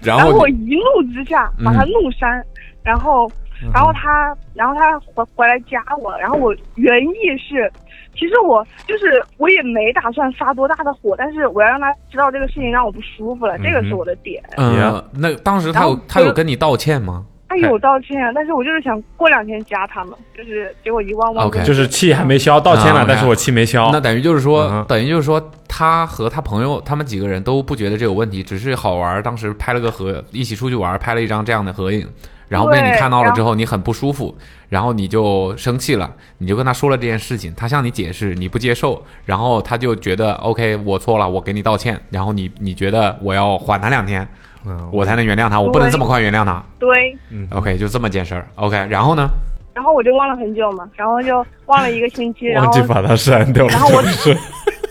[SPEAKER 3] 然
[SPEAKER 5] 嗯然后
[SPEAKER 3] 后
[SPEAKER 5] 我
[SPEAKER 3] 你
[SPEAKER 5] 一怒之下把她怒删，然后，
[SPEAKER 6] 嗯
[SPEAKER 5] 然后她，然后她回回来加我，然后我原意是，其实我就是我也没打算发多大的火，但是我要让她知道这个事情让我不舒服了，这个是我的点。
[SPEAKER 3] 嗯
[SPEAKER 6] Yeah，
[SPEAKER 3] 那当时他
[SPEAKER 5] 然
[SPEAKER 3] 有
[SPEAKER 5] 后
[SPEAKER 3] 他有
[SPEAKER 5] 就
[SPEAKER 3] 跟你道歉吗？
[SPEAKER 5] 她有道歉，但是我就是想过两天加他们，就是结果一忘忘
[SPEAKER 3] OK
[SPEAKER 6] 就是气还没消，道歉了，但是我气没消。
[SPEAKER 3] 啊那等于就是说，
[SPEAKER 6] 嗯哼
[SPEAKER 3] 等于就是说，他和他朋友他们几个人都不觉得这有问题，只是好玩儿。当时拍了个合，一起出去玩儿，拍了一张这样的合影，然后被你
[SPEAKER 5] 对
[SPEAKER 3] 看到了
[SPEAKER 5] 然后
[SPEAKER 3] 之后，你很不舒服，然后你就生气了，你就跟他说了这件事情，他向你解释，你不接受，然后他就觉得 OK，我错了，我给你道歉，然后你你觉得我要缓他两天，
[SPEAKER 6] 嗯
[SPEAKER 3] 我才能原谅他，我不能这么快原谅他。
[SPEAKER 5] 对，
[SPEAKER 3] OK，就这么件事儿。OK，然后呢？
[SPEAKER 5] 然后我就忘了很久嘛，然后就忘了一个星期，然
[SPEAKER 6] 忘
[SPEAKER 5] 后
[SPEAKER 6] 记把它删掉了，
[SPEAKER 5] 然后我
[SPEAKER 6] 就是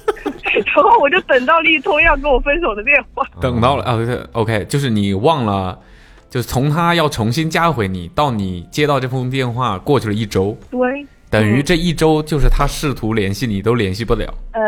[SPEAKER 5] 然后 我就等到立通要跟我分手的电话，
[SPEAKER 3] 等到了啊对，OK，就是你忘了，就是从他要重新加回你，到你接到这封电话过去了一周，
[SPEAKER 5] 对，
[SPEAKER 3] 等于这一周就是他试图联系你都联系不了。
[SPEAKER 5] 呃，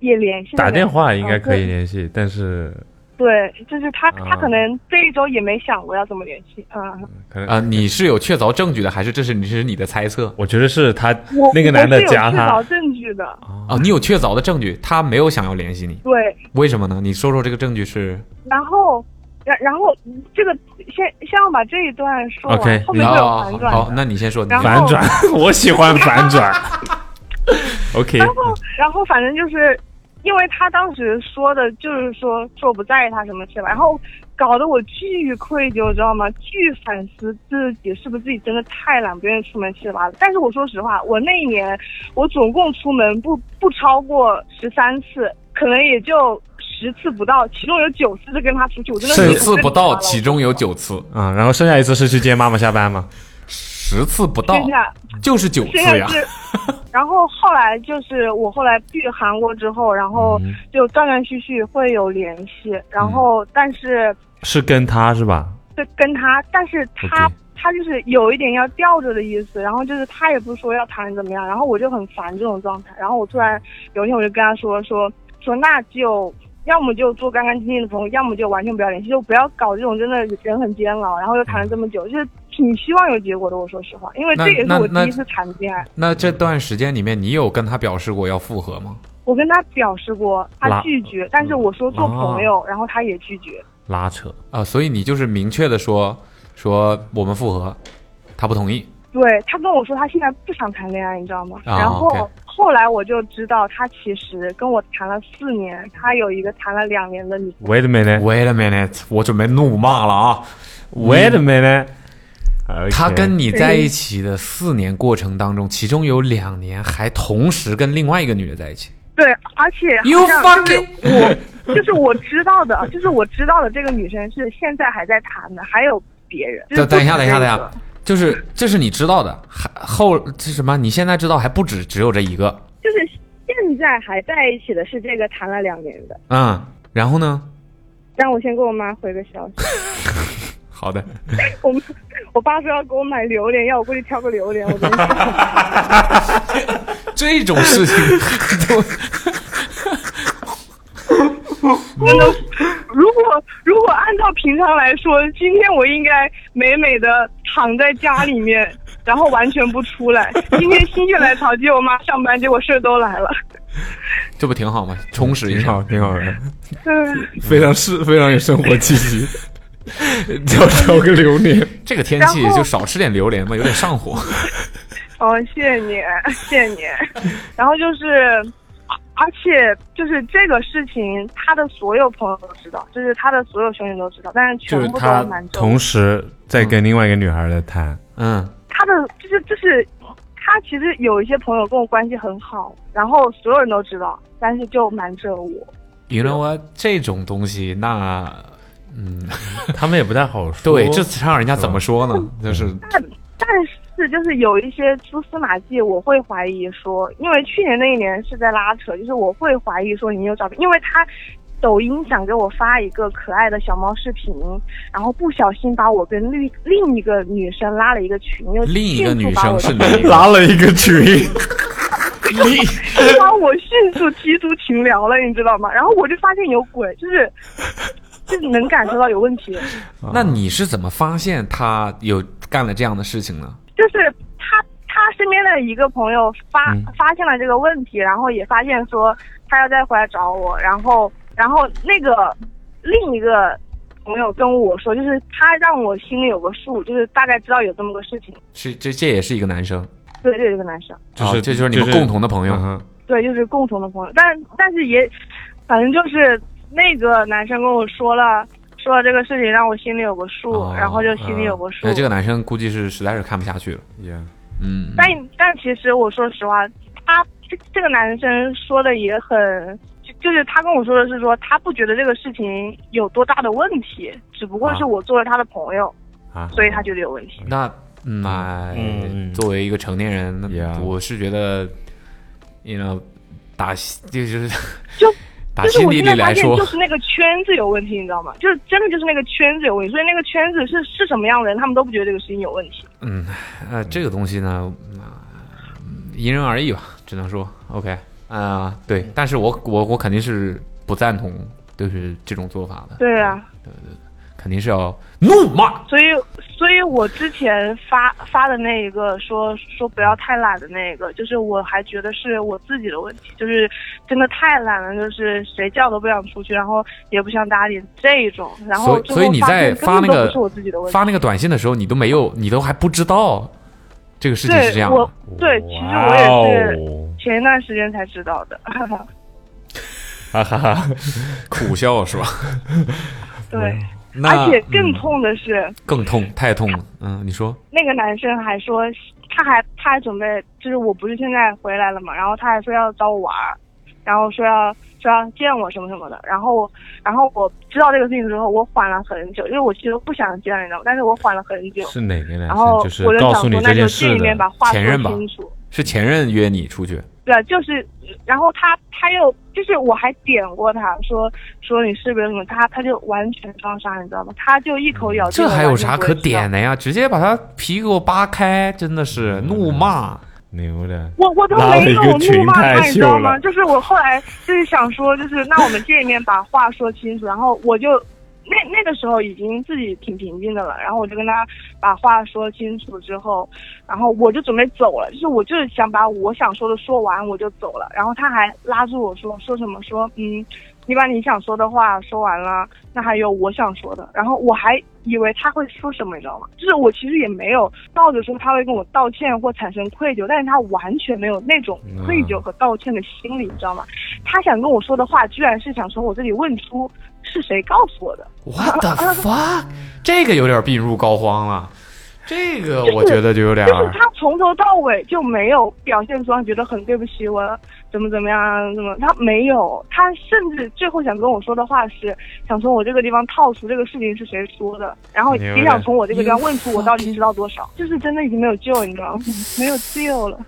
[SPEAKER 5] 也联系了
[SPEAKER 6] 打电话应该
[SPEAKER 5] 嗯
[SPEAKER 6] 可以联系，但是
[SPEAKER 5] 对，就是他
[SPEAKER 6] 啊
[SPEAKER 5] 他可能这一周也没想过要怎么联系，嗯，
[SPEAKER 6] 可能
[SPEAKER 3] 啊、你是有确凿证据的，还是这是你是你的猜测？
[SPEAKER 6] 我觉得是他
[SPEAKER 5] 我
[SPEAKER 6] 那个男的加
[SPEAKER 5] 我是有确
[SPEAKER 6] 他
[SPEAKER 5] 凿，证据的，
[SPEAKER 3] 啊、你有确凿的证据，他没有想要联系你，
[SPEAKER 5] 对，
[SPEAKER 3] 为什么呢？你说说这个证据是
[SPEAKER 5] 然后。然然后这个先先要把这一段说完
[SPEAKER 6] OK，
[SPEAKER 3] 哦
[SPEAKER 5] 后面就有
[SPEAKER 3] 哦
[SPEAKER 5] 反
[SPEAKER 3] 哦
[SPEAKER 5] 转
[SPEAKER 3] 哦
[SPEAKER 5] 的。，
[SPEAKER 3] 那你先说，你
[SPEAKER 5] 然后
[SPEAKER 6] 反转， 我喜欢反 转。OK，
[SPEAKER 5] 然后反正就是，因为他当时说的就是说说不在意他什么事吧，然后搞得我巨愧疚，知道吗？巨反思自己是不是自己真的太懒，不愿意出门吃吧。但是我说实话，我那一年我总共出门不不超过十三次，可能也就十次不到，其中有九次是跟他出去，我真的
[SPEAKER 3] 十
[SPEAKER 5] 是
[SPEAKER 3] 次不到，其中有九次，
[SPEAKER 6] 啊，然后剩下一次是去接妈妈下班嘛？
[SPEAKER 3] 十次不到
[SPEAKER 5] 剩下
[SPEAKER 3] 就是九次
[SPEAKER 5] 现在
[SPEAKER 3] 呀。
[SPEAKER 5] 是， 然后后来就是我后来去韩国之后，然后
[SPEAKER 3] 嗯
[SPEAKER 5] 就断断续续会有联系，然后但是
[SPEAKER 6] 是跟他是吧？
[SPEAKER 5] 就跟他，但是他
[SPEAKER 6] OK
[SPEAKER 5] 他就是有一点要吊着的意思，然后就是他也不说要谈怎么样，然后我就很烦这种状态，然后我突然有一天我就跟他说说说那就。要么就做干干净净的朋友，要么就完全不要联系，就不要搞这种真的人很煎熬，然后又谈了这么久，就是挺希望有结果的。我说实话，因为
[SPEAKER 3] 那
[SPEAKER 5] 这也是
[SPEAKER 3] 那
[SPEAKER 5] 我第
[SPEAKER 3] 那
[SPEAKER 5] 一次谈恋爱。
[SPEAKER 3] 那这段时间里面，你有跟他表示过要复合吗？
[SPEAKER 5] 我跟他表示过，
[SPEAKER 6] 拉
[SPEAKER 5] 他拒
[SPEAKER 3] 嗯
[SPEAKER 5] 绝，但是我说做朋友，然后他也拒绝。
[SPEAKER 6] 拉扯，
[SPEAKER 3] 啊，所以你就是明确的说说我们复合，他不同意。
[SPEAKER 5] 对他跟我说他现在不想谈恋爱，你知道吗？
[SPEAKER 3] 啊
[SPEAKER 5] 然后
[SPEAKER 3] OK
[SPEAKER 5] 后来我就知道他其实跟我谈了四年，他有一个谈了两年的女朋友。
[SPEAKER 6] Wait a minute, 嗯
[SPEAKER 3] Wait a minute，我准备怒骂了啊！
[SPEAKER 6] wait a minute。
[SPEAKER 3] 他跟你在一起的四年过程当中，其中有两年还同时跟另外一个女的在一起。
[SPEAKER 5] 对，而且
[SPEAKER 3] You
[SPEAKER 5] 好像就是
[SPEAKER 3] fucking-
[SPEAKER 5] 我，就是我知道的， 就是我知道的这个女生是现在还在谈的，还有别人。就是
[SPEAKER 3] 等等一下，
[SPEAKER 5] 不
[SPEAKER 3] 等
[SPEAKER 5] 止
[SPEAKER 3] 一下，
[SPEAKER 5] 这
[SPEAKER 3] 等一下
[SPEAKER 5] 个，
[SPEAKER 3] 就是这是你知道的，还后这什么？你现在知道还不止只有这一个，
[SPEAKER 5] 就是现在还在一起的是这个谈了两年的。
[SPEAKER 3] 嗯，然后呢？
[SPEAKER 5] 让我先给我妈回个消息。
[SPEAKER 3] 好的，
[SPEAKER 5] 我们我爸说要给我买榴莲，要我过去挑个榴莲，我真是
[SPEAKER 3] 这种事情 都
[SPEAKER 5] 真的。如果如果按照平常来说，今天我应该美美的躺在家里面，然后完全不出来。今天心血来潮接我妈上班，结果事儿都来了。
[SPEAKER 3] 这不挺好吗？充实一
[SPEAKER 2] 挺
[SPEAKER 3] 下
[SPEAKER 2] 好，。挺好的，
[SPEAKER 5] 嗯，
[SPEAKER 2] 非常是非常有生活气息。挑挑个榴莲，
[SPEAKER 3] 这个天气
[SPEAKER 5] 然后
[SPEAKER 3] 就少吃点榴莲吧，有点上火。
[SPEAKER 5] 哦，谢谢你，谢谢你。然后就是，而且就是这个事情，他的所有朋友都知道，就是他的所有兄弟都知道，但是全
[SPEAKER 6] 就是
[SPEAKER 5] 部都
[SPEAKER 6] 他
[SPEAKER 5] 瞒着我。
[SPEAKER 6] 同时在跟另外一个女孩在谈，
[SPEAKER 3] 嗯，
[SPEAKER 5] 他的就是就是他其实有一些朋友跟我关系很好，然后所有人都知道，但是就瞒着我。
[SPEAKER 3] you know what？这种东西，那嗯，
[SPEAKER 6] 他们也不太好说。嗯
[SPEAKER 3] 对，这让人家怎么说呢？就是
[SPEAKER 5] 但是就是有一些蛛丝马迹，我会怀疑说，因为去年那一年是在拉扯，就是我会怀疑说你有照片，因为他。抖音想给我发一个可爱的小猫视频，然后不小心把我跟另另一个女生拉了一个群，又
[SPEAKER 3] 另一个
[SPEAKER 5] 迅速
[SPEAKER 3] 女
[SPEAKER 5] 把
[SPEAKER 3] 生
[SPEAKER 5] 我
[SPEAKER 3] 是哪一个？
[SPEAKER 2] 拉了一个群，
[SPEAKER 5] 把我迅速踢出群聊了，你知道吗？然后我就发现有鬼，就是 就是能感受到有问题，
[SPEAKER 3] 那你是怎么发现他有干了这样的事情呢？
[SPEAKER 5] 就是他他身边的一个朋友发发现了这个问题，然后也发现说他要再回来找我，然后然后那个另一个朋友跟我说，就是他让我心里有个数，就是大概知道有这么个事情。
[SPEAKER 3] 是这这也是一个男生，
[SPEAKER 5] 对，这有一个男生。
[SPEAKER 6] 就是
[SPEAKER 3] 哦这就是你们
[SPEAKER 6] 就是
[SPEAKER 3] 共同的朋友。
[SPEAKER 6] 嗯哼
[SPEAKER 5] 对，就是共同的朋友，但但是也，反正就是那个男生跟我说了，说了这个事情，让我心里有个数，
[SPEAKER 3] 哦
[SPEAKER 5] 然后就心里有个数。
[SPEAKER 3] 那这个男生估计是实在是看不下去了。
[SPEAKER 2] Yeah
[SPEAKER 3] 嗯，
[SPEAKER 5] 但但其实我说实话，他这这个男生说的也很，就就是他跟我说的是说他不觉得这个事情有多大的问题，只不
[SPEAKER 3] 啊
[SPEAKER 5] 过是我做了他的朋友，
[SPEAKER 6] 啊，
[SPEAKER 5] 所以他觉得有问题。
[SPEAKER 3] 那那、
[SPEAKER 6] 嗯嗯
[SPEAKER 3] 作为一个成年人，那
[SPEAKER 2] Yeah
[SPEAKER 3] 我是觉得，you know，打心就是
[SPEAKER 5] 就
[SPEAKER 3] 打
[SPEAKER 5] 就是
[SPEAKER 3] 心
[SPEAKER 5] 我
[SPEAKER 3] 底
[SPEAKER 5] 现
[SPEAKER 3] 里
[SPEAKER 5] 在发
[SPEAKER 3] 来
[SPEAKER 5] 现，
[SPEAKER 3] 说，
[SPEAKER 5] 就是那个圈子有问题，你知道吗？就是真的就是那个圈子有问题，所以那个圈子是是什么样的人，他们都不觉得这个事情有问题。
[SPEAKER 3] 嗯，呃，这个东西呢，嗯嗯因人而异吧，只能说 OK 啊、对，
[SPEAKER 5] 嗯
[SPEAKER 3] 但是我我我肯定是不赞同，就是这种做法的，
[SPEAKER 5] 对啊，
[SPEAKER 3] 肯定是要怒骂。
[SPEAKER 5] 所以所以我之前发发的那一个说说不要太懒的那个，就是我还觉得是我自己的问题，就是真的太懒了，就是谁叫都不想出去，然后也不想打理这一种，然后
[SPEAKER 3] 所以所以你在发
[SPEAKER 5] 发
[SPEAKER 3] 那个
[SPEAKER 5] 不是我自己的问题
[SPEAKER 3] 发。那个短信的时候，你都没有，你都还不知道这个事情是这
[SPEAKER 5] 对，
[SPEAKER 3] 样哦的
[SPEAKER 5] 我。对，其实我也是前一段时间才知道的。
[SPEAKER 6] 哇哦，哈哈哈，
[SPEAKER 3] 苦笑是吧？
[SPEAKER 5] 对，
[SPEAKER 3] 那
[SPEAKER 5] 而且更
[SPEAKER 3] 嗯
[SPEAKER 5] 痛的是，
[SPEAKER 3] 更痛，太痛了。嗯，你说
[SPEAKER 5] 那个男生还说，他还他还准备，就是我不是现在回来了嘛，然后他还说要找我玩儿，然后说要说要见我什么什么的，然后我然后我知道这个事情之后，我缓了很久，因为我其实不想见，你知道吗？但是我缓了很久，
[SPEAKER 6] 是哪个男
[SPEAKER 5] 然后
[SPEAKER 6] 生？
[SPEAKER 5] 我
[SPEAKER 6] 是
[SPEAKER 5] 就
[SPEAKER 6] 告
[SPEAKER 5] 想
[SPEAKER 6] 诉
[SPEAKER 5] 说
[SPEAKER 6] 你
[SPEAKER 5] 那
[SPEAKER 6] 这件
[SPEAKER 5] 就见
[SPEAKER 6] 事
[SPEAKER 5] 一面
[SPEAKER 6] 的
[SPEAKER 5] 把话
[SPEAKER 3] 前
[SPEAKER 5] 说
[SPEAKER 3] 任吧
[SPEAKER 5] 清楚。
[SPEAKER 3] 是前任约你出去，
[SPEAKER 5] 对，啊就是，然后他他又就是我还点过他说说你是不是什么，他他就完全装傻，你知道吗？他就一口咬定
[SPEAKER 3] 嗯这
[SPEAKER 5] 哦我
[SPEAKER 3] 还有
[SPEAKER 5] 完全
[SPEAKER 3] 啥
[SPEAKER 5] 不会
[SPEAKER 3] 可
[SPEAKER 5] 知道嗯
[SPEAKER 3] 点的呀？直接把他皮给我扒开，真的是怒骂。
[SPEAKER 6] 牛的，
[SPEAKER 5] 我我都
[SPEAKER 6] 拉
[SPEAKER 5] 没有怒骂
[SPEAKER 6] 了一个群
[SPEAKER 5] 他，
[SPEAKER 6] 太
[SPEAKER 5] 你
[SPEAKER 6] 秀
[SPEAKER 5] 知
[SPEAKER 6] 了
[SPEAKER 5] 道吗？就是我后来就是想说，就是那我们见一面把话说清楚，然后我就那那个时候已经自己挺平静的了，然后我就跟他把话说清楚之后，然后我就准备走了，就是我就是想把我想说的说完我就走了，然后他还拉住我说说什么说嗯，你把你想说的话说完了，那还有我想说的，然后我还。以为他会说什么，你知道吗？就是我其实也没有闹着说他会跟我道歉或产生愧疚，但是他完全没有那种愧疚和道歉的心理，你知道吗？他想跟我说的话，居然是想从我这里问出是谁告诉我的。
[SPEAKER 3] What the fuck？这个有点病入膏肓了，这个我觉得就有点
[SPEAKER 8] 啊
[SPEAKER 5] 就。是他从头到尾就没有表现出他觉得很对不起我，怎么怎么样啊，怎么他没有，他甚至最后想跟我说的话是想从我这个地方套出这个事情是谁说的，然后也想从我这个地方问出我到底知道多少，就是真的已经没有救，你知 道吗？没有救了。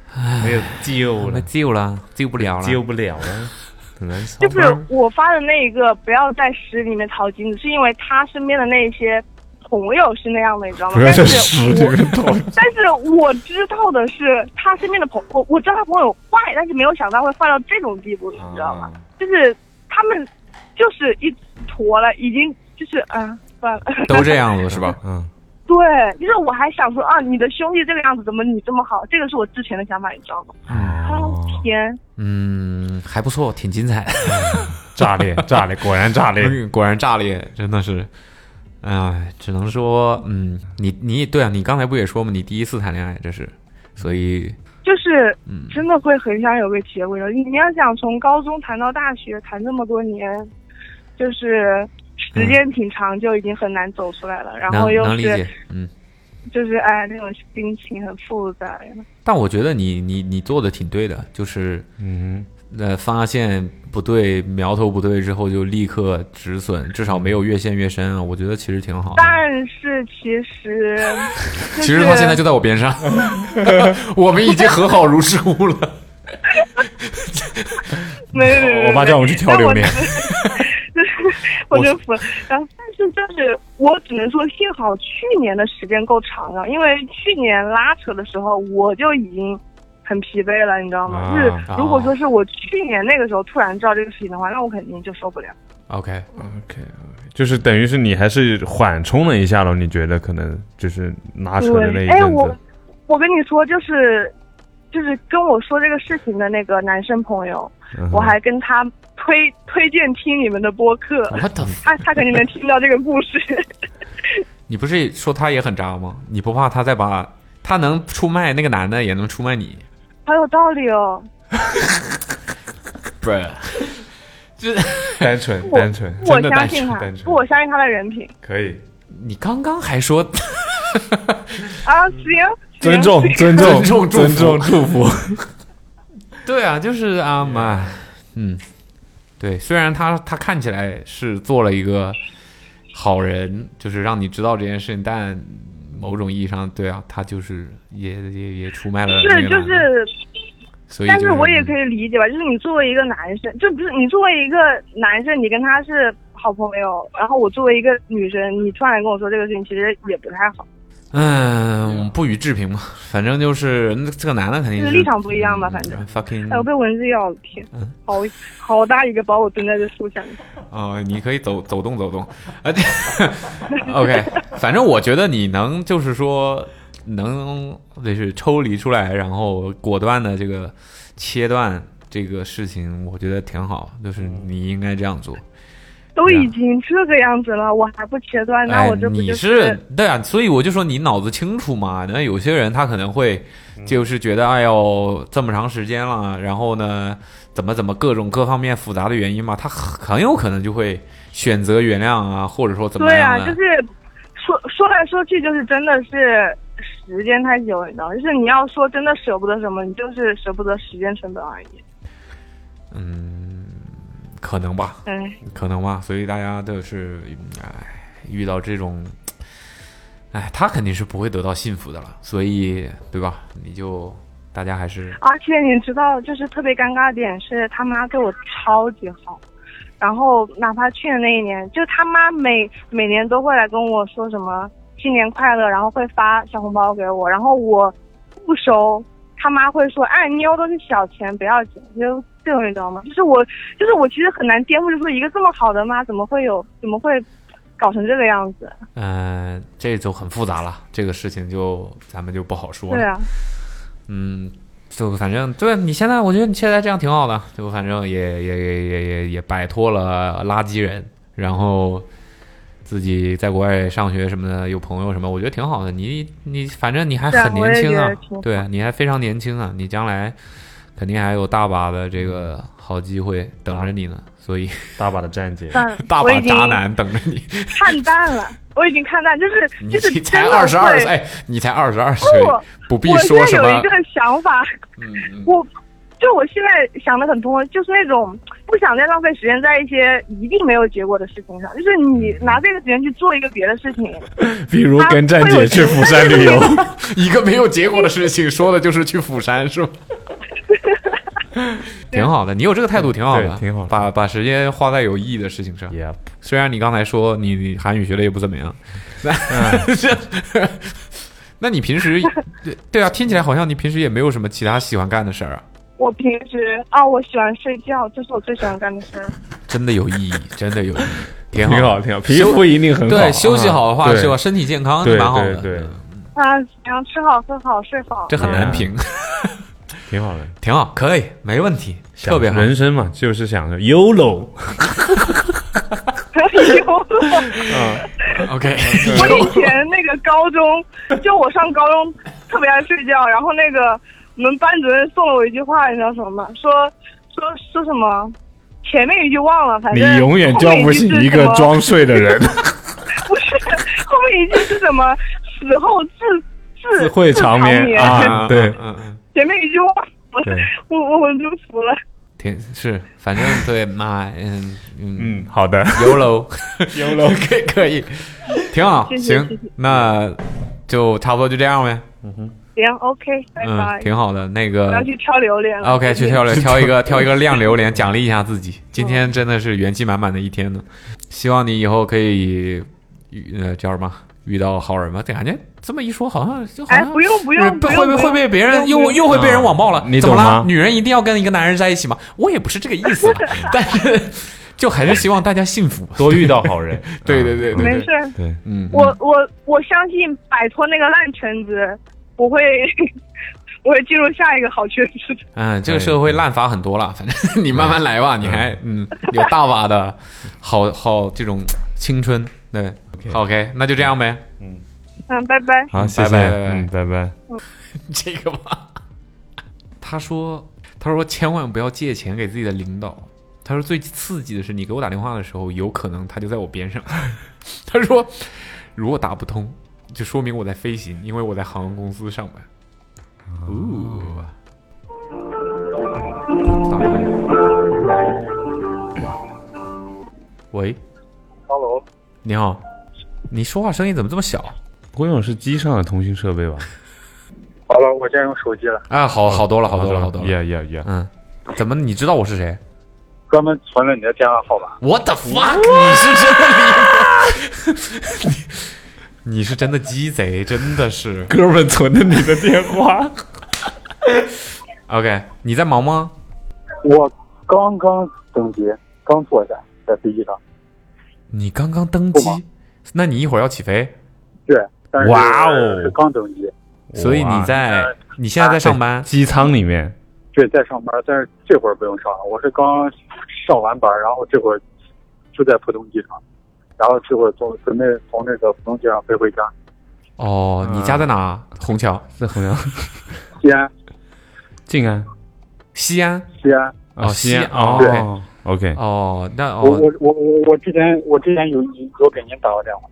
[SPEAKER 6] 没有救
[SPEAKER 3] 我 们
[SPEAKER 6] 了，
[SPEAKER 3] 救了，救不了了。
[SPEAKER 6] 救不了了， 很难受。
[SPEAKER 5] 就是我发的那一个不要在屎里面淘金子，是因为他身边的那一些朋友是那样的，你知道吗？
[SPEAKER 8] 不要
[SPEAKER 5] 但
[SPEAKER 8] 再
[SPEAKER 5] 是
[SPEAKER 8] 使这
[SPEAKER 5] 我
[SPEAKER 8] 个道理。
[SPEAKER 5] 但是我知道的是，他身边的朋友，我知道他朋友坏，但是没有想到会坏到这种地步，你知道
[SPEAKER 3] 啊
[SPEAKER 5] 吗？就是他们就是一坨了，已经就是啊，算了。
[SPEAKER 3] 都这样子是 吧？
[SPEAKER 6] 嗯，
[SPEAKER 5] 对，就是我还想说啊，你的兄弟这个样子，怎么你这么好？这个是我之前的想法，你知道吗？
[SPEAKER 6] 哦，
[SPEAKER 5] 天，
[SPEAKER 3] 嗯，还不错，挺精彩的。
[SPEAKER 6] 炸裂，炸裂，果然炸
[SPEAKER 5] 哎
[SPEAKER 6] 裂。
[SPEAKER 3] 果然炸裂，真的是，哎、只能说，嗯，你你对啊，你刚才不也说嘛，你第一次谈恋爱，这是，所以，
[SPEAKER 5] 就是
[SPEAKER 3] 嗯，
[SPEAKER 5] 真的会很想有个结尾的。你要想从高中谈到大学，谈这么多年，就是时间挺长，就已经很难走出来了。然后
[SPEAKER 3] 嗯能
[SPEAKER 5] 又
[SPEAKER 3] 能理
[SPEAKER 5] 是
[SPEAKER 3] 解，嗯。
[SPEAKER 5] 就是哎，那种心情很复杂。
[SPEAKER 3] 但我觉得你你你做的挺对的，就是
[SPEAKER 6] 嗯
[SPEAKER 3] 呃发现不对苗头不对之后就立刻止损，至少没有越陷越深啊。我觉得其实挺好的。
[SPEAKER 5] 但是其实，
[SPEAKER 3] 其实他现在就在我边上，我们已经 哎和好如初了。
[SPEAKER 5] 没有没有没有，
[SPEAKER 6] 我妈叫我去挑榴莲
[SPEAKER 5] 但 我就我就服了。然后，但是就是我只能说，幸好去年的时间够长了，因为去年拉扯的时候我就已经很疲惫了，你知道吗？
[SPEAKER 6] 啊
[SPEAKER 5] 就是如果说是我去年那个时候突然知道这个事情的话，那我肯定就受不了。
[SPEAKER 3] OK，
[SPEAKER 6] ，OK，就是等于是你还是缓冲了一下咯，你觉得可能就是拉扯的那一
[SPEAKER 5] 对，哎，
[SPEAKER 6] 阵
[SPEAKER 5] 我
[SPEAKER 6] 子，
[SPEAKER 5] 我跟你说，就是就是跟我说这个事情的那个男生朋友，
[SPEAKER 6] 嗯哼
[SPEAKER 5] 我还跟他推推荐听你们的播客，
[SPEAKER 3] 我等
[SPEAKER 5] 他他肯定能听到这个故事。
[SPEAKER 3] 你不是说他也很渣吗？你不怕他再把他能出卖那个男的，也能出卖你？
[SPEAKER 5] 好有道理哦，
[SPEAKER 3] 不，这
[SPEAKER 6] 单纯
[SPEAKER 5] 我
[SPEAKER 6] 单纯，
[SPEAKER 5] 我
[SPEAKER 3] 真的单
[SPEAKER 5] 相信
[SPEAKER 3] 纯
[SPEAKER 5] 他
[SPEAKER 6] 单，纯
[SPEAKER 5] 不，我相信他的人品
[SPEAKER 6] 可以
[SPEAKER 3] 你刚刚还说
[SPEAKER 5] 啊，行，行
[SPEAKER 8] 尊重，
[SPEAKER 5] 行
[SPEAKER 8] 尊
[SPEAKER 3] 重
[SPEAKER 8] 重，
[SPEAKER 3] 祝
[SPEAKER 8] 尊
[SPEAKER 3] 福
[SPEAKER 8] 重，祝福。
[SPEAKER 3] 对啊，就是啊嘛，嗯，对，虽然他他看起来是做了一个好人，就是让你知道这件事情，但某种意义上，对啊，他就是也也也出卖了那
[SPEAKER 5] 是
[SPEAKER 3] 个
[SPEAKER 5] 就
[SPEAKER 3] 男的，啊
[SPEAKER 5] 是，
[SPEAKER 3] 所以
[SPEAKER 5] 但
[SPEAKER 3] 就是
[SPEAKER 5] 我也可以理解吧，就是你作为一个男生，就不是你作为一个男生，你跟他是好朋友，然后我作为一个女生，你突然跟我说这个事情，其实也不太好。
[SPEAKER 3] 嗯，我们不予置评嘛，反正就是那这个男的肯定
[SPEAKER 5] 就是是立场不一样吧反正
[SPEAKER 3] 嗯 fucking
[SPEAKER 5] 哎，我被蚊子咬了，天，好好大一个把我蹲在这树下面。
[SPEAKER 3] 哦，你可以走走动走动，啊这 ，OK，反正我觉得你能就是说能就是抽离出来，然后果断的这个切断这个事情，我觉得挺好，就是你应该这样做。
[SPEAKER 5] 都已经这个样子了，我还不切断，那
[SPEAKER 3] 啊哎
[SPEAKER 5] 我这，不
[SPEAKER 3] 你
[SPEAKER 5] 就是
[SPEAKER 3] 对啊，所以我就说你脑子清楚嘛。那有些人他可能会就是觉得，哎呦，这么长时间了，然后呢，怎么怎么各种各方面复杂的原因嘛，他很很有可能就会选择原谅啊，或者说怎么
[SPEAKER 5] 对
[SPEAKER 3] 样
[SPEAKER 5] 啊，
[SPEAKER 3] 的。
[SPEAKER 5] 就是说说来说去，就是真的是时间太久了，你知道吗？就是你要说真的舍不得什么，你就是舍不得时间成本而已。
[SPEAKER 3] 嗯，可能吧，
[SPEAKER 5] 哎，
[SPEAKER 3] 可能吧。所以大家都是，嗯哎，遇到这种，哎，他肯定是不会得到幸福的了。所以，对吧？你就大家还是
[SPEAKER 5] 而且你知道，就是特别尴尬的点是，他妈对我超级好。然后哪怕去年那一年，就他妈每每年都会来跟我说什么新年快乐，然后会发小红包给我，然后我不收，他妈会说，哎，妞都是小钱，不要紧，就这种你知道吗？就是我，就是我其实很难颠覆，就是说一个这么好的妈，怎么会有，怎么会搞成这个样子？
[SPEAKER 3] 嗯、呃这就很复杂了。这个事情就咱们就不好说了。
[SPEAKER 5] 对啊，
[SPEAKER 3] 嗯，就反正对你现在，我觉得你现在这样挺好的，就反正也也也也也也摆脱了垃圾人，然后自己在国外上学什么的，有朋友什么，我觉得挺好的。你你反正你还
[SPEAKER 5] 是啊
[SPEAKER 3] 很
[SPEAKER 5] 我
[SPEAKER 3] 年
[SPEAKER 5] 也
[SPEAKER 3] 轻
[SPEAKER 5] 觉
[SPEAKER 3] 啊
[SPEAKER 5] 得挺好，
[SPEAKER 3] 对啊，你还非常年轻啊，你将来肯定还有大把的这个好机会等着你呢，所 以
[SPEAKER 6] 大把的站姐，
[SPEAKER 5] 但
[SPEAKER 3] 大
[SPEAKER 5] 我
[SPEAKER 3] 把
[SPEAKER 5] 已经
[SPEAKER 3] 渣男等着你。
[SPEAKER 5] 看淡了，我已经看淡，就是
[SPEAKER 3] 你
[SPEAKER 5] 就是
[SPEAKER 3] 你
[SPEAKER 5] 真
[SPEAKER 3] 才
[SPEAKER 5] 的
[SPEAKER 3] 二十二
[SPEAKER 5] 会
[SPEAKER 3] 岁，哎，你才二十二岁
[SPEAKER 5] 我，
[SPEAKER 3] 不必
[SPEAKER 5] 我现
[SPEAKER 3] 说
[SPEAKER 5] 在
[SPEAKER 3] 什
[SPEAKER 5] 有一
[SPEAKER 3] 么
[SPEAKER 5] 个。想法，
[SPEAKER 3] 嗯
[SPEAKER 5] 我就我现在想的很通，啊就是那种不想再浪费时间在一些一定没有结果的事情上，就是你
[SPEAKER 3] 嗯
[SPEAKER 5] 拿这个时间去做一个别的事情，
[SPEAKER 6] 比如跟站姐去釜山 旅游，
[SPEAKER 3] 一个没有结果的事情，说的就是去釜山，是吗？挺好的，你有这个态度挺好的，
[SPEAKER 6] 对挺好的
[SPEAKER 3] 把把时间花在有意义的事情上。
[SPEAKER 6] Yep，
[SPEAKER 3] 虽然你刚才说你你韩语学的也不怎么样，那是，
[SPEAKER 6] 嗯
[SPEAKER 3] 那你平时对对啊，听起来好像你平时也没有什么其他喜欢干的事儿啊。
[SPEAKER 5] 我平时啊，我喜欢睡觉，这是我最喜欢干的事儿。
[SPEAKER 3] 真的有意义，真的有意义，挺
[SPEAKER 6] 挺好，挺好，皮肤一定很好。
[SPEAKER 3] 对，休息好的话
[SPEAKER 6] 对
[SPEAKER 3] 是吧？身体健康
[SPEAKER 6] 对
[SPEAKER 3] 是蛮好的，嗯
[SPEAKER 6] 对对，
[SPEAKER 5] 啊，然后吃好喝好睡好。
[SPEAKER 3] 这 很难
[SPEAKER 6] 嗯
[SPEAKER 3] 评，
[SPEAKER 6] 挺好的。
[SPEAKER 3] 挺好，可以，没问题，
[SPEAKER 6] 享
[SPEAKER 3] 特别好。
[SPEAKER 6] 人生嘛，就是想着 YOLO，
[SPEAKER 3] OK，
[SPEAKER 5] 我以前那个高中，就我上高中特别爱睡觉，然后那个我们班主任送了我一句话，你知道什么吗？说说说什么？前面一句忘了，反
[SPEAKER 6] 你
[SPEAKER 5] 正
[SPEAKER 6] 永远叫不醒一个
[SPEAKER 5] 装，
[SPEAKER 6] 装睡的人。
[SPEAKER 5] 不是后面一句是什么？死后自自
[SPEAKER 6] 自会
[SPEAKER 5] 自
[SPEAKER 6] 长眠 啊对
[SPEAKER 3] 嗯嗯，
[SPEAKER 5] 前面一句忘了
[SPEAKER 6] 对，
[SPEAKER 5] 我我我就服了。
[SPEAKER 3] 挺是，反正对， 妈，嗯嗯
[SPEAKER 6] 嗯，好的，
[SPEAKER 3] ，YOLO YOLO 可以可以，挺好，
[SPEAKER 5] 谢谢谢
[SPEAKER 3] 行
[SPEAKER 5] 谢，
[SPEAKER 3] 那就差不多就这样呗，
[SPEAKER 5] 行，OK，拜
[SPEAKER 3] 嗯，
[SPEAKER 5] 拜。
[SPEAKER 3] 挺好的，那个啊
[SPEAKER 5] 我要去挑榴莲了。
[SPEAKER 3] OK，去挑榴挑一个挑一个亮榴莲，奖励一下自 己。今天真的是元气满满的一天呢，希望你以后可以遇呃叫什么遇到好人吧。这感觉这么一说，好像就好
[SPEAKER 5] 哎
[SPEAKER 3] 像，
[SPEAKER 5] 不用不用，不
[SPEAKER 3] 会会
[SPEAKER 5] 用
[SPEAKER 3] 被会被别人又又会被人网暴了。
[SPEAKER 6] 嗯你
[SPEAKER 3] 怎么
[SPEAKER 6] 懂
[SPEAKER 3] 了
[SPEAKER 6] 吗？
[SPEAKER 3] 女人一定要跟一个男人在一起吗？我也不是这个意思啦， 但是就还是希望大家幸福。
[SPEAKER 6] 多遇到好 人。
[SPEAKER 3] 对对对对
[SPEAKER 5] 没
[SPEAKER 3] 对，
[SPEAKER 5] 事儿。
[SPEAKER 6] 对，
[SPEAKER 3] 嗯，
[SPEAKER 5] 我我我相信摆脱那个烂圈子，我会 我会进入下一个好圈子。
[SPEAKER 3] 嗯，这个社
[SPEAKER 6] 哎
[SPEAKER 3] 会滥伐很多了，反正你慢慢来吧，你还嗯有大把的好好这种青春，对 OK，那就这样呗，
[SPEAKER 5] 嗯，拜拜。
[SPEAKER 6] 好，谢谢，
[SPEAKER 3] 拜拜
[SPEAKER 6] 嗯，拜拜。
[SPEAKER 3] 这个吧。他说，他说千万不要借钱给自己的领导。他说最刺激的是，你给我打电话的时候，有可能他就在我边上。 他说，如果打不通，就说明我在飞行，因为我在航空公司上班。哦，打不通。喂，
[SPEAKER 8] Hello，
[SPEAKER 3] 你好，你说话声音怎么这么小？
[SPEAKER 6] 郭勇是机上的通讯设备吧？
[SPEAKER 8] 好了，我现在用手机了，
[SPEAKER 3] 啊，好好多了，好多了，好多了。
[SPEAKER 6] 呀呀呀！
[SPEAKER 3] 嗯，怎么你知道我是谁？
[SPEAKER 8] 专门存了你的电话号码。
[SPEAKER 3] What the fuck！你是真的厉害， 你你是真的鸡贼，真的是。
[SPEAKER 6] 哥们存的你的电话，
[SPEAKER 3] OK，你在忙吗？
[SPEAKER 8] 我刚刚登机，刚坐下，在飞机上。
[SPEAKER 3] 你刚刚登
[SPEAKER 8] 不忙
[SPEAKER 3] 机，那你一会儿要起飞，
[SPEAKER 8] 对，但是
[SPEAKER 6] 哇哦
[SPEAKER 8] 是刚登机，
[SPEAKER 3] 所以你在你现在在上
[SPEAKER 8] 啊
[SPEAKER 3] 班。
[SPEAKER 6] 机舱里面，
[SPEAKER 8] 对，在上班，但是这会儿不用上了，我是刚上完班，然后这会儿就在浦东机场，然后这会儿从准备从那个浦东机场飞回家，
[SPEAKER 3] 哦，
[SPEAKER 8] 嗯
[SPEAKER 3] 你家在哪？虹桥、
[SPEAKER 6] 这好像
[SPEAKER 8] 西安，
[SPEAKER 6] 静安
[SPEAKER 3] 西安。
[SPEAKER 8] 西安。
[SPEAKER 3] 哦西安
[SPEAKER 6] 哦，OK，
[SPEAKER 3] 哦，那
[SPEAKER 8] 我
[SPEAKER 3] 哦，
[SPEAKER 8] 我我我我之前我之前有有给您打过电话，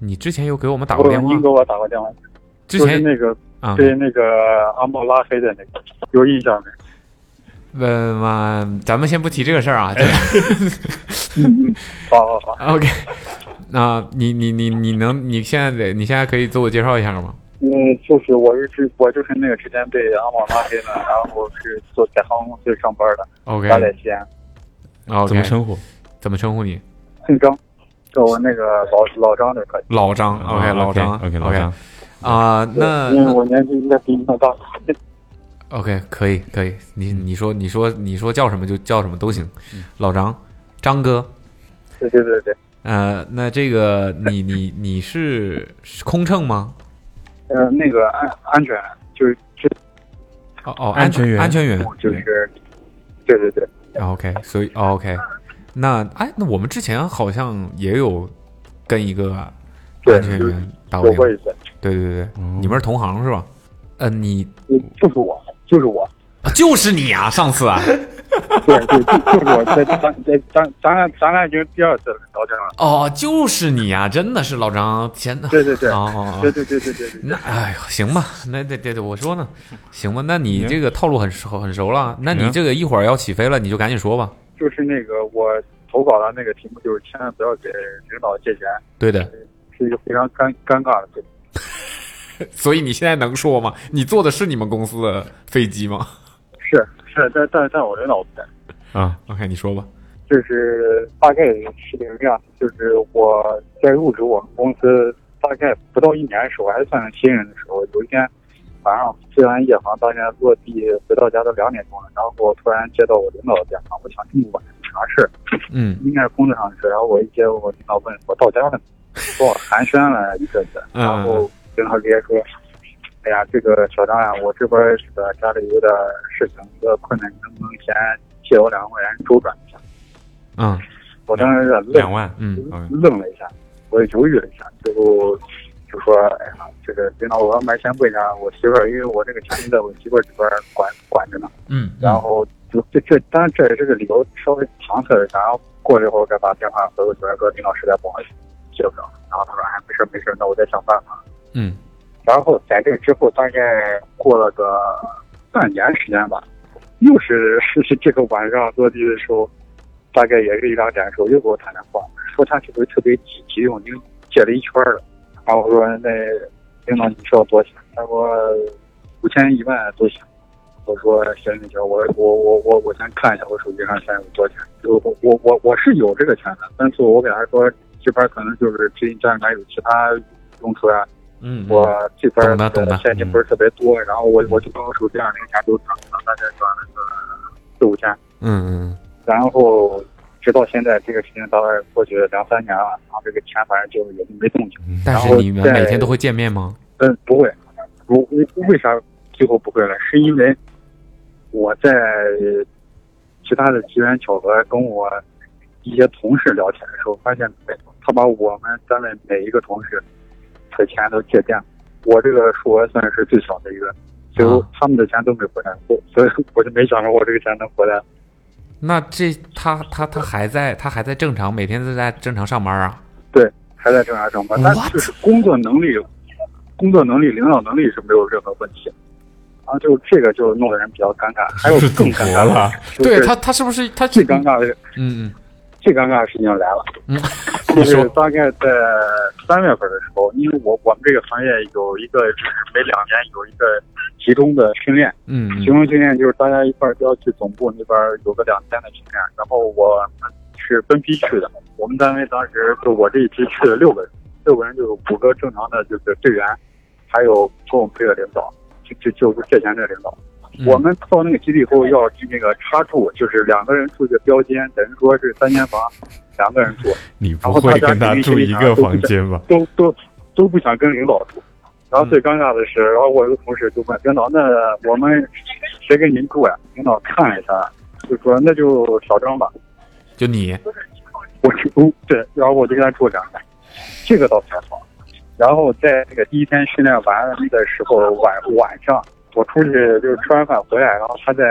[SPEAKER 3] 你之前有给我们打
[SPEAKER 8] 我
[SPEAKER 3] 过电话
[SPEAKER 8] 您，给我打过电话，
[SPEAKER 3] 之
[SPEAKER 8] 就是
[SPEAKER 3] 前
[SPEAKER 8] 那个
[SPEAKER 3] 啊，
[SPEAKER 8] 对那个阿莫拉黑的那个，有印象没？
[SPEAKER 3] 呃嘛，咱们先不提这个事儿啊。这个
[SPEAKER 8] 好好 好，
[SPEAKER 3] OK，那你你你你能你现在得你现在可以自我介绍一下吗？
[SPEAKER 8] 嗯，就是我是之我就是那个之前被阿莫拉黑的，然后我是做在航空公司上班的，
[SPEAKER 3] OK，
[SPEAKER 8] 家在西安，
[SPEAKER 3] OK，
[SPEAKER 6] 怎么称呼？
[SPEAKER 3] 怎么称呼你？
[SPEAKER 8] 姓张，叫我那个老老张就可以，
[SPEAKER 3] 老张，OK，老张
[SPEAKER 6] ，OK，老张，
[SPEAKER 3] 啊，那
[SPEAKER 4] 嗯
[SPEAKER 8] 因为我年纪应该比你们大。
[SPEAKER 3] OK，可以，可以，你你说你说你说叫什么就叫什么都行，
[SPEAKER 6] 嗯
[SPEAKER 3] 老张，张哥，
[SPEAKER 8] 对对对对，
[SPEAKER 3] 呃，那这个你你你是是空乘吗？
[SPEAKER 8] 呃，那个安安全就是这
[SPEAKER 3] 哦哦，
[SPEAKER 6] 安全员
[SPEAKER 3] 安全员
[SPEAKER 8] 种就是，对对对，
[SPEAKER 3] ，OK，所以哦 OK，那哎，那我们之前好像也有跟一个
[SPEAKER 8] 对
[SPEAKER 3] 安全员打过
[SPEAKER 8] 有
[SPEAKER 3] 电话
[SPEAKER 8] 过，一次，
[SPEAKER 3] 对对对，
[SPEAKER 6] 嗯
[SPEAKER 3] 你们是同行是吧？呃，你
[SPEAKER 8] 嗯就是我，就是我，
[SPEAKER 3] 啊就是你啊， 上次啊，
[SPEAKER 8] 对对，就就是我，在咱在咱咱俩咱俩已经第二次聊天了，
[SPEAKER 3] 哦，就是你啊，真的是老张，天哪！
[SPEAKER 8] 对对对，
[SPEAKER 3] 哦哦哦
[SPEAKER 8] 对对对对对对。
[SPEAKER 3] 那哎呦，行吧，那对对对，我说呢，行吧，那你这个套路很熟很熟了，那你
[SPEAKER 6] 嗯
[SPEAKER 3] 这个一会儿要起飞了，你就赶紧说吧。
[SPEAKER 8] 就是那个我投稿的那个题目，就是千万不要给领导借钱，
[SPEAKER 3] 对的，
[SPEAKER 8] 是一个非常尴尴尬的事情。
[SPEAKER 3] 所以你现在能说吗？你坐的是你们公司的飞机吗？
[SPEAKER 8] 是是但但但但我领导不在，
[SPEAKER 6] 啊，OK，你说吧。
[SPEAKER 8] 就是大概事情是这样，就是我在入职我们公司大概不到一年的时候，还算是新人的时候，有一天晚上睡完夜航，当天落地回到家都两点钟了，然后我突然接到我领导的电话，我想这么晚啥事儿？
[SPEAKER 3] 嗯
[SPEAKER 8] 应该是工作上的事儿。然后我一接，我领导问我到家了没，跟我寒暄了一阵子，
[SPEAKER 3] 嗯
[SPEAKER 8] 然后领导直接说。哎呀，这个小张啊，我这边儿这个家里有点事情，有点困难，你能不能先借我两万元周转一下？
[SPEAKER 3] 嗯
[SPEAKER 8] 我当时有点愣，
[SPEAKER 6] 两万，
[SPEAKER 3] 嗯
[SPEAKER 6] ，OK，
[SPEAKER 8] 愣了一下，我也犹豫了一下，最后就说：“哎呀，这个领导，我要买先问一下我媳妇儿，因为我这个钱就在我媳妇儿这边管管着呢。
[SPEAKER 3] 嗯，”
[SPEAKER 8] 然后就这这，当然这也是个理由，稍微搪塞了一下。然后过了一会儿，我给他打电话回过去来说：“领导实在不好意思，借不了。”然后他说：“哎，没事儿没事儿，那我再想办法。”
[SPEAKER 3] 嗯。
[SPEAKER 8] 然后在这之后，大概过了个半年时间吧，又是 是这个晚上落地的时候，大概也是一两点的时候，又给我打电话，
[SPEAKER 3] 嗯
[SPEAKER 8] 说嗯他这回特别急急用，已经借了一圈了。然后我说那领导你需要多少钱？他说五千一万都行。我说行行行，我我我我我先看一下我手机上现在有多少钱。就我我我我是有这个钱的，但是我给他说这边可能就是最近家里面有其他用处呀、
[SPEAKER 3] 嗯，嗯
[SPEAKER 8] 我这边呃
[SPEAKER 3] 懂的懂的
[SPEAKER 8] 现金不是特别多，然后我我就把我手机上零钱都转了，大概转了个呃四五千，
[SPEAKER 3] 嗯嗯
[SPEAKER 8] 然后直到现在这个事情大概过去两三年了，然后这个钱反正就也就没动静。
[SPEAKER 3] 嗯，但是
[SPEAKER 8] 然后
[SPEAKER 3] 你们
[SPEAKER 8] 在
[SPEAKER 3] 每天都会见面吗？
[SPEAKER 8] 嗯，不会，我为为啥最后不会了？是因为我在其他的机缘巧合跟我一些同事聊天的时候，发现他把我们单位每一个同事的钱都借掉，我这个数额算是最小的一个，最后
[SPEAKER 3] 啊
[SPEAKER 8] 他们的钱都没回来，我所以我就没想着我这个钱能回来。
[SPEAKER 3] 那这他他他还在他还在正常每天都在正常上班啊？
[SPEAKER 8] 对，还在正常上班，但
[SPEAKER 3] What？
[SPEAKER 8] 就是工作能力、工作能力、领导能力是没有任何问题。然后就这个就弄得人比较尴尬，还有更尴尬 的，就是
[SPEAKER 3] 对他他是不是他
[SPEAKER 8] 最尴尬的
[SPEAKER 3] 嗯
[SPEAKER 8] 最尴尬的事情来了，
[SPEAKER 3] 嗯嗯，
[SPEAKER 8] 就
[SPEAKER 3] 你
[SPEAKER 8] 是
[SPEAKER 3] 说
[SPEAKER 8] 大概在三月份的时候，因为我我们这个行业有一个 就是每两年有一个集中的训练，
[SPEAKER 3] 嗯
[SPEAKER 8] 集中训练就是大家一块儿都要去总部那边儿有个两天的训练，然后我们是分批去的，我们单位当时就我这一批去了六个人，六个人就有五个正常的就是队员，还有跟我们配的领导，就就就是借钱的领导。
[SPEAKER 3] 嗯
[SPEAKER 8] 我们到那个基地以后要去那个插住，就是两个人住一个标间，等于说是三间房，两个人住，
[SPEAKER 6] 你不会跟他住一个房间吧？
[SPEAKER 8] 都都都不想跟领导住。然后最尴尬的是，然后我有个同事就问领导：“那我们谁跟您住呀？”领导看了一下，就说：“那就小张吧。
[SPEAKER 3] 就你”
[SPEAKER 8] 我就不对，然后我就跟他住两天，这个倒还好。然后在这个第一天训练完的时候，晚晚上我出去就是吃完饭回来，然后他在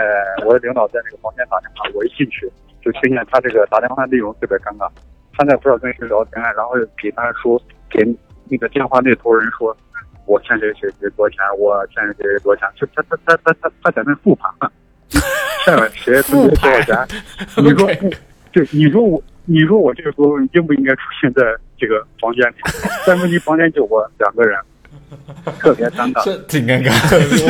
[SPEAKER 8] 我的领导在那个房间打电话，我一进去就听见他这个打电话内容特别尴尬，他在不知道跟谁聊天，然后给他说给那个电话那头人说，我欠谁谁谁多少钱，我欠谁谁多少钱，就他他他他他他在那复盘呢，欠了谁分别多少钱，你说
[SPEAKER 3] OK
[SPEAKER 8] 就你说我你说我这个时候应不应该出现在这个房间里？但问题房间就我两个人，特别尴尬。
[SPEAKER 6] 挺尴尬，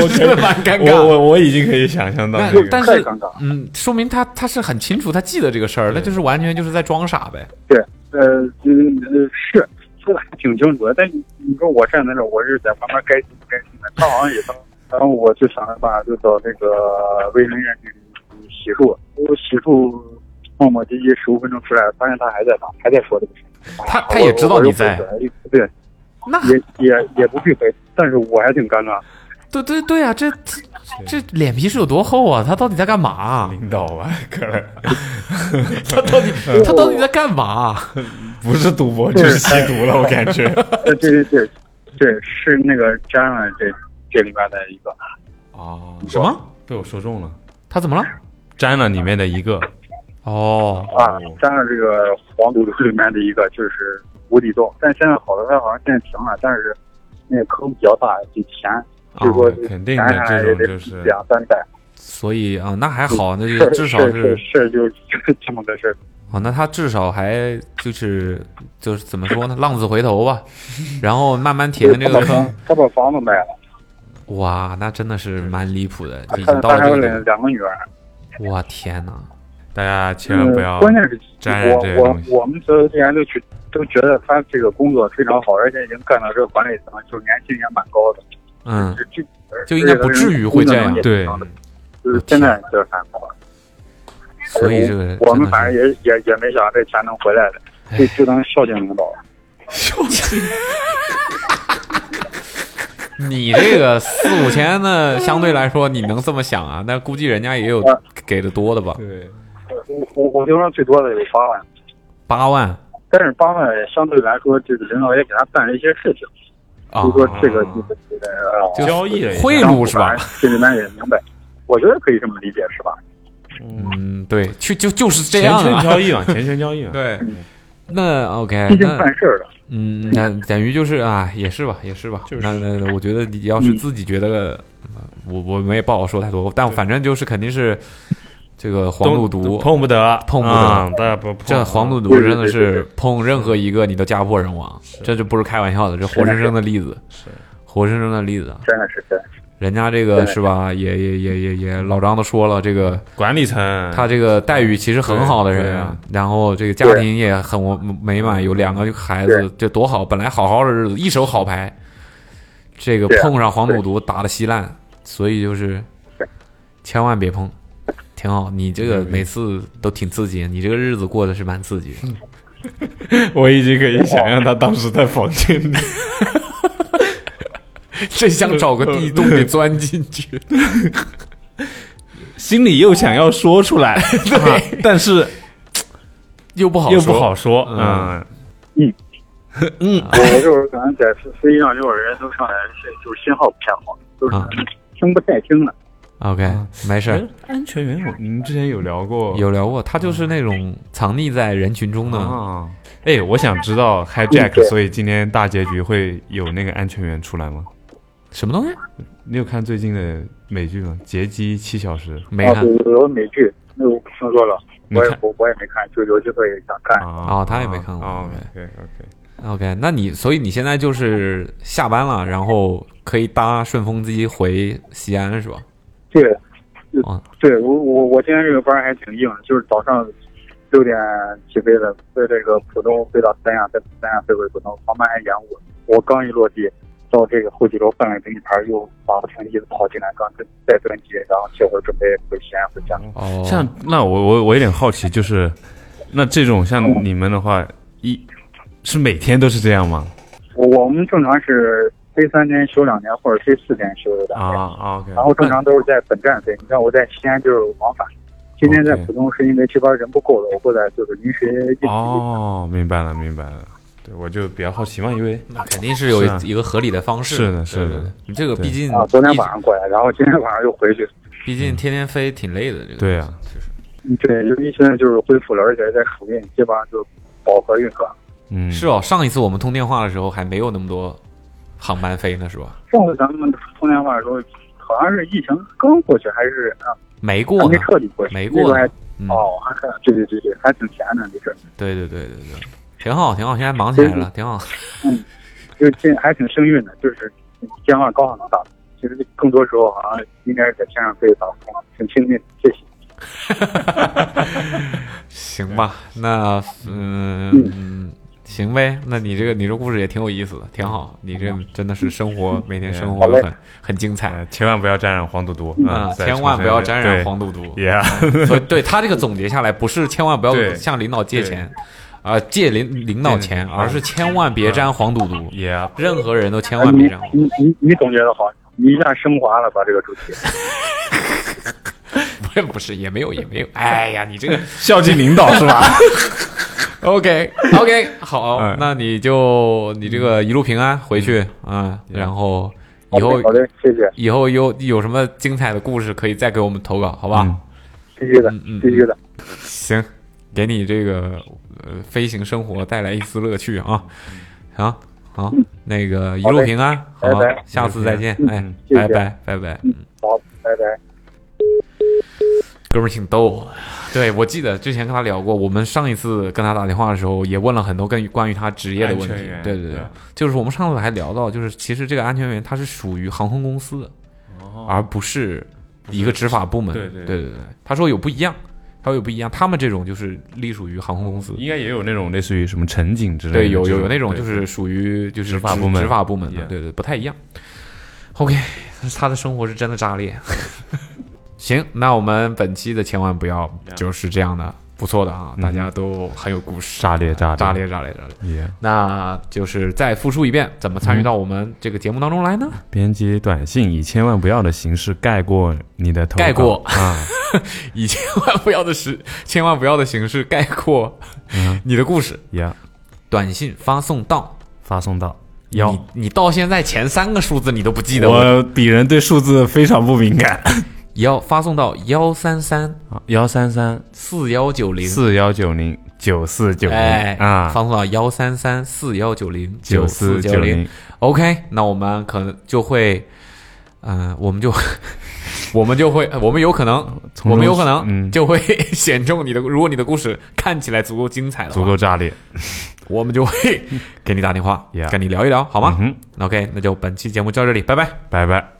[SPEAKER 6] 我
[SPEAKER 3] 真的蛮尴尬
[SPEAKER 6] 我我我已经可以想象到
[SPEAKER 3] 那
[SPEAKER 6] 这
[SPEAKER 3] 但
[SPEAKER 6] 个。
[SPEAKER 3] 是
[SPEAKER 8] 太尴尬
[SPEAKER 3] 嗯，说明他他是很清楚，他记得这个事儿，那就是完全就是在装傻呗。
[SPEAKER 8] 对，呃，嗯呃，是说的还挺清楚的，但你你说我站在这儿，我是在旁边该信不该信的，他好像也当，然后我就想着吧，就找那个卫生院去洗漱，我洗漱磨磨唧唧十五分钟出来，发现他还在打，还在说这个事情。
[SPEAKER 3] 他
[SPEAKER 8] 哎
[SPEAKER 3] 他也
[SPEAKER 8] 我
[SPEAKER 3] 知道
[SPEAKER 8] 我就
[SPEAKER 3] 你在
[SPEAKER 8] 后悔对，
[SPEAKER 3] 那
[SPEAKER 8] 也也也不避讳，但是我还挺尴尬。
[SPEAKER 3] 对对对啊，这这这脸皮是有多厚啊？他到底在干嘛啊、
[SPEAKER 6] 领导吧，可能
[SPEAKER 3] 他到底 他到底在干嘛啊？
[SPEAKER 6] 不是赌博就是吸毒了，我感觉。
[SPEAKER 8] 呃， 对对对，对，是那个沾了这这里边的一个，
[SPEAKER 6] 哦，
[SPEAKER 3] 什么？
[SPEAKER 6] 被我说中了，
[SPEAKER 3] 他怎么了？
[SPEAKER 6] 沾了里面的一个。
[SPEAKER 3] 哦，
[SPEAKER 8] 啊，沾上这个黄赌毒里面的一个就是无底洞，但现在好的，它好像现在停了，但是那个坑比较大，得钱，就是说
[SPEAKER 6] 哦肯定的
[SPEAKER 8] 钱还
[SPEAKER 6] 这
[SPEAKER 8] 得
[SPEAKER 6] 种
[SPEAKER 8] 啊
[SPEAKER 6] 就是
[SPEAKER 8] 两三代，
[SPEAKER 3] 所以啊、那还好，那
[SPEAKER 8] 事
[SPEAKER 3] 就
[SPEAKER 8] 儿
[SPEAKER 3] 至少
[SPEAKER 8] 事儿
[SPEAKER 3] 是
[SPEAKER 8] 事儿就就是这么个事儿。
[SPEAKER 3] 哦，那他至少还就是就是怎么说呢？浪子回头吧，然后慢慢填这
[SPEAKER 8] 他把
[SPEAKER 3] 个。
[SPEAKER 8] 房他把房子卖了，
[SPEAKER 3] 哇，那真的是蛮离谱的，已
[SPEAKER 8] 他
[SPEAKER 3] 经到
[SPEAKER 8] 他还有
[SPEAKER 3] 了这个地
[SPEAKER 8] 两
[SPEAKER 3] 步。
[SPEAKER 8] 两个女儿，
[SPEAKER 3] 我天哪！
[SPEAKER 6] 大家千万不要
[SPEAKER 8] 嗯，关键是
[SPEAKER 6] 沾染这些
[SPEAKER 8] 我
[SPEAKER 6] 东西
[SPEAKER 8] 我我们所有队员都觉都觉得他这个工作非常好，而且已经干到这个管理层，就是年薪也蛮高的，
[SPEAKER 3] 嗯，
[SPEAKER 8] 就
[SPEAKER 3] 就应该不至于会这样
[SPEAKER 6] 对，
[SPEAKER 8] 就是现在这还好，
[SPEAKER 3] 所以这个
[SPEAKER 8] 我们
[SPEAKER 3] 真的是
[SPEAKER 8] 反正也也也没想到这钱能回来的，就就当孝敬领导了。
[SPEAKER 3] 你这个四五千呢，相对来说你能这么想啊？ 那估计人家也有给的多的吧？
[SPEAKER 6] 对，
[SPEAKER 8] 我我我听说最多的有八万，
[SPEAKER 3] 八万
[SPEAKER 8] 但是八万相对来说，这个领导也给他办了一些事情，
[SPEAKER 3] 啊
[SPEAKER 8] 就，说这个这个这个啊，
[SPEAKER 3] 就
[SPEAKER 6] 交易了一下
[SPEAKER 3] 贿赂是吧？？
[SPEAKER 8] 心里面也明白，我觉得可以这么理解，是吧？
[SPEAKER 3] 嗯，对，就就就是这
[SPEAKER 6] 钱
[SPEAKER 3] 样
[SPEAKER 6] 权
[SPEAKER 3] 啊。
[SPEAKER 6] 交易嘛， 钱权交易嘛，
[SPEAKER 3] 对，那 OK，
[SPEAKER 8] 嗯毕竟
[SPEAKER 3] 那
[SPEAKER 8] 办事儿的，
[SPEAKER 3] 嗯，那等于就是啊，也是吧，也是吧。
[SPEAKER 6] 就是
[SPEAKER 3] 那那那我觉得你要
[SPEAKER 8] 嗯
[SPEAKER 3] 是自己觉得，呃我我们也不好说太多，但反正就是肯定是这个黄赌毒，
[SPEAKER 6] 碰不得，
[SPEAKER 3] 碰不得
[SPEAKER 6] 啊大家不碰
[SPEAKER 3] 这黄赌毒
[SPEAKER 8] 对对
[SPEAKER 3] 真的
[SPEAKER 8] 对对
[SPEAKER 3] 是碰任何一个你都家破人亡，这就不是开玩笑的，这活生生的例子，活生生的例子。
[SPEAKER 8] 真的是真的是。
[SPEAKER 3] 人家这个
[SPEAKER 8] 对嗯
[SPEAKER 3] 是吧？也也也也也，老张都说了，这个
[SPEAKER 6] 管理层，
[SPEAKER 3] 他这个待遇其实很好的
[SPEAKER 6] 对
[SPEAKER 3] 人
[SPEAKER 6] 对
[SPEAKER 3] 啊
[SPEAKER 6] 啊，
[SPEAKER 3] 然后这个家庭也很美满，有两个孩子，这多好！本来好好的日子，一手好牌，这个
[SPEAKER 8] 对啊
[SPEAKER 3] 碰上黄赌毒打的稀烂，所以就是千万别碰，挺好。你这
[SPEAKER 8] 嗯
[SPEAKER 3] 个每次都挺刺激，你这个日子过得是蛮刺激的。
[SPEAKER 6] 我已经可以想象他当时在房间里，
[SPEAKER 3] 真想找个地洞给钻进 去。
[SPEAKER 6] 心里又想要说出 来，啊但是
[SPEAKER 3] 又不好
[SPEAKER 6] 又
[SPEAKER 3] 说，
[SPEAKER 6] 不好说，
[SPEAKER 3] 嗯
[SPEAKER 6] 嗯，
[SPEAKER 8] 我就是可能在飞机上，就是人都上来是就是信号偏好，都是
[SPEAKER 3] 啊
[SPEAKER 8] 听不太清的。
[SPEAKER 3] OK，没事儿
[SPEAKER 6] 哎。安全员，我您之前有聊过
[SPEAKER 3] 有聊过，他就是那种藏匿在人群中的。
[SPEAKER 6] 啊？哎，我想知道
[SPEAKER 3] 嗯
[SPEAKER 6] hijack，所以今天大结局会有那个安全员出来吗？
[SPEAKER 3] 什么东西？
[SPEAKER 6] 你有看最近的美剧吗？《劫机七小时
[SPEAKER 3] 没
[SPEAKER 8] 啊，
[SPEAKER 3] 看
[SPEAKER 8] 有有有美剧，那我听说了，
[SPEAKER 6] 你
[SPEAKER 8] 我也
[SPEAKER 6] 看
[SPEAKER 8] 我我也没看，就有机会想看》。
[SPEAKER 6] 啊
[SPEAKER 3] 哦他也没看过
[SPEAKER 6] 啊
[SPEAKER 3] OK
[SPEAKER 6] ，OK OK，
[SPEAKER 3] OK，那你所以你现在就是下班了，然后可以搭顺风机回西安是吧？
[SPEAKER 8] 对，就
[SPEAKER 3] 哦
[SPEAKER 8] 对我我我今天这个班还挺硬，就是早上六点起飞的，飞这个浦东飞到三亚，再从三亚飞回浦东，航班还延误。我刚一落地，到这个候机楼换了个地盘，又把我停机子跑进来，刚再蹲机，然后歇会儿准备回西安回家。
[SPEAKER 3] 哦
[SPEAKER 6] 像那我我我有点好奇，就是那这种像你们的话，一是每天都是这样吗？
[SPEAKER 8] 我我们正常是飞三天休两天，或者飞四天休两天。
[SPEAKER 6] 啊，OK，
[SPEAKER 8] 然后
[SPEAKER 3] 嗯
[SPEAKER 8] 正常都是在本站飞。你像我在西安就是往返，今天在
[SPEAKER 6] OK
[SPEAKER 8] 浦东是因为这边人不够了，我过来就是临时应急。
[SPEAKER 6] 哦，明白了明白了，对我就比较好奇嘛，因为
[SPEAKER 3] 那肯定是有
[SPEAKER 6] 是啊
[SPEAKER 3] 一个合理的方式。
[SPEAKER 6] 是的
[SPEAKER 3] 对
[SPEAKER 6] 是的
[SPEAKER 3] 对对你这个
[SPEAKER 6] 对
[SPEAKER 3] 毕竟
[SPEAKER 8] 啊，昨天晚上过来，然后今天晚上又回去。
[SPEAKER 3] 毕竟天天飞挺累的。这个
[SPEAKER 6] 嗯对啊，
[SPEAKER 8] 对，就是现在就是恢复了，而且在属运，基本上就饱和运转。
[SPEAKER 6] 嗯，
[SPEAKER 3] 是哦，上一次我们通电话的时候还没有那么多航班飞呢，是吧？
[SPEAKER 8] 上次咱们通电话的时候，好像是疫情刚过去，还是啊
[SPEAKER 3] 没
[SPEAKER 8] 还
[SPEAKER 3] 过
[SPEAKER 8] 没
[SPEAKER 3] 呢。
[SPEAKER 8] 彻底过去，
[SPEAKER 3] 没过呢
[SPEAKER 8] 那个还
[SPEAKER 3] 嗯，
[SPEAKER 8] 哦，还还对对对对，还挺闲的，没事儿，
[SPEAKER 3] 对对对对对，挺好挺好，现在忙起来了，挺好。
[SPEAKER 8] 就这还挺幸运的，就是嗯电话刚好能打。其实更多时候好像应该是在天上飞打通，挺幸运，谢谢。
[SPEAKER 3] 行吧，那嗯，行呗。那你这个你这故事也挺有意思的，挺好。你这真的是生活，每天生活
[SPEAKER 8] 好嘞
[SPEAKER 3] 得很很精彩
[SPEAKER 6] 呃，千万不要沾染黄赌毒
[SPEAKER 9] 嗯
[SPEAKER 3] 啊！
[SPEAKER 6] 啊，再
[SPEAKER 3] 千万不要沾染黄
[SPEAKER 6] 赌
[SPEAKER 3] 赌毒。
[SPEAKER 6] ，Yeah，
[SPEAKER 3] 所以对他这个总结下来，不是千万不要
[SPEAKER 6] 对
[SPEAKER 3] 向领导借钱，啊，借领领导钱，
[SPEAKER 6] 对
[SPEAKER 3] 而是千万别沾黄赌毒。
[SPEAKER 9] 嗯
[SPEAKER 6] Yeah，
[SPEAKER 3] 任何人都千
[SPEAKER 8] 哎
[SPEAKER 3] 万
[SPEAKER 8] 你
[SPEAKER 3] 别沾黄。
[SPEAKER 8] 你你你总结的好，你一下升华了吧这个主题。
[SPEAKER 3] 不是不是，也没有也没有。哎呀，你这个
[SPEAKER 6] 孝敬领导是吧？
[SPEAKER 3] OK OK，好，
[SPEAKER 6] 嗯
[SPEAKER 3] 那你就你这个一路平安回去啊，然后以后
[SPEAKER 8] 好的，谢谢，
[SPEAKER 3] 以后有有什么精彩的故事，可以再给我们投稿，好吧？
[SPEAKER 6] 嗯
[SPEAKER 8] 必须的
[SPEAKER 3] 嗯嗯，
[SPEAKER 8] 必须的。
[SPEAKER 3] 行，给你这个呃飞行生活带来一丝乐趣啊！行，好，那个一
[SPEAKER 8] 好
[SPEAKER 3] 路
[SPEAKER 8] 嘞
[SPEAKER 3] 平安，
[SPEAKER 8] 拜
[SPEAKER 3] 好
[SPEAKER 8] 拜，
[SPEAKER 3] 下次再见，哎
[SPEAKER 6] 嗯，
[SPEAKER 8] 谢谢
[SPEAKER 3] 拜拜，拜拜。
[SPEAKER 8] 好，拜拜。
[SPEAKER 3] 哥们儿挺逗，对我记得之前跟他聊过，我们上一次跟他打电话的时候，也问了很多关于关于他职业的问题
[SPEAKER 6] 安全。员
[SPEAKER 3] 对对对
[SPEAKER 6] 对，
[SPEAKER 3] 就是我们上次还聊到，就是其实这个安全员他是属于航空公司的，而不是一个执法部门。
[SPEAKER 9] 对
[SPEAKER 3] 对
[SPEAKER 9] 对
[SPEAKER 3] 对对，他说有不一样，他说有不一样，他们这种就是隶属于航空公司。
[SPEAKER 9] 应该也有那种类似于什么乘警之类的，
[SPEAKER 3] 对，有有有
[SPEAKER 9] 这
[SPEAKER 3] 那种就
[SPEAKER 9] 对
[SPEAKER 3] 是属于就是
[SPEAKER 9] 执法部门
[SPEAKER 3] 执法部门的，
[SPEAKER 9] Yeah
[SPEAKER 3] 对对，不太一样。OK，他的生活是真的炸裂。 行，那我们本期的千万不要就是这样的，不错的啊，大家都很有故事，
[SPEAKER 9] 嗯炸裂炸裂
[SPEAKER 3] 炸裂炸裂炸裂。
[SPEAKER 9] 也
[SPEAKER 3] 那就是再复述一遍，怎么
[SPEAKER 9] 嗯
[SPEAKER 3] 参与到我们这个节目当中来呢？
[SPEAKER 9] 编辑短信以千万不要的形式盖过你的头，
[SPEAKER 3] 盖过
[SPEAKER 9] 啊，
[SPEAKER 3] 以千万不要的时，千万不要的形式概括
[SPEAKER 9] 嗯
[SPEAKER 3] 你的故事，
[SPEAKER 9] 也
[SPEAKER 3] 短信发送到
[SPEAKER 9] 发送到幺。
[SPEAKER 3] 你你到现在前三个数字你都不记得，
[SPEAKER 9] 我鄙人对数字非常不 敏感。
[SPEAKER 3] 幺发送到幺三啊三
[SPEAKER 9] 幺三三
[SPEAKER 3] 四幺九零
[SPEAKER 9] 四幺九零九四九零
[SPEAKER 3] 哎
[SPEAKER 9] 啊，
[SPEAKER 3] 发送到幺三三四幺九零四
[SPEAKER 9] 九
[SPEAKER 3] 零。OK，那我们可能就会，嗯、我们就 我们就会，呃我们有可能，
[SPEAKER 9] 从中
[SPEAKER 3] 我们有可能、
[SPEAKER 9] 嗯
[SPEAKER 3] 就会 选中你的。如果你的故事看起来足够精彩的话，
[SPEAKER 9] 足够炸裂。
[SPEAKER 3] 我们就会 给你打电话
[SPEAKER 9] Yeah
[SPEAKER 3] 跟你聊一聊，好吗、
[SPEAKER 9] 嗯
[SPEAKER 3] o k 那就本期节目就到这里，拜拜。
[SPEAKER 9] 拜拜。